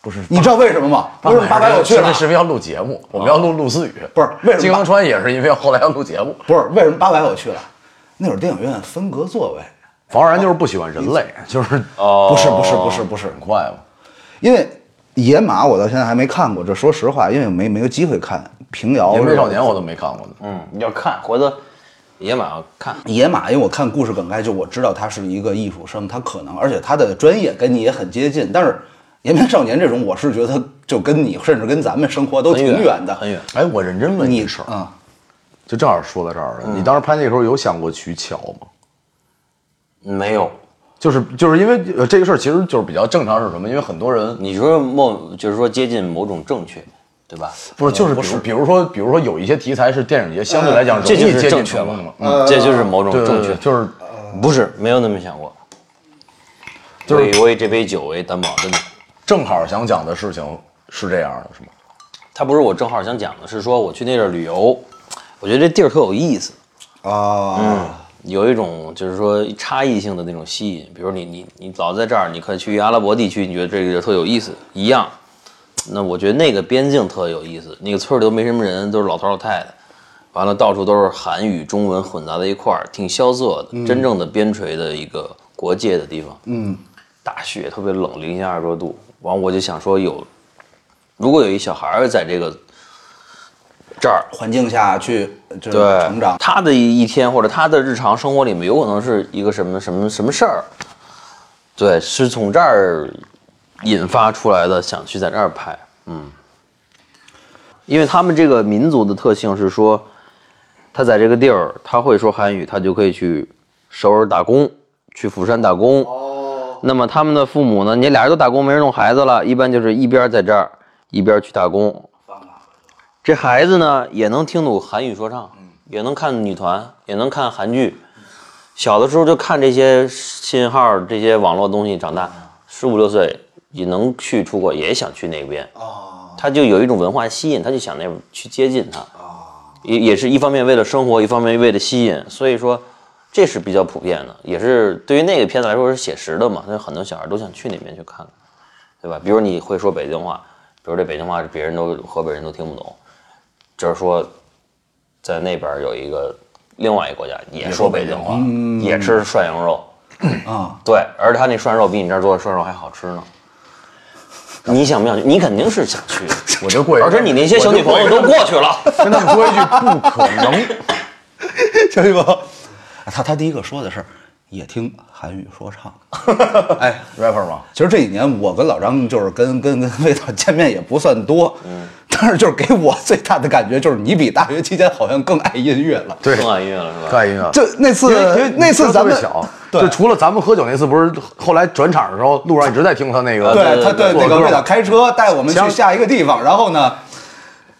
[SPEAKER 3] 不是，
[SPEAKER 6] 你知道为什么吗？为什么八百我去
[SPEAKER 3] 是
[SPEAKER 6] 了
[SPEAKER 3] 不？是要录节目，我们要录陆思雨。
[SPEAKER 6] 不是为什么
[SPEAKER 3] 金刚川也是因为后来要录节目。
[SPEAKER 6] 不是为什么八百我去了？那会儿电影院分隔座位，
[SPEAKER 3] 房然就是不喜欢人类，就是
[SPEAKER 4] 哦，
[SPEAKER 6] 不是不是不是不是
[SPEAKER 3] 很，快嘛。
[SPEAKER 6] 因为野马我到现在还没看过，这说实话，因为没没有机会看。平遥
[SPEAKER 3] 《
[SPEAKER 6] 是
[SPEAKER 3] 银
[SPEAKER 6] 吧
[SPEAKER 3] 翼少年》我都没看过呢。
[SPEAKER 4] 嗯，你要看，回头野马要看。
[SPEAKER 6] 野马，因为我看故事梗概，就我知道他是一个艺术生，他可能，而且他的专业跟你也很接近。但是《延边少年》这种，我是觉得他就跟你，甚至跟咱们生活都挺
[SPEAKER 4] 很远
[SPEAKER 6] 的。
[SPEAKER 4] 很远
[SPEAKER 3] 哎，我认真问你嗯
[SPEAKER 6] 你
[SPEAKER 3] 个事儿，
[SPEAKER 6] 啊，
[SPEAKER 3] 就正好说到这儿了。你当时拍那时候有想过取巧吗？
[SPEAKER 4] 没有，
[SPEAKER 3] 就是就是因为呃这个事儿其实就是比较正常，是什么？因为很多人
[SPEAKER 4] 你说某就是说接近某种正确，对吧？
[SPEAKER 3] 嗯不是就是比嗯如比如说比如说有一些题材是电影节相对来讲容
[SPEAKER 4] 这就
[SPEAKER 3] 易
[SPEAKER 4] 是
[SPEAKER 3] 接
[SPEAKER 4] 正
[SPEAKER 3] 近
[SPEAKER 4] 确
[SPEAKER 3] 成
[SPEAKER 4] 了
[SPEAKER 3] 功的嘛，，
[SPEAKER 4] 嗯，这就是某种
[SPEAKER 3] 对对
[SPEAKER 4] 正
[SPEAKER 3] 对，
[SPEAKER 4] 确。
[SPEAKER 3] 就是
[SPEAKER 4] 不是，没有那么想过。
[SPEAKER 3] 就是
[SPEAKER 4] 我以为这杯酒为担保，真的。
[SPEAKER 3] 正好想讲的事情是这样的，是吗？
[SPEAKER 4] 他不是我正好想讲的，是说我去那地儿旅游，我觉得这地儿特有意思，
[SPEAKER 3] 嗯
[SPEAKER 6] 啊，
[SPEAKER 4] 有一种就是说差异性的那种吸引。比如你你你老在这儿，你可以去阿拉伯地区，你觉得这个地儿特有意思，一样。那我觉得那个边境特有意思，那个村儿里都没什么人，都是老头老太太，完了到处都是韩语、中文混杂在一块儿，挺萧瑟的，真正的边陲的一个国界的地方。嗯，大雪特别冷，零下二十多度。完我就想说有，如果有一小孩儿在这个这儿
[SPEAKER 6] 环境下去就是
[SPEAKER 4] 对
[SPEAKER 6] 成长。
[SPEAKER 4] 他的一一天或者他的日常生活里面，有可能是一个什么什么什么事儿，对，是从这儿引发出来的，想去在这儿拍，嗯，因为他们这个民族的特性是说，他在这个地儿他会说韩语，他就可以去首尔打工，去釜山打工，
[SPEAKER 6] 哦
[SPEAKER 4] 那么他们的父母呢？你俩人都打工，没人弄孩子了，一般就是一边在这儿，一边去打工。这孩子呢，也能听懂韩语说唱，也能看女团，也能看韩剧。小的时候就看这些信号、这些网络东西，长大十五六岁也能去出国，也想去那边。他就有一种文化吸引，他就想那边去接近它。也也是一方面为了生活，一方面为了吸引，所以说这是比较普遍的，也是对于那个片子来说是写实的嘛，所以很多小孩都想去那边去看，对吧？比如你会说北京话，比如这北京话是别人都河北人都听不懂，就是说在那边有一个另外一个国家也说北京话，也吃涮羊肉，
[SPEAKER 6] 啊，
[SPEAKER 4] 对，而他那涮肉比你这儿做的涮肉还好吃呢。你想不想去？你肯定是想去，
[SPEAKER 3] 我就过一
[SPEAKER 4] 而且你那些小女朋友都过去了。
[SPEAKER 3] 跟你说一句不可 能，
[SPEAKER 6] 小雨哥， 他他第一个说的是也听韩语说唱。哎，
[SPEAKER 3] rapper 吗？
[SPEAKER 6] 其实这几年我跟老张就是跟跟跟魏导见面也不算多，嗯，但是就是给我最大的感觉就是你比大学期间好像更爱音乐了。
[SPEAKER 3] 对
[SPEAKER 4] 更爱音乐了是吧？
[SPEAKER 3] 干一个。
[SPEAKER 6] 就那次
[SPEAKER 3] 因为因为
[SPEAKER 6] 那次
[SPEAKER 3] 你
[SPEAKER 6] 咱
[SPEAKER 3] 特别
[SPEAKER 6] 们
[SPEAKER 3] 小，
[SPEAKER 6] 对
[SPEAKER 3] 就除了咱们喝酒那次，不是后来转场的时候，路上一直在听他那个，
[SPEAKER 6] 啊对他对
[SPEAKER 3] 做
[SPEAKER 6] 那个
[SPEAKER 3] 歌
[SPEAKER 6] 魏导开车带我们去
[SPEAKER 3] 行
[SPEAKER 6] 下一个地方，然后呢，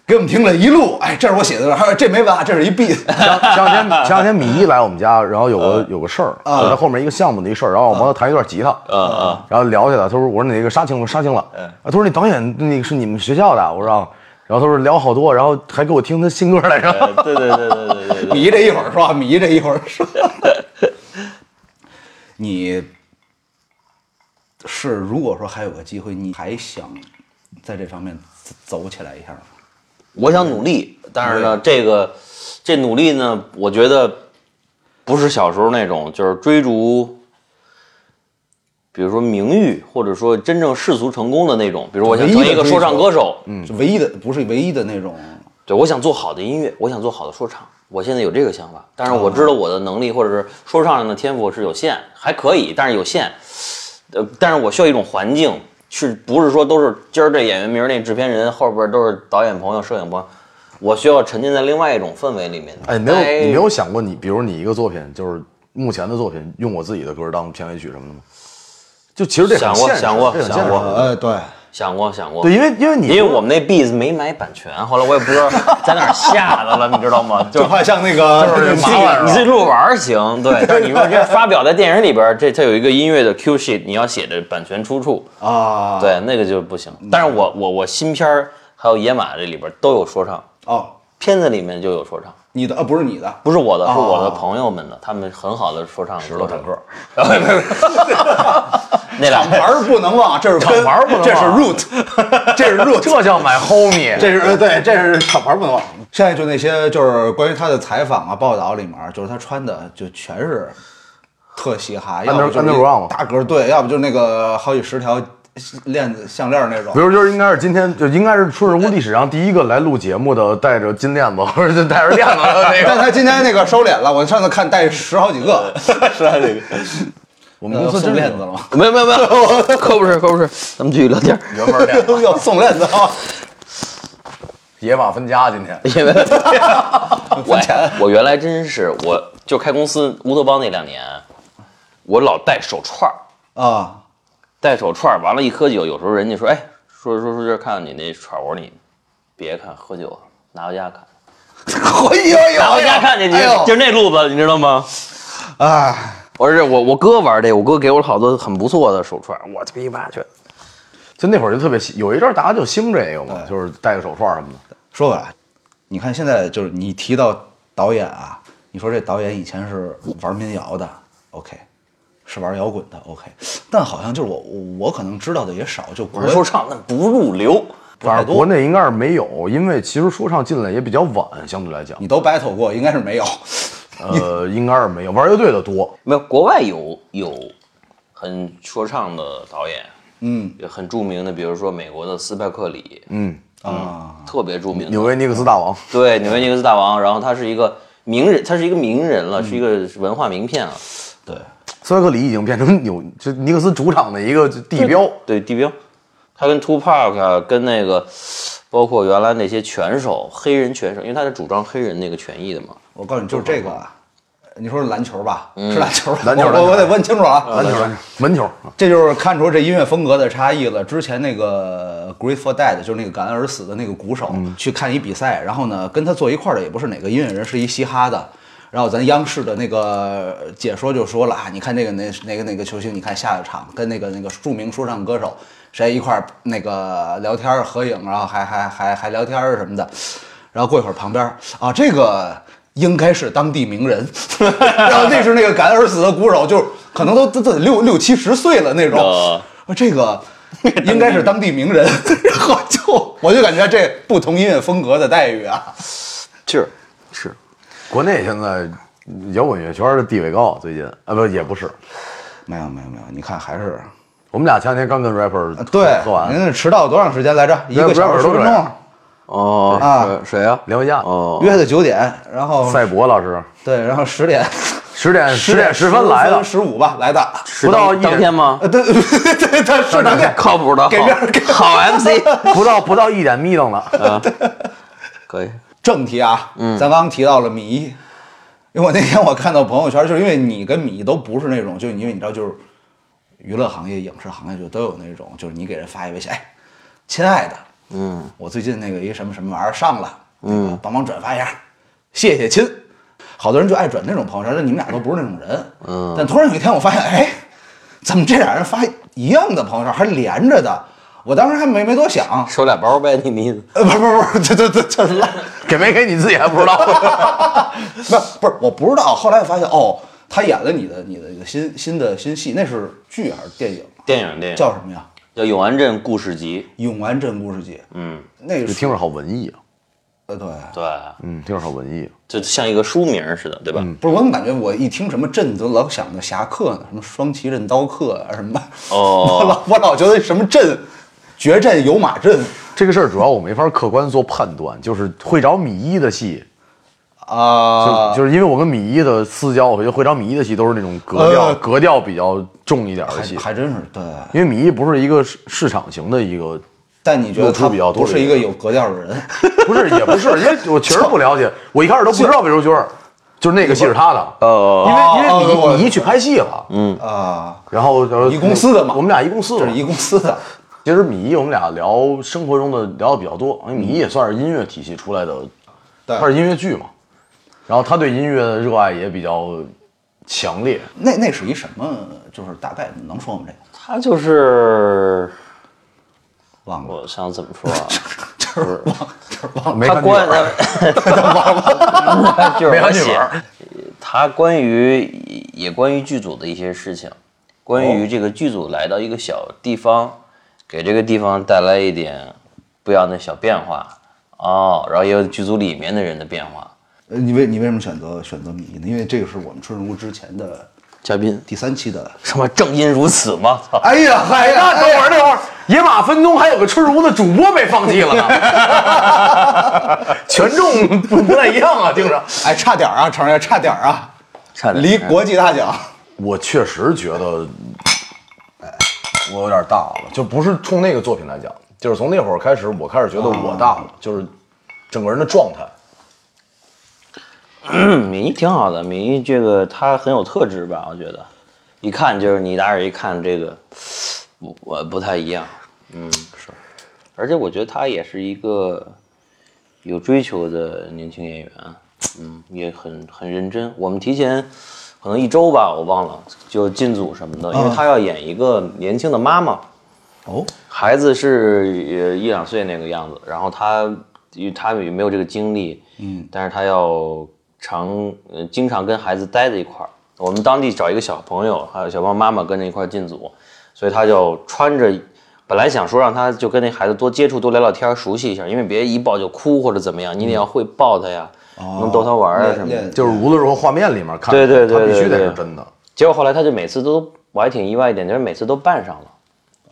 [SPEAKER 6] 给我们听了一路，哎，这是我写的歌，还有这没完，这是一 B，
[SPEAKER 3] 前前两天 前两天米一来我们家，然后有
[SPEAKER 6] 嗯
[SPEAKER 3] 个有个事儿，我在后面一个项目的一事儿，然后我帮他弹一段吉他，
[SPEAKER 6] 嗯
[SPEAKER 3] 然后聊起来，他说我说你那个杀青了杀青了，啊他说那导演那个是你们学校的啊，我说啊，然后他说聊好多，然后还给我听他新歌来着，
[SPEAKER 6] 嗯
[SPEAKER 4] 哎对对对对对对对，
[SPEAKER 6] 迷这一会儿说，迷这一会儿说， 你是如果说还有个机会，你还想在这方面走走起来一下吗？
[SPEAKER 4] 我想努力，但是呢，这个这努力呢，我觉得不是小时候那种，就是追逐，比如说名誉，或者说真正世俗成功的那种。比如我想成为一个说唱歌手，
[SPEAKER 6] 嗯，唯一的不是唯一的那种，
[SPEAKER 4] 对我想做好的音乐，我想做好的说唱。我现在有这个想法，但是我知道
[SPEAKER 3] 哦
[SPEAKER 4] 我的能力或者是说唱上的天赋是有限，还可以，但是有限。呃，但是我需要一种环境，是不是说都是今儿这演员，明儿那制片人，后边都是导演朋友、摄影朋友，我需要沉浸在另外一种氛围里面。
[SPEAKER 3] 哎，没有，你没
[SPEAKER 4] 有
[SPEAKER 3] 有想过你，比如你一个作品，就是目前的作品，用我自己的歌当片尾曲什么的吗？就其实这很
[SPEAKER 4] 想过
[SPEAKER 3] 现实
[SPEAKER 4] 想过
[SPEAKER 3] 这很
[SPEAKER 4] 想
[SPEAKER 3] 现实
[SPEAKER 4] 过
[SPEAKER 6] 呃，对，
[SPEAKER 4] 想过想过？
[SPEAKER 3] 对，因为因为你
[SPEAKER 4] 因为我们那 beats 没买版权，后来我也不知道 在哪儿下的了，你知道吗？就
[SPEAKER 6] 就怕像那个
[SPEAKER 3] 就是
[SPEAKER 4] 你自己你自己录玩儿行，对，但是你说这发表在电影里边儿，这它有一个音乐的 Q sheet，你要写的版权出处，
[SPEAKER 6] 啊，
[SPEAKER 4] 对，那个就不行。但是我我我新片儿还有野马这里边儿都有说唱，
[SPEAKER 6] 哦，
[SPEAKER 4] 片子里面就有说唱，
[SPEAKER 6] 你的啊不是你的，
[SPEAKER 4] 不是我的，是我的朋友们的，他们很好的啊说唱歌手。石头坦克， 那俩
[SPEAKER 6] 厂 牌儿不能忘，这是
[SPEAKER 3] 厂牌儿不能忘啊
[SPEAKER 6] 这是 root，这是 root，
[SPEAKER 3] 这叫买 homie，
[SPEAKER 6] 这是呃对，这是厂牌儿不能忘。剩下就那些就是关于他的采访啊、报道里面，就是他穿的就全是特嘻哈，要不就是
[SPEAKER 3] underground 吗
[SPEAKER 6] 大格对，要不就是那个好几十条链子项链那种
[SPEAKER 3] 比。如就是应该是今天就应该是春日屋历史上第一个来录节目的，带着金链子或者就带着链子的那
[SPEAKER 6] 但
[SPEAKER 3] 个。
[SPEAKER 6] 他今天那个收敛了，我上次看带十好几个，
[SPEAKER 4] 是吧 这个
[SPEAKER 6] 我
[SPEAKER 3] 们公司真是
[SPEAKER 6] 送链子了吗？
[SPEAKER 4] 没有没有没有， 可不是可不是，咱们继续聊天儿。
[SPEAKER 3] 原味链子，
[SPEAKER 6] 要送链子了吗？
[SPEAKER 3] 野马分家今天。
[SPEAKER 4] 因 为我我原来真是我就开公司乌托邦那两年，我老戴手串儿，
[SPEAKER 6] 啊，
[SPEAKER 4] 戴手串儿，完了，一喝酒，有时候人家说，哎，说说说这看看你那串儿，我说你别看，喝酒拿回家看，
[SPEAKER 6] 哎呦呦，
[SPEAKER 4] 拿回家看去，你
[SPEAKER 6] 哎呦
[SPEAKER 4] 就那路子，你知道吗？
[SPEAKER 6] 哎，
[SPEAKER 4] 我是我我哥玩这，我哥给我好多很不错的手串儿，我他妈一把去，
[SPEAKER 3] 就那会儿就特别喜，有一阵儿大家就兴这个嘛，就是戴个手串什么的。
[SPEAKER 6] 说回来，你看现在就是你提到导演啊，你说这导演以前是玩民谣的，OK，是玩摇滚的，OK，但好像就是我我可能知道的也少，就国
[SPEAKER 4] 玩说唱那不入流，
[SPEAKER 6] 不
[SPEAKER 3] 反
[SPEAKER 6] 太
[SPEAKER 3] 正
[SPEAKER 6] 多
[SPEAKER 3] 国内应该是没有，因为其实说唱进来也比较晚，相对来讲，
[SPEAKER 6] 你都 battle 过，应该是没有。
[SPEAKER 3] 呃，应该是没有。玩乐队的多，
[SPEAKER 4] 没有国外有有很说唱的导演，
[SPEAKER 6] 嗯
[SPEAKER 4] 也很著名的，比如说美国的斯派克里，
[SPEAKER 3] 嗯，
[SPEAKER 6] 啊，
[SPEAKER 4] 特别著名的，
[SPEAKER 3] 纽约尼克斯大王，
[SPEAKER 4] 对，纽约尼克斯大王，然后他是一个名人，他是一个名人
[SPEAKER 6] 嗯
[SPEAKER 4] 了，是一个文化名片了。啊
[SPEAKER 6] 对，
[SPEAKER 3] 斯科克里已经变成纽就尼克斯主场的一个地标。
[SPEAKER 4] 对地标，他跟 Tupac 啊，跟那个包括原来那些拳手，黑人拳手，因为他是主张黑人那个权益的嘛。
[SPEAKER 6] 我告诉你，就是这个啊。你说是篮球吧？是篮球吧，
[SPEAKER 3] 嗯篮球
[SPEAKER 6] 我
[SPEAKER 3] 篮球嗯
[SPEAKER 6] 我我得问清楚啊。
[SPEAKER 3] 篮球，篮球门球，啊
[SPEAKER 6] 这就是看出这音乐风格的差异了。之前那个 Grateful Dead 就是那个感恩而死的那个鼓手，去看一比赛，然后呢跟他坐一块儿的也不是哪个音乐人，是一嘻哈的。然后咱央视的那个解说就说了啊，你看那个那哪个哪个球星，你看下一场跟那个那个著名说唱歌手谁一块儿那个聊天儿合影，然后还还还还聊天儿什么的。然后过一会儿旁边儿啊，这个应该是当地名人， 然后那是那个感恩而死的鼓手，就是可能都都都得六六七十岁了那种
[SPEAKER 4] 啊，
[SPEAKER 6] 啊这个应该是当地名人， 然后就我就感觉这不同音乐风格的待遇啊，
[SPEAKER 4] 是，
[SPEAKER 3] 是，国内现在摇滚乐圈的地位高，最近啊不也不是，
[SPEAKER 6] 没有没有没有，你看还是
[SPEAKER 3] 我们俩前两天刚跟 rapper
[SPEAKER 6] 啊对
[SPEAKER 3] 喝，完
[SPEAKER 6] 您，这迟到多长时间来着？一个小
[SPEAKER 3] 不
[SPEAKER 6] 时十分
[SPEAKER 3] 是不是
[SPEAKER 6] 钟，
[SPEAKER 4] 哦
[SPEAKER 6] 啊
[SPEAKER 4] 谁谁呀、
[SPEAKER 3] 连回家，
[SPEAKER 4] 哦，
[SPEAKER 6] 约的九点，然后
[SPEAKER 3] 赛博老师
[SPEAKER 6] 对，然后十点
[SPEAKER 3] 十点十点十
[SPEAKER 6] 十
[SPEAKER 3] 分来的，
[SPEAKER 6] 十五吧来的，
[SPEAKER 4] 是
[SPEAKER 3] 不到
[SPEAKER 4] 当
[SPEAKER 3] 一
[SPEAKER 4] 当天吗？
[SPEAKER 6] 呃对对对是当天，
[SPEAKER 4] 靠谱的，
[SPEAKER 6] 给
[SPEAKER 4] 好
[SPEAKER 6] 面儿给
[SPEAKER 4] 好 MC，
[SPEAKER 3] 不到不到一点 meeting 了，
[SPEAKER 4] 可以。
[SPEAKER 6] 正题啊，嗯，咱刚刚提到了米一，因为我那天我看到朋友圈，就是因为你跟米一都不是那种，就是因为你知道，就是娱乐行业、影视行业就都有那种，就是你给人发一微信，哎，亲爱的，嗯，我最近那个一什么什么玩意儿上了，嗯，帮忙转发一下，谢谢亲。好多人就爱转那种朋友圈，但你们俩都不是那种人，嗯，但突然有一天我发现，哎，怎么这俩人发一样的朋友圈，还连着的？我当时还没没多想，
[SPEAKER 4] 收俩包呗，你的意思？
[SPEAKER 6] 呃，不是不是不 是，这这这这烂。
[SPEAKER 3] 给没给你自己还不知 道，
[SPEAKER 6] 不是不是，我不知道。后来发现哦，他演了你的你的你的新新的新戏，那是剧还是电影？
[SPEAKER 2] 啊
[SPEAKER 4] 电影电影
[SPEAKER 6] 叫什么呀？
[SPEAKER 4] 叫《永安镇故事集
[SPEAKER 6] 《永安镇故事集》。
[SPEAKER 4] 嗯，
[SPEAKER 6] 那
[SPEAKER 3] 就是听着好文艺啊，
[SPEAKER 2] 呃，对，
[SPEAKER 4] 对，
[SPEAKER 3] 嗯，听着好文艺。
[SPEAKER 4] 就像一个书名似的，对吧？
[SPEAKER 6] 嗯
[SPEAKER 2] 不是，我怎么感觉我一听什么阵，都老想着侠客呢，什么双旗刃刀客啊，什么的。
[SPEAKER 4] 哦
[SPEAKER 2] 我老我老觉得什么阵，决战有马阵
[SPEAKER 3] 这个事儿主要我没法客观做判断，就是会找米一的戏，就、
[SPEAKER 2] 啊，
[SPEAKER 3] 就是因为我跟米一的私交，我觉得会找米一的戏都是那种格调、
[SPEAKER 2] 呃
[SPEAKER 3] 格调比较重一点的戏
[SPEAKER 2] 还，还真是对。
[SPEAKER 3] 因为米一不是一个市市场型的一个，
[SPEAKER 2] 但你觉得
[SPEAKER 3] 露出
[SPEAKER 2] 他
[SPEAKER 3] 比较多
[SPEAKER 2] 不
[SPEAKER 3] 的
[SPEAKER 2] 是一
[SPEAKER 3] 人
[SPEAKER 2] 个有格调的人？
[SPEAKER 3] 不是也不是，因为我确实不了解，我一开始都不知道魏如萱儿，就是那个戏是他的，
[SPEAKER 4] 呃，
[SPEAKER 3] 因为因为
[SPEAKER 2] 哦我
[SPEAKER 3] 米米一去拍戏了，嗯，
[SPEAKER 2] 啊，
[SPEAKER 3] 然后然后
[SPEAKER 2] 一公司的嘛
[SPEAKER 3] 我们俩一公司
[SPEAKER 2] 这
[SPEAKER 3] 的
[SPEAKER 2] 是
[SPEAKER 3] 嘛，
[SPEAKER 2] 一公司的。
[SPEAKER 3] 其实米一我们俩聊生活中的聊的比较多，因为米一也算是音乐体系出来的，
[SPEAKER 2] 对
[SPEAKER 3] 他是音乐剧嘛，然后他对音乐的热爱也比较强烈。
[SPEAKER 2] 那那是一什么？就是大概能说吗？这个
[SPEAKER 4] 他就是
[SPEAKER 2] 忘了，
[SPEAKER 4] 我想怎么说啊？
[SPEAKER 3] 没
[SPEAKER 4] 他
[SPEAKER 3] 看剧
[SPEAKER 4] 关
[SPEAKER 3] 本儿，
[SPEAKER 4] 他 就是
[SPEAKER 3] 没
[SPEAKER 4] 我
[SPEAKER 3] 看剧本
[SPEAKER 4] 写
[SPEAKER 3] 儿，
[SPEAKER 4] 他关于也关于剧组的一些事情，关于这个剧组来到一个小地方，给这个地方带来一点不一样的小变化哦，然后也有剧组里面的人的变化。
[SPEAKER 2] 呃你为你为什么选择选择米呢？因为这个是我们春日屋之前的
[SPEAKER 4] 嘉宾，
[SPEAKER 2] 第三期的。
[SPEAKER 4] 什么正因如此吗？操！
[SPEAKER 2] 哎呀，哎呀，
[SPEAKER 3] 那等会儿，那会儿野马分鬃还有个春如的主播被放弃了呢，权重不不太一样啊，听着。
[SPEAKER 2] 哎，差点儿啊，承认差点儿啊，
[SPEAKER 4] 差点
[SPEAKER 2] 离国际大奖。
[SPEAKER 3] 我确实觉得，哎，我有点大了，就不是冲那个作品来讲，就是从那会儿开始，我开始觉得我大了，就是整个人的状态。
[SPEAKER 4] 嗯，敏仪挺好的，敏仪这个她很有特质吧？我觉得，一看就是你打眼一看这个，我我不太一样，嗯，是，而且我觉得她也是一个有追求的年轻演员，嗯，也很很认真。我们提前可能一周吧，我忘了，就进组什么的，因为她要演一个年轻的妈妈，
[SPEAKER 2] 嗯哦，
[SPEAKER 4] 孩子是呃一两岁那个样子，然后他因为他也没有这个精力，嗯，但是他要常呃经常跟孩子待在一块儿。我们当地找一个小朋友，还有小朋友妈妈跟着一块儿进组，所以他就穿着，本来想说让他就跟那孩子多接触、多聊聊天儿，熟悉一下，因为别一抱就哭或者怎么样，你得要会抱他呀，能逗他玩儿啊
[SPEAKER 2] 哦练
[SPEAKER 4] 什么的。
[SPEAKER 2] 练
[SPEAKER 3] 就是无论如何，画面里面看，
[SPEAKER 4] 对对对
[SPEAKER 3] 它必须
[SPEAKER 4] 对
[SPEAKER 3] 得
[SPEAKER 4] 对
[SPEAKER 3] 是真的。
[SPEAKER 4] 结果后来他就每次都，我还挺意外一点，就是每次都扮上了，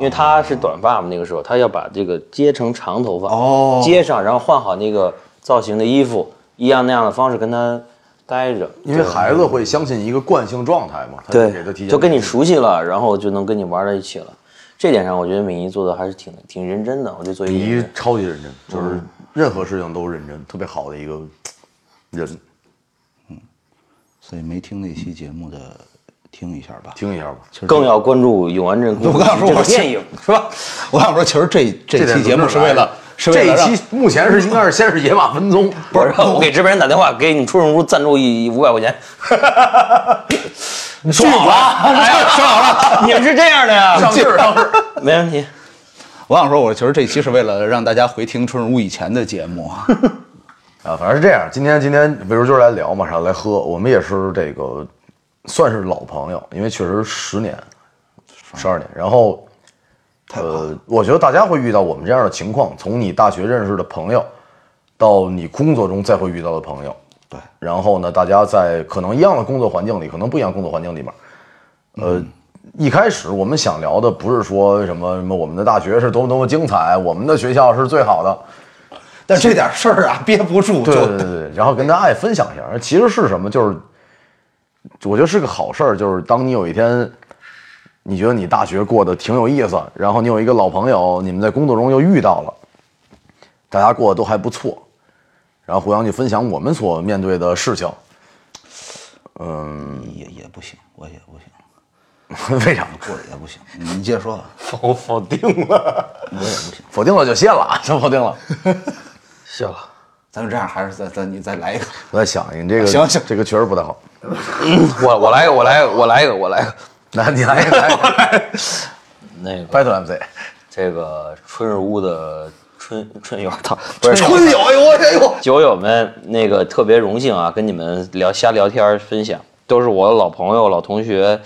[SPEAKER 4] 因为他是短发嘛，那个时候他要把这个接成长头发，
[SPEAKER 2] 哦
[SPEAKER 4] 接上，然后换好那个造型的衣服，一样那样的方式跟他待着，
[SPEAKER 3] 因为孩子会相信一个惯性状态嘛，他就给他提前
[SPEAKER 4] 就跟你熟悉了，然后就能跟你玩到一起了。这点上，我觉得敏仪做的还是挺挺认真的。我觉得作为演
[SPEAKER 3] 你
[SPEAKER 4] 员，
[SPEAKER 3] 超级认真，就是任何事情都认真，特别好的一个人。
[SPEAKER 2] 所以没听那期节目的，听一下吧。
[SPEAKER 3] 听一下吧，
[SPEAKER 4] 更要关注《永安镇故
[SPEAKER 2] 我
[SPEAKER 4] 事
[SPEAKER 2] 刚想》说
[SPEAKER 4] 这
[SPEAKER 2] 我
[SPEAKER 4] 个电影，是吧？
[SPEAKER 2] 我想说，其实这这期节目是为了是为
[SPEAKER 3] 这
[SPEAKER 2] 了
[SPEAKER 3] 一
[SPEAKER 2] 让
[SPEAKER 3] 期目前是应该是先是野马 分鬃，
[SPEAKER 4] 不是，我给制片人打电话，给你们出入屋赞助一五百块钱。 你说好了， 哎呀说好了，你们是这样的呀？
[SPEAKER 3] 上劲儿上劲儿。
[SPEAKER 4] 没问 题。
[SPEAKER 2] 我想说，我其实这期是为了让大家回听春日屋以前的节目。
[SPEAKER 3] 啊，反正是这样。今天今天比如就是来聊嘛，然后来喝。我们也是这个算是老朋友，因为确实十年、十二年。然后，呃，我觉得大家会遇到我们这样的情况，从你大学认识的朋友，到你工作中再会遇到的朋友。
[SPEAKER 2] 对，
[SPEAKER 3] 然后呢，大家在可能一样的工作环境里，可能不一样的工作环境里面，呃，一开始我们想聊的不是说什么什么我们的大学是多么多么精彩，我们的学校是最好的，
[SPEAKER 2] 但这点事儿啊，憋不住
[SPEAKER 3] 对
[SPEAKER 2] 就
[SPEAKER 3] 对对对，然后跟大家也分享一下，其实是什么？就是我觉得是个好事儿，就是当你有一天你觉得你大学过得挺有意思，然后你有一个老朋友，你们在工作中又遇到了，大家过得都还不错，然后互相去分享我们所面对的事情，
[SPEAKER 2] 也也不行，我也不行，
[SPEAKER 3] 为啥？
[SPEAKER 2] 过得也不行。你接着说吧，
[SPEAKER 4] 否否定了，
[SPEAKER 3] 否定了就歇了，啊 就否 定了。
[SPEAKER 4] 谢了。
[SPEAKER 2] 咱们这样还是再再你再来一个。
[SPEAKER 3] 我在想，你这个
[SPEAKER 2] 行行
[SPEAKER 3] 这个确实不太好。
[SPEAKER 4] 我我来一个，我来一个，我来一个，我来一个。
[SPEAKER 3] 那你来一个，来一个
[SPEAKER 4] 那个
[SPEAKER 3] ，Battle MC，
[SPEAKER 4] 这个春日屋的春春友，他不是
[SPEAKER 2] 春友，哎呦我这呦，
[SPEAKER 4] 酒友们，那个特别荣幸啊，跟你们聊瞎聊天儿分享，都是我的老朋友、老同学，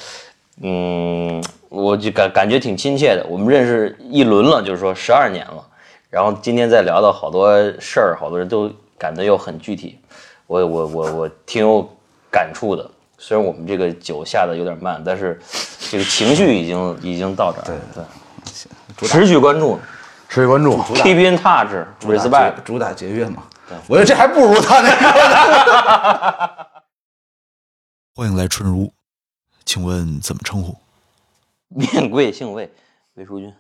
[SPEAKER 4] 嗯，我就感感觉挺亲切的。我们认识一轮了，就是说十二年了，然后今天再聊到好多事儿，好多人都感感的又很具体，我我我我挺有感触的。虽然我们这个酒下的有点慢，但是这个情绪已经已经到这儿了。对对，持续关注
[SPEAKER 3] 持续关注。
[SPEAKER 4] ，keep in touch，respect。
[SPEAKER 2] 主打主打节约嘛。我觉得这还不如他那个。
[SPEAKER 1] 欢迎来春如，请问怎么称呼？
[SPEAKER 4] 面贵姓魏，魏淑君。